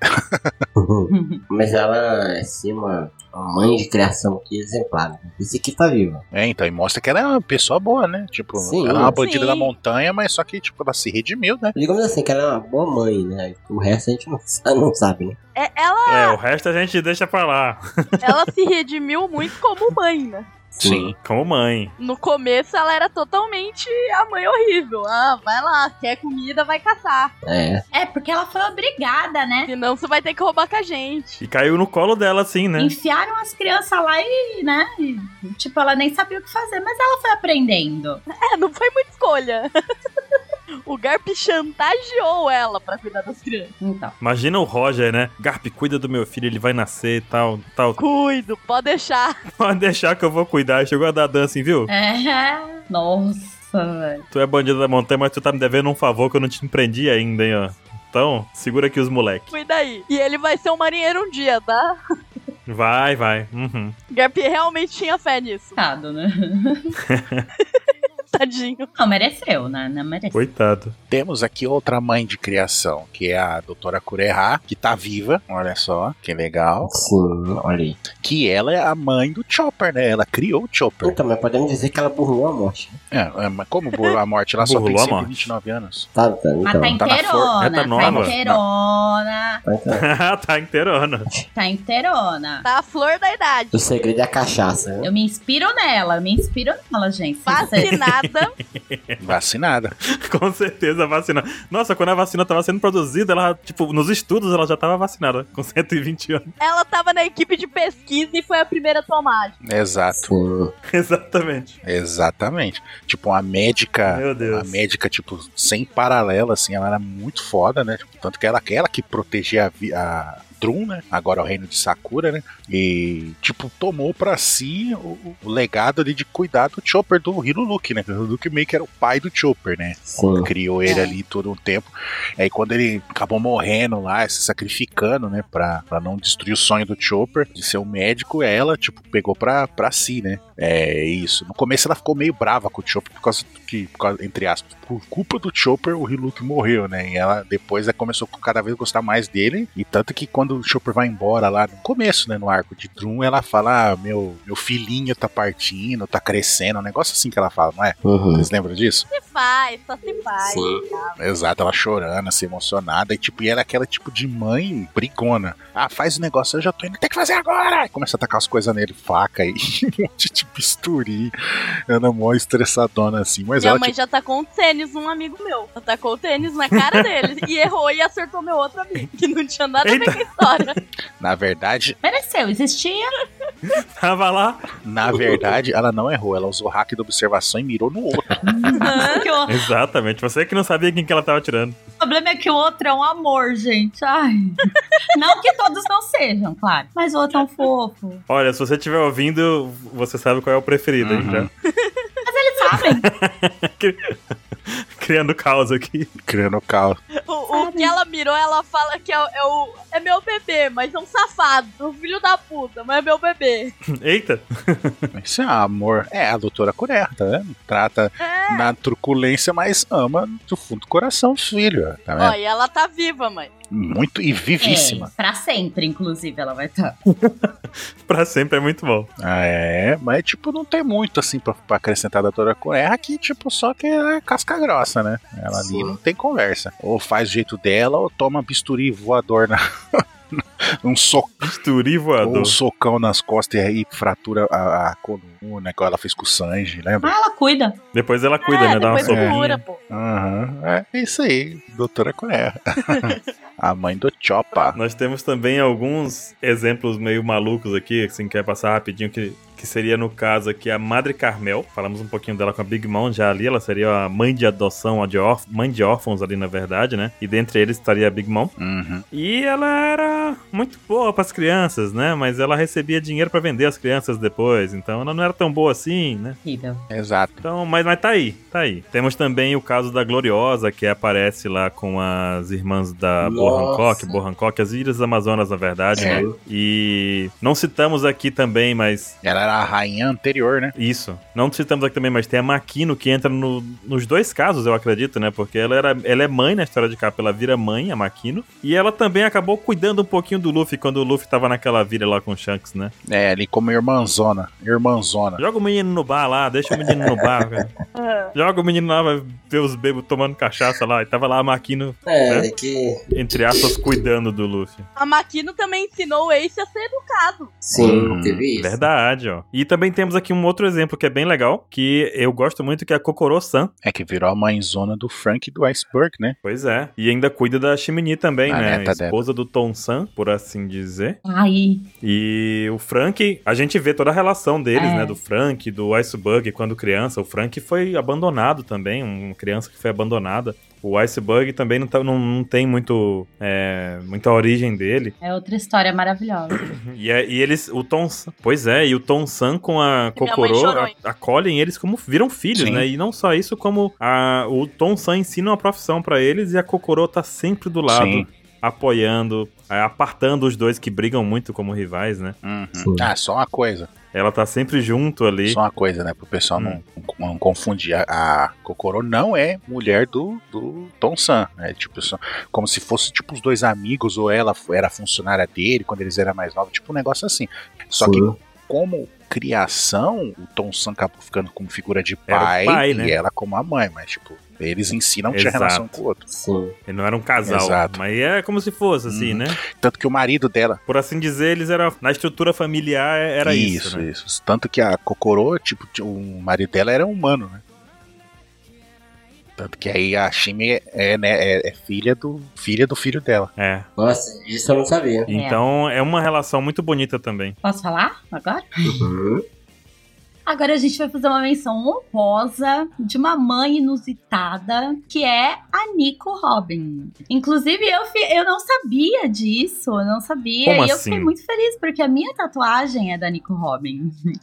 [SPEAKER 2] Mas ela é sim uma, uma mãe de criação que é exemplar. né? Esse aqui tá vivo.
[SPEAKER 1] É, então, e mostra que ela é uma pessoa boa, né? Tipo,
[SPEAKER 2] Sim.
[SPEAKER 1] ela é uma bandida
[SPEAKER 4] Sim.
[SPEAKER 1] da montanha, mas só que, tipo, ela se redimiu, né?
[SPEAKER 2] Digamos assim, que ela é uma boa mãe, né? O resto a gente não, sa- não sabe, né?
[SPEAKER 4] É, ela,
[SPEAKER 3] É, o resto a gente deixa pra lá.
[SPEAKER 4] ela se redimiu muito como mãe, né?
[SPEAKER 1] Sim.
[SPEAKER 3] Como mãe.
[SPEAKER 4] No começo ela era totalmente a mãe horrível. Ah, vai lá, quer comida, vai caçar.
[SPEAKER 2] É.
[SPEAKER 5] É, porque ela foi obrigada, né?
[SPEAKER 4] Senão você vai ter que roubar com a gente.
[SPEAKER 3] E caiu no colo dela, assim, né?
[SPEAKER 5] Enfiaram as crianças lá e, né? e, tipo, ela nem sabia o que fazer, mas ela foi aprendendo.
[SPEAKER 4] É, não foi muita escolha. *laughs* o Garp chantageou ela pra cuidar das crianças.
[SPEAKER 5] Então,
[SPEAKER 3] Imagina o Roger, né? Garp, cuida do meu filho, ele vai nascer e tal, tal. *laughs*
[SPEAKER 4] Cuido, pode deixar.
[SPEAKER 3] Pode deixar que eu vou cuidar. Chegou a dar dança, hein, viu?
[SPEAKER 5] é. *laughs* Nossa, velho.
[SPEAKER 3] Tu é bandido da montanha, mas tu tá me devendo um favor que eu não te empreendi ainda, hein, ó. Então, segura aqui os moleques.
[SPEAKER 4] Cuida aí. E ele vai ser um marinheiro um dia, tá?
[SPEAKER 3] Vai, vai. Uhum.
[SPEAKER 4] Garp realmente tinha fé nisso. *laughs*
[SPEAKER 5] Coitado, né?
[SPEAKER 4] Tadinho.
[SPEAKER 5] Não, mereceu, né? Não mereceu.
[SPEAKER 3] Coitado. *laughs*
[SPEAKER 1] Temos aqui outra mãe de criação, que é a doutora Kureha, que tá viva, olha só, que legal.
[SPEAKER 2] Sim, olha aí.
[SPEAKER 1] Que ela é a mãe do Chopper, né? Ela criou o
[SPEAKER 3] Oh.
[SPEAKER 1] Chopper.
[SPEAKER 2] Então, mas podemos dizer que ela burlou a morte. né?
[SPEAKER 1] É, é, mas como burlou a morte? Ela só
[SPEAKER 3] Burlou
[SPEAKER 1] tem
[SPEAKER 3] a morte.
[SPEAKER 1] 129 anos.
[SPEAKER 2] Tá, tá,
[SPEAKER 5] Mas tá
[SPEAKER 2] então.
[SPEAKER 1] tá na
[SPEAKER 5] inteirona,
[SPEAKER 3] forma, tá
[SPEAKER 5] tá,
[SPEAKER 3] nova.
[SPEAKER 2] Tá,
[SPEAKER 5] inteirona,
[SPEAKER 2] então.
[SPEAKER 3] tá inteirona.
[SPEAKER 5] tá inteirona.
[SPEAKER 4] Tá a flor da idade.
[SPEAKER 2] O segredo é a cachaça, né?
[SPEAKER 5] Eu me inspiro nela, eu me inspiro nela, gente. Vocês-
[SPEAKER 3] *laughs*
[SPEAKER 4] Vacinada.
[SPEAKER 1] Vacinada.
[SPEAKER 3] Com certeza vacina. Nossa, quando a vacina tava sendo produzida, ela, tipo, nos estudos ela já tava vacinada, com 120 anos. *laughs*
[SPEAKER 4] ela tava na equipe de pesquisa e foi a primeira tomada.
[SPEAKER 1] Exato,
[SPEAKER 2] Sim.
[SPEAKER 3] Exatamente.
[SPEAKER 1] exatamente. Tipo, uma médica.
[SPEAKER 3] Meu Deus.
[SPEAKER 1] Uma médica, tipo, sem paralelo, assim, ela era muito foda, né? Tipo, tanto que ela, ela que protegia a, vi- a Drum, né? Agora o reino de Sakura, né? E, tipo, tomou pra si o, o legado ali de cuidar do Chopper do Hiruluki, né? O Hiruluki meio que era o pai do Chopper, né?
[SPEAKER 2] Sim.
[SPEAKER 1] Criou ele ali todo um tempo. Aí quando ele acabou morrendo lá, se sacrificando, né? Pra, pra não destruir o sonho do Chopper de ser um médico, ela, tipo, pegou pra, pra si, né? É isso. No começo ela ficou meio brava com o Chopper por causa do que, por causa- entre aspas, por culpa do Chopper, o Hiluk morreu, né? E ela depois ela começou a cada vez gostar mais dele. E tanto que quando o Chopper vai embora lá no começo, né, no arco de Drum, ela fala: ah, meu, meu filhinho tá partindo, tá crescendo, um negócio assim que ela fala, não é?
[SPEAKER 2] Uhum.
[SPEAKER 1] Vocês lembram disso?
[SPEAKER 4] Se faz, só se faz.
[SPEAKER 2] Sim.
[SPEAKER 1] Exato, ela chorando, assim, emocionada. E tipo, e ela é aquela tipo de mãe brigona. Ah, faz o negócio, eu já tô indo, tem que fazer agora! E começa a tacar as coisas nele, faca e *laughs* um monte de bisturi. Ela é mó estressadona assim, mas
[SPEAKER 4] Minha
[SPEAKER 3] é,
[SPEAKER 1] ela,
[SPEAKER 4] mãe
[SPEAKER 1] tipo,
[SPEAKER 4] já tacou um tênis num amigo meu. Já tacou o tênis na
[SPEAKER 3] *laughs*
[SPEAKER 4] cara dele. e errou e acertou meu outro amigo. Que não tinha nada a ver com a história.
[SPEAKER 1] tipo, na verdade,
[SPEAKER 5] Mereceu, existia.
[SPEAKER 3] Tava lá.
[SPEAKER 1] na verdade, ela não errou. Ela usou hack da observação e mirou no outro. *laughs*
[SPEAKER 5] *laughs* Porque o
[SPEAKER 3] Exatamente. Você que não sabia quem que ela tava tirando.
[SPEAKER 5] problema é que o outro é um amor, gente. Ai. Não que todos não sejam, claro. Mas o outro é um fofo.
[SPEAKER 3] Olha, se você estiver ouvindo, você sabe qual é o preferido, hein?
[SPEAKER 1] Uhum.
[SPEAKER 3] já.
[SPEAKER 5] Mas eles sabem.
[SPEAKER 3] *laughs* criando caos aqui. *laughs*
[SPEAKER 1] Criando caos.
[SPEAKER 4] O, o que ela mirou, ela fala que é, o- é o, é meu bebê, mas é um safado, um filho da puta, mas é meu bebê.
[SPEAKER 3] Eita!
[SPEAKER 1] Isso é amor. É a doutora Coreia, tá vendo? Trata
[SPEAKER 4] É.
[SPEAKER 1] na truculência, mas ama do fundo do coração os filhos,
[SPEAKER 3] É.
[SPEAKER 1] tá
[SPEAKER 4] Ó,
[SPEAKER 1] vendo?
[SPEAKER 4] e ela tá viva, mãe.
[SPEAKER 1] Muito e vivíssima.
[SPEAKER 5] É, pra sempre, inclusive, ela vai estar.
[SPEAKER 3] Pra sempre é muito bom.
[SPEAKER 1] Ah, É, mas tipo, não tem muito assim pra, pra acrescentar da doutora Coreia, que tipo, só que ela é casca grossa, né? Ela ali
[SPEAKER 2] Sim.
[SPEAKER 1] não tem conversa. Ou faz do jeito dela, ou toma bisturi voador na. *laughs* um soco.
[SPEAKER 3] Bisturi
[SPEAKER 1] Ou
[SPEAKER 3] voador.
[SPEAKER 1] um socão nas costas e aí fratura a, a coluna, igual ela fez com o Sanji, lembra?
[SPEAKER 5] Ah, ela cuida.
[SPEAKER 3] Depois ela cuida,
[SPEAKER 4] é,
[SPEAKER 3] né? Dá uma
[SPEAKER 4] depois
[SPEAKER 1] sobrinha.
[SPEAKER 4] cura,
[SPEAKER 3] sobrinha.
[SPEAKER 4] pô.
[SPEAKER 1] Aham, é isso aí, doutora Coreia. *laughs* a mãe do Choppa.
[SPEAKER 3] Nós temos também alguns exemplos meio malucos aqui, assim, quer passar rapidinho, que, que seria no caso aqui a Madre Carmel. Falamos um pouquinho dela com a Big Mom já ali, ela seria a mãe de adoção, a de órf- mãe de órfãos ali na verdade, né? E dentre eles estaria a Big Mom.
[SPEAKER 1] Uhum.
[SPEAKER 3] E ela era muito boa pras crianças, né? Mas ela recebia dinheiro pra vender as crianças depois, então ela não era tão boa assim, né?
[SPEAKER 5] Horrível.
[SPEAKER 1] Exato.
[SPEAKER 3] Então, mas, mas tá aí, tá aí. Temos também o caso da Gloriosa, que aparece lá com as irmãs da Boa
[SPEAKER 2] Nossa.
[SPEAKER 3] Hancock, Boa Hancock, as Ilhas Amazonas, na verdade,
[SPEAKER 1] É.
[SPEAKER 3] né? E não citamos aqui também, mas.
[SPEAKER 1] Ela era a rainha anterior, né?
[SPEAKER 3] Isso. Não citamos aqui também, mas tem a Makino que entra no- nos dois casos, eu acredito, né? Porque ela, era, ela é mãe na história de capa, ela vira mãe, a Makino. E ela também acabou cuidando um pouquinho do Luffy quando o Luffy tava naquela vila lá com o Shanks, né?
[SPEAKER 1] É, ali como irmãzona. Irmãzona.
[SPEAKER 3] Joga o menino no bar lá, deixa o menino no bar, cara.
[SPEAKER 4] Ah.
[SPEAKER 3] Joga o menino lá, vai ver os bebos tomando cachaça lá. E tava lá a Maquino,
[SPEAKER 2] É, é que.
[SPEAKER 3] entre aspas, cuidando do Luffy.
[SPEAKER 4] A Makino também ensinou o Ace a ser um. educado.
[SPEAKER 2] Sim,
[SPEAKER 3] Hum,
[SPEAKER 2] teve isso.
[SPEAKER 3] Verdade, ó. E também temos aqui um outro exemplo que é bem legal, que eu gosto muito, que é a Kokoro-san.
[SPEAKER 1] É que virou a mãezona do Frank e do Iceberg, né?
[SPEAKER 3] Pois é. E ainda cuida da Shimini também,
[SPEAKER 1] A
[SPEAKER 3] né?
[SPEAKER 1] neta
[SPEAKER 3] Esposa do Tom-san, por assim dizer.
[SPEAKER 5] Aí,
[SPEAKER 3] E o Frank, a gente vê toda a relação deles,
[SPEAKER 5] É.
[SPEAKER 3] né? Do Frank, do Iceberg quando criança. O Frank foi abandonado também, um, uma criança que foi abandonada. O Iceberg também não, tá- não- não tem muito, é, muita origem dele.
[SPEAKER 5] é outra história maravilhosa.
[SPEAKER 1] Uhum.
[SPEAKER 3] E, é- e eles, o Tom, San- pois é, e o Tom San com a
[SPEAKER 4] minha mãe
[SPEAKER 3] Kokoro
[SPEAKER 4] chorou,
[SPEAKER 3] a-
[SPEAKER 4] hein?
[SPEAKER 3] acolhem eles como viram filhos,
[SPEAKER 1] Sim.
[SPEAKER 3] né? E não só isso, como a- o Tom San ensina uma profissão pra eles e a Kokoro tá sempre do lado,
[SPEAKER 1] Sim.
[SPEAKER 3] apoiando, é, apartando os dois que brigam muito como rivais, né?
[SPEAKER 1] Uhum.
[SPEAKER 2] Sim.
[SPEAKER 1] Ah, só uma coisa.
[SPEAKER 3] Ela tá sempre junto ali.
[SPEAKER 1] Só uma coisa, né? Pro pessoal não,
[SPEAKER 3] Hum.
[SPEAKER 1] não confundir. A, a Kokoro não é mulher do, do Tom San. É tipo, só- como se fosse tipo os dois amigos, ou ela f- era funcionária dele quando eles eram mais novos. Tipo um negócio assim. Só que
[SPEAKER 2] Sim.
[SPEAKER 1] como criação, o Tom San acabou ficando como figura de
[SPEAKER 3] Era o
[SPEAKER 1] pai,
[SPEAKER 3] pai, né?
[SPEAKER 1] e ela como a mãe, mas tipo, eles ensinam a ter
[SPEAKER 3] Exato.
[SPEAKER 1] relação com o outro.
[SPEAKER 2] Sim.
[SPEAKER 3] Ele não era um casal.
[SPEAKER 1] Exato.
[SPEAKER 3] Mas é como se fosse, assim,
[SPEAKER 1] Uhum.
[SPEAKER 3] né?
[SPEAKER 1] Tanto que o marido dela.
[SPEAKER 3] Por assim dizer, eles eram. Na estrutura familiar era isso.
[SPEAKER 1] isso.
[SPEAKER 3] né?
[SPEAKER 1] isso. Tanto que a Kokoro, tipo, t- o marido dela era humano, né? Tanto que aí a Shimi é, é, né, é- é filha do filha do filho dela.
[SPEAKER 3] É.
[SPEAKER 2] Nossa, isso eu não sabia.
[SPEAKER 3] Então é uma relação muito bonita também.
[SPEAKER 5] Posso falar agora?
[SPEAKER 2] Uhum.
[SPEAKER 5] Agora a gente vai fazer uma menção honrosa de uma mãe inusitada, que é a Nico Robin. Inclusive, eu, fi- eu não sabia disso, eu não sabia.
[SPEAKER 3] Como
[SPEAKER 5] e eu
[SPEAKER 3] assim?
[SPEAKER 5] fiquei muito feliz, porque a minha tatuagem é da Nico Robin. *laughs*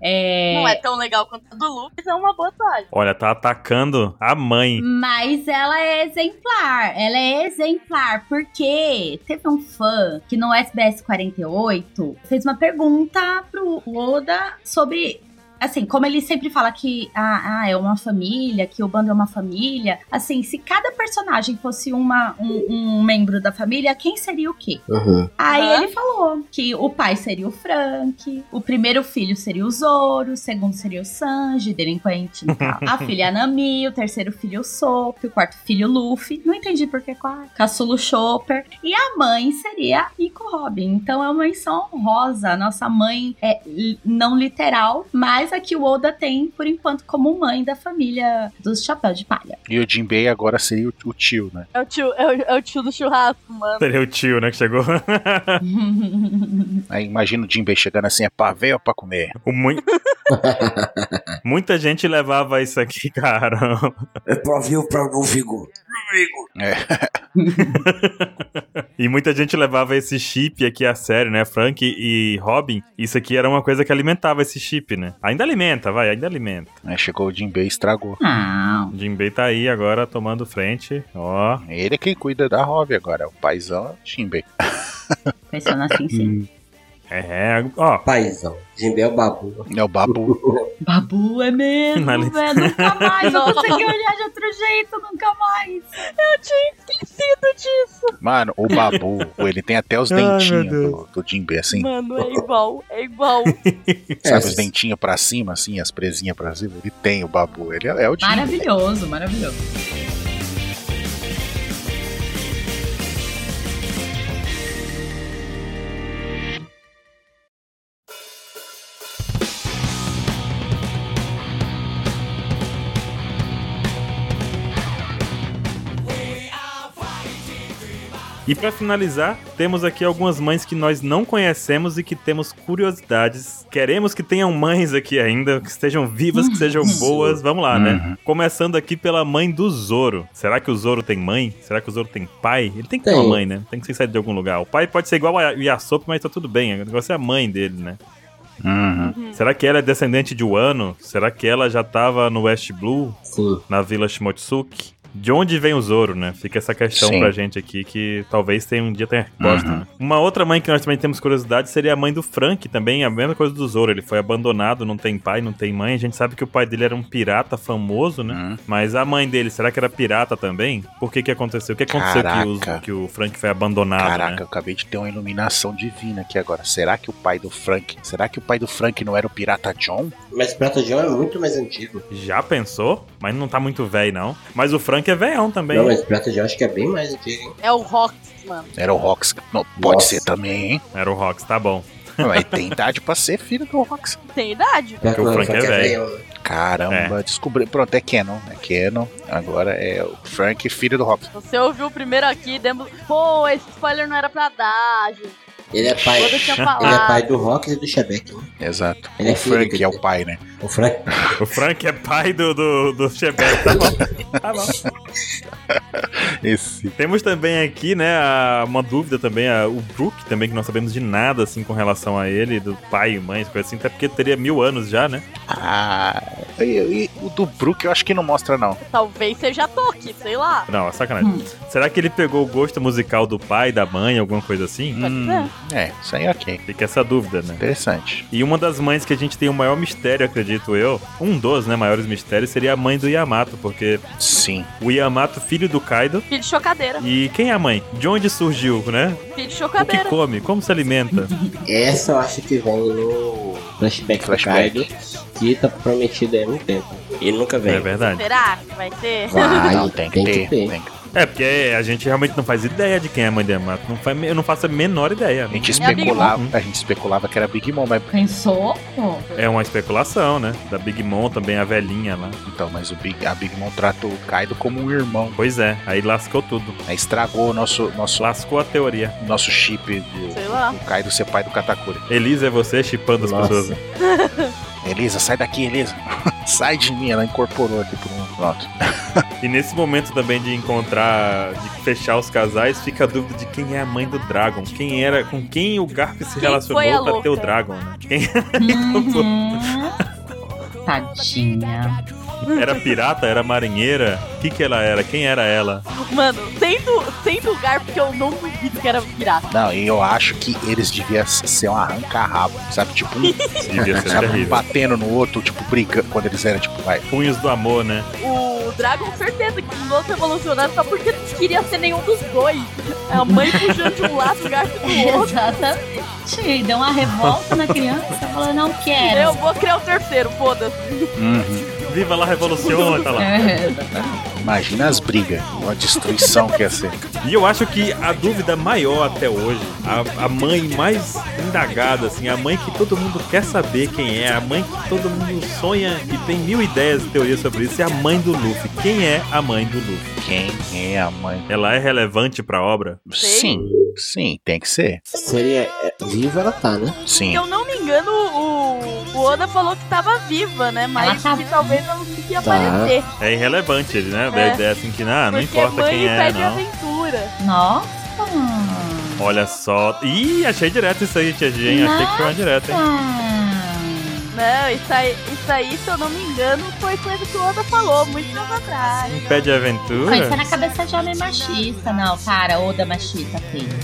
[SPEAKER 5] É,
[SPEAKER 4] Não é tão legal quanto a do Lu, mas é uma boa toalha.
[SPEAKER 3] Olha, tá atacando a mãe.
[SPEAKER 5] Mas ela é exemplar, ela é exemplar, porque teve um fã que no SBS 48 fez uma pergunta pro Oda sobre. Assim, como ele sempre fala que ah, ah, é uma família, que o bando é uma família. Assim, se cada personagem fosse uma, um, um membro da família, quem seria o quê?
[SPEAKER 2] Uhum.
[SPEAKER 5] Aí
[SPEAKER 4] Aham.
[SPEAKER 5] ele falou que o pai seria o Frank, o primeiro filho seria o Zoro, o segundo seria o Sanji, delinquente no caso.
[SPEAKER 4] *laughs*
[SPEAKER 5] A filha é a Nami, o terceiro filho o Sop, o quarto filho o Luffy. Não entendi por que quarto. Caçulo Chopper. E a mãe seria a Nico Robin. Então é uma menção honrosa. Nossa mãe é li- não literal, mas a que o Oda tem, por enquanto, como mãe da família dos Chapéu de Palha.
[SPEAKER 1] E o Jinbei agora seria o, o tio, né?
[SPEAKER 4] É o tio, é o, é o tio do churrasco, mano.
[SPEAKER 3] Seria o tio, né? Que chegou. *laughs*
[SPEAKER 1] Aí imagina o Jinbei chegando assim, é pra ver ou pra comer?
[SPEAKER 3] O
[SPEAKER 1] *laughs*
[SPEAKER 3] mui- Muita gente levava isso aqui, *laughs* cara.
[SPEAKER 2] É pra ver o pra não vigor. amigo.
[SPEAKER 3] E muita gente levava esse chip aqui a sério, né? Frank e Robin, isso aqui era uma coisa que alimentava esse chip, né? Ainda alimenta, vai, ainda alimenta.
[SPEAKER 1] Aí chegou o Jinbei e estragou.
[SPEAKER 5] *laughs* Não.
[SPEAKER 3] Jinbei tá aí agora tomando frente, ó.
[SPEAKER 1] Ele é quem cuida da Robin agora. O paizão é o Jinbei.
[SPEAKER 5] Pensando assim, sim.
[SPEAKER 3] É, ó.
[SPEAKER 2] Paizão. Jimbé é o babu.
[SPEAKER 1] É o babu.
[SPEAKER 5] Babu é mesmo,
[SPEAKER 3] Na li-
[SPEAKER 5] velho. Nunca mais. Eu consegui olhar de outro jeito, nunca mais.
[SPEAKER 4] Esquecido disso.
[SPEAKER 1] Mano, o babu, ele tem até os
[SPEAKER 3] *laughs* Ai, meu
[SPEAKER 1] dentinhos do,
[SPEAKER 3] Deus.
[SPEAKER 1] do Jinbei, assim.
[SPEAKER 4] Mano, é igual, é igual.
[SPEAKER 1] Sabe
[SPEAKER 2] É,
[SPEAKER 1] os dentinhos pra cima, assim, as presinhas pra cima? Ele tem o babu, ele é, é o Jinbei.
[SPEAKER 5] Maravilhoso, maravilhoso.
[SPEAKER 3] E pra finalizar, temos aqui algumas mães que nós não conhecemos e que temos curiosidades. Queremos que tenham mães aqui ainda, que estejam vivas, que sejam boas. Vamos lá,
[SPEAKER 1] Uhum.
[SPEAKER 3] né? Começando aqui pela mãe do Zoro. Será que o Zoro tem mãe? Será que o Zoro tem pai? Ele tem que ter
[SPEAKER 2] Tem.
[SPEAKER 3] uma mãe, né? Tem que ser saído de algum lugar. O pai pode ser igual o Yasop, mas tá tudo bem. O negócio é a mãe dele, né?
[SPEAKER 1] Uhum.
[SPEAKER 3] Será que ela é descendente de Wano? Será que ela já tava no West Blue?
[SPEAKER 2] Sim.
[SPEAKER 3] na Vila Shimotsuki. De onde vem o Zoro, né? Fica essa questão
[SPEAKER 1] Sim.
[SPEAKER 3] pra gente aqui que talvez tenha um dia tenha resposta.
[SPEAKER 1] Uhum.
[SPEAKER 3] né? Uma outra mãe que nós também temos curiosidade seria a mãe do Frank, também a mesma coisa do Zoro. Ele foi abandonado, não tem pai, não tem mãe. A gente sabe que o pai dele era um pirata famoso, né?
[SPEAKER 1] Uhum.
[SPEAKER 3] Mas a mãe dele, será que era pirata também? Por que que aconteceu? O que aconteceu que
[SPEAKER 1] Caraca.
[SPEAKER 3] o, que o Frank foi abandonado,
[SPEAKER 1] Caraca,
[SPEAKER 3] né?
[SPEAKER 1] eu acabei de ter uma iluminação divina aqui agora. Será que o pai do Frank. Será que o pai do Frank não era o pirata John?
[SPEAKER 2] Mas o Prato John é muito mais antigo.
[SPEAKER 3] Já pensou? Mas não tá muito velho, não. Mas o Frank é velhão também.
[SPEAKER 2] Não, mas o Prato John acho que é bem mais antigo, hein?
[SPEAKER 4] É o Rox, mano.
[SPEAKER 1] Era o Rox. Não, pode
[SPEAKER 2] Nossa.
[SPEAKER 1] ser também, hein?
[SPEAKER 3] Era o Rox, tá bom.
[SPEAKER 1] Mas tem idade pra ser filho do Rox.
[SPEAKER 4] Tem idade.
[SPEAKER 2] Pior que
[SPEAKER 3] o Frank é
[SPEAKER 2] velho.
[SPEAKER 1] Caramba, descobri. Pronto, é Canon. É Canon. Agora é o Frank, filho do Robson.
[SPEAKER 4] Você ouviu o primeiro aqui, demos. Pô, esse spoiler não era pra dar, gente.
[SPEAKER 2] Ele é pai.
[SPEAKER 4] Quando eu tinha
[SPEAKER 5] *laughs*
[SPEAKER 2] Ele é pai
[SPEAKER 4] falado.
[SPEAKER 2] do Rock e do Shebeck. né?
[SPEAKER 1] Exato.
[SPEAKER 2] Ele é
[SPEAKER 1] o Frank
[SPEAKER 2] filho,
[SPEAKER 1] é o pai, né?
[SPEAKER 2] O Frank.
[SPEAKER 3] O Frank é pai do, do, do Shebeck, tá bom. Tá bom.
[SPEAKER 1] Esse.
[SPEAKER 3] Temos também aqui, né, a- uma dúvida também, a- o Brook também, que não sabemos de nada, assim, com relação a ele, do pai e mãe, coisa assim, até porque teria mil anos já, né?
[SPEAKER 1] Ah. E, e o do Brook eu acho que não mostra, não.
[SPEAKER 4] Talvez seja toque, sei lá.
[SPEAKER 3] Não, é sacanagem.
[SPEAKER 5] Hum.
[SPEAKER 3] Será que ele pegou o gosto musical do pai, da mãe, alguma coisa assim?
[SPEAKER 4] Pode ser.
[SPEAKER 1] É, isso aí ok.
[SPEAKER 3] Fica essa dúvida, né?
[SPEAKER 1] Interessante.
[SPEAKER 3] E uma das mães que a gente tem o maior mistério, acredito eu, um dos, né, maiores mistérios, seria a mãe do Yamato, porque
[SPEAKER 1] Sim.
[SPEAKER 3] o Yamato, filho do Kaido,
[SPEAKER 4] Filho de chocadeira.
[SPEAKER 3] e quem é a mãe? De onde surgiu, né?
[SPEAKER 4] Filho de
[SPEAKER 3] O que
[SPEAKER 4] chocadeira.
[SPEAKER 3] come? Como se alimenta?
[SPEAKER 2] Essa eu acho que vem no flashback,
[SPEAKER 1] Flashback.
[SPEAKER 2] do Kaido, que tá prometido aí há muito tempo. E nunca vem.
[SPEAKER 3] É verdade.
[SPEAKER 4] Será que vai ter?
[SPEAKER 2] Vai,
[SPEAKER 1] não, Ah, tem que ter. né? tem que-
[SPEAKER 3] É, porque a gente realmente não faz ideia de quem é a mãe de Yamato. Não faz, eu não faço a menor ideia.
[SPEAKER 1] A gente
[SPEAKER 4] É a Big
[SPEAKER 1] especulava, a gente especulava que era Big Mom, mas
[SPEAKER 5] Pensou?
[SPEAKER 3] É uma especulação, né? Da Big Mom também, a velhinha lá.
[SPEAKER 1] então, mas o Big, a Big Mom trata o Kaido como um irmão.
[SPEAKER 3] Pois é, aí lascou tudo.
[SPEAKER 1] Aí estragou o nosso nosso
[SPEAKER 3] Lascou a teoria.
[SPEAKER 1] nosso chip do,
[SPEAKER 4] Sei lá.
[SPEAKER 1] do Kaido ser pai do Katakuri.
[SPEAKER 3] Elisa é você chipando as
[SPEAKER 2] Nossa.
[SPEAKER 3] pessoas.
[SPEAKER 1] Elisa, sai daqui, Elisa. *laughs* sai de mim, ela incorporou aqui pro mundo. Pronto.
[SPEAKER 3] E nesse momento também de encontrar, de fechar os casais, fica a dúvida de quem é a mãe do Dragon. Quem era, com quem o Garp se
[SPEAKER 4] Quem
[SPEAKER 3] relacionou
[SPEAKER 4] foi a
[SPEAKER 3] pra ter o
[SPEAKER 4] louca?
[SPEAKER 3] Dragon, né? Quem *laughs*
[SPEAKER 5] Uhum.
[SPEAKER 4] *laughs*
[SPEAKER 5] Tadinha.
[SPEAKER 3] era pirata, era marinheira? O que que ela era? Quem era ela?
[SPEAKER 4] Mano, sem, du sem lugar, porque eu não duvido que era pirata.
[SPEAKER 1] Não, e eu acho que eles deviam ser um arranca-rabo, sabe? Tipo, um,
[SPEAKER 3] *laughs*
[SPEAKER 1] *laughs*
[SPEAKER 3] Devia ser
[SPEAKER 1] sabe, um
[SPEAKER 3] terrível.
[SPEAKER 1] batendo no outro, tipo, brigando. Quando eles eram, tipo, vai.
[SPEAKER 3] Punhos do amor, né?
[SPEAKER 4] O Dragon, certeza que os outros evolucionaram só porque não queria ser nenhum dos dois. A mãe puxando de um lado, o garfo do outro.
[SPEAKER 5] Exatamente. Deu uma revolta na criança, falando, não
[SPEAKER 4] Eu
[SPEAKER 5] quero.
[SPEAKER 4] vou criar o terceiro, foda-se.
[SPEAKER 3] Viva lá, revolução! Tá lá.
[SPEAKER 5] É.
[SPEAKER 1] Imagina as brigas, uma destruição que ia ser.
[SPEAKER 3] E eu acho que a dúvida maior até hoje, a, a mãe mais indagada, assim, a mãe que todo mundo quer saber quem é, a mãe que todo mundo sonha e tem mil ideias e teorias sobre isso, é a mãe do Luffy. Quem é a mãe do Luffy?
[SPEAKER 1] Quem é a mãe?
[SPEAKER 3] Ela é relevante pra obra?
[SPEAKER 1] Sim, sim, tem que ser.
[SPEAKER 2] Seria. é, Viva ela tá, né?
[SPEAKER 1] Sim.
[SPEAKER 4] Se eu não me engano, o, O Oda falou que tava viva, né? Mas
[SPEAKER 5] Ela tá
[SPEAKER 4] que talvez ela não conseguia
[SPEAKER 2] Tá.
[SPEAKER 4] aparecer.
[SPEAKER 3] É irrelevante ele, né? Da
[SPEAKER 4] É.
[SPEAKER 3] ideia assim que, ah, não
[SPEAKER 4] porque
[SPEAKER 3] importa
[SPEAKER 4] mãe
[SPEAKER 3] quem é,
[SPEAKER 4] impede a
[SPEAKER 3] não.
[SPEAKER 4] aventura.
[SPEAKER 5] Nossa!
[SPEAKER 3] Olha só. Ih, achei direto isso aí, tia Jean. Achei que foi uma direta, hein?
[SPEAKER 4] Não, isso aí, isso aí, se eu não me engano, foi coisa que o Oda falou muito tempo atrás.
[SPEAKER 3] Impede a
[SPEAKER 5] Coisa
[SPEAKER 3] aventura?
[SPEAKER 5] na cabeça de homem machista, não, para, Oda machista, filho.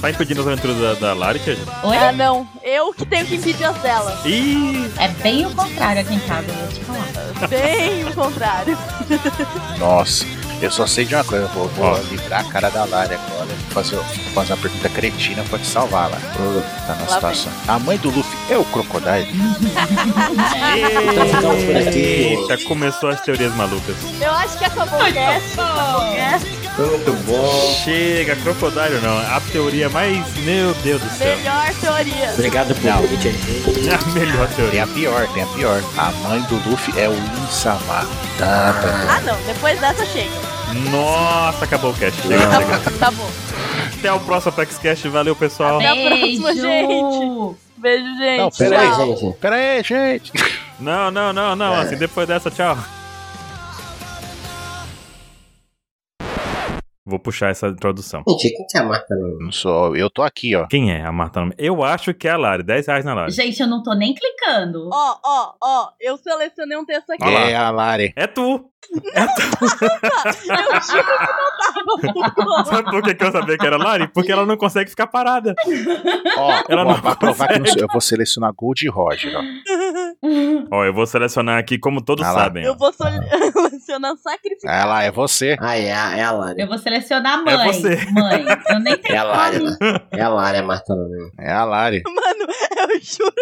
[SPEAKER 3] Tá impedindo as aventuras da, da Lari, tia Jean?
[SPEAKER 5] Oi?
[SPEAKER 4] Ah, não. Eu que tenho que impedir as dela. *laughs*
[SPEAKER 3] Ih,
[SPEAKER 5] É bem o contrário aqui em casa, eu vou te falar.
[SPEAKER 4] Bem o contrário.
[SPEAKER 1] Nossa, eu só sei de uma coisa, vou, vou livrar a cara da Lari agora. Vou fazer, vou fazer uma pergunta cretina pra te salvar lá. Tá na
[SPEAKER 4] Lá vem.
[SPEAKER 1] situação. A mãe do Luffy é o Crocodile?
[SPEAKER 4] Tá
[SPEAKER 2] ficando por aqui.
[SPEAKER 3] eita, começou as teorias malucas.
[SPEAKER 4] Eu acho que é acabou o cast. acabou o cast.
[SPEAKER 2] Foi muito bom.
[SPEAKER 3] Chega, crocodilo não. A teoria mais. Meu Deus do céu. É
[SPEAKER 4] Melhor teoria.
[SPEAKER 2] Obrigado por
[SPEAKER 1] Não.
[SPEAKER 2] tudo, Tia Jean.
[SPEAKER 3] A melhor
[SPEAKER 1] Tem
[SPEAKER 3] teoria.
[SPEAKER 1] a pior, tem a pior. A mãe do Luffy é o Insama.
[SPEAKER 4] Ah, não. Depois dessa chega.
[SPEAKER 3] Nossa, acabou o cast. Chega,
[SPEAKER 2] Não.
[SPEAKER 3] chega.
[SPEAKER 4] Tá bom.
[SPEAKER 3] Até o próximo Cast. Valeu, pessoal.
[SPEAKER 4] Até a próxima,
[SPEAKER 5] Beijo!
[SPEAKER 4] gente. Beijo, gente.
[SPEAKER 1] Não, pera
[SPEAKER 2] Peraí,
[SPEAKER 1] aí,
[SPEAKER 4] Tchau.
[SPEAKER 2] gente.
[SPEAKER 1] Pera aí, gente.
[SPEAKER 3] Não, não, não, não. Assim, depois dessa, tchau. Vou puxar essa introdução.
[SPEAKER 2] Gente, quem que é a marca?
[SPEAKER 1] Não sou, eu tô aqui, ó.
[SPEAKER 3] Quem é a Marta? Nome? Eu acho que é a Lari. 10 reais na Lari.
[SPEAKER 5] Gente, eu não tô nem clicando.
[SPEAKER 4] Ó, ó, ó, eu selecionei um texto aqui.
[SPEAKER 3] Olha lá.
[SPEAKER 1] É a Lari.
[SPEAKER 3] É tu!
[SPEAKER 4] Eu juro que não tava bom.
[SPEAKER 3] Sabe por que que eu sabia que era a Lari? Porque ela não consegue ficar parada.
[SPEAKER 1] *laughs* Ó,
[SPEAKER 3] Ela
[SPEAKER 1] ó,
[SPEAKER 3] não
[SPEAKER 1] pra provar que não sou, eu vou selecionar Gold Roger, ó.
[SPEAKER 3] Ó, eu vou selecionar aqui como todos
[SPEAKER 1] Ah lá.
[SPEAKER 3] sabem. ó.
[SPEAKER 4] Eu vou *laughs* selecionar sacrifício.
[SPEAKER 1] Ah lá, é você.
[SPEAKER 2] Ah, é, a- é a Lari.
[SPEAKER 5] Eu vou selecionar a mãe.
[SPEAKER 3] É você.
[SPEAKER 5] Mãe, eu nem tenho
[SPEAKER 2] É a Lari,
[SPEAKER 5] como.
[SPEAKER 2] né? É a Lari, a Marta Nunes.
[SPEAKER 1] É a Lari.
[SPEAKER 4] Mano, eu juro.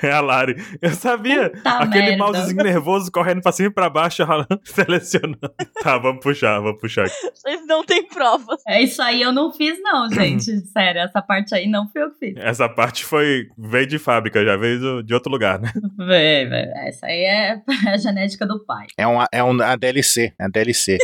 [SPEAKER 3] É a Lari. Eu sabia.
[SPEAKER 5] Tá
[SPEAKER 3] Aquele
[SPEAKER 5] merda.
[SPEAKER 3] mousezinho nervoso correndo pra cima e pra baixo, *laughs* ralando, selecionando. Tá, vamos puxar, vamos puxar aqui.
[SPEAKER 4] Vocês não têm provas.
[SPEAKER 5] É isso aí, eu não fiz não, gente. Sério, essa parte aí não foi eu que fiz.
[SPEAKER 3] Essa parte foi. veio de fábrica, já veio do- de outro lugar, né?
[SPEAKER 5] *laughs* Vê, vê, Essa aí é a genética do pai.
[SPEAKER 1] É um, é um a DLC. É a DLC.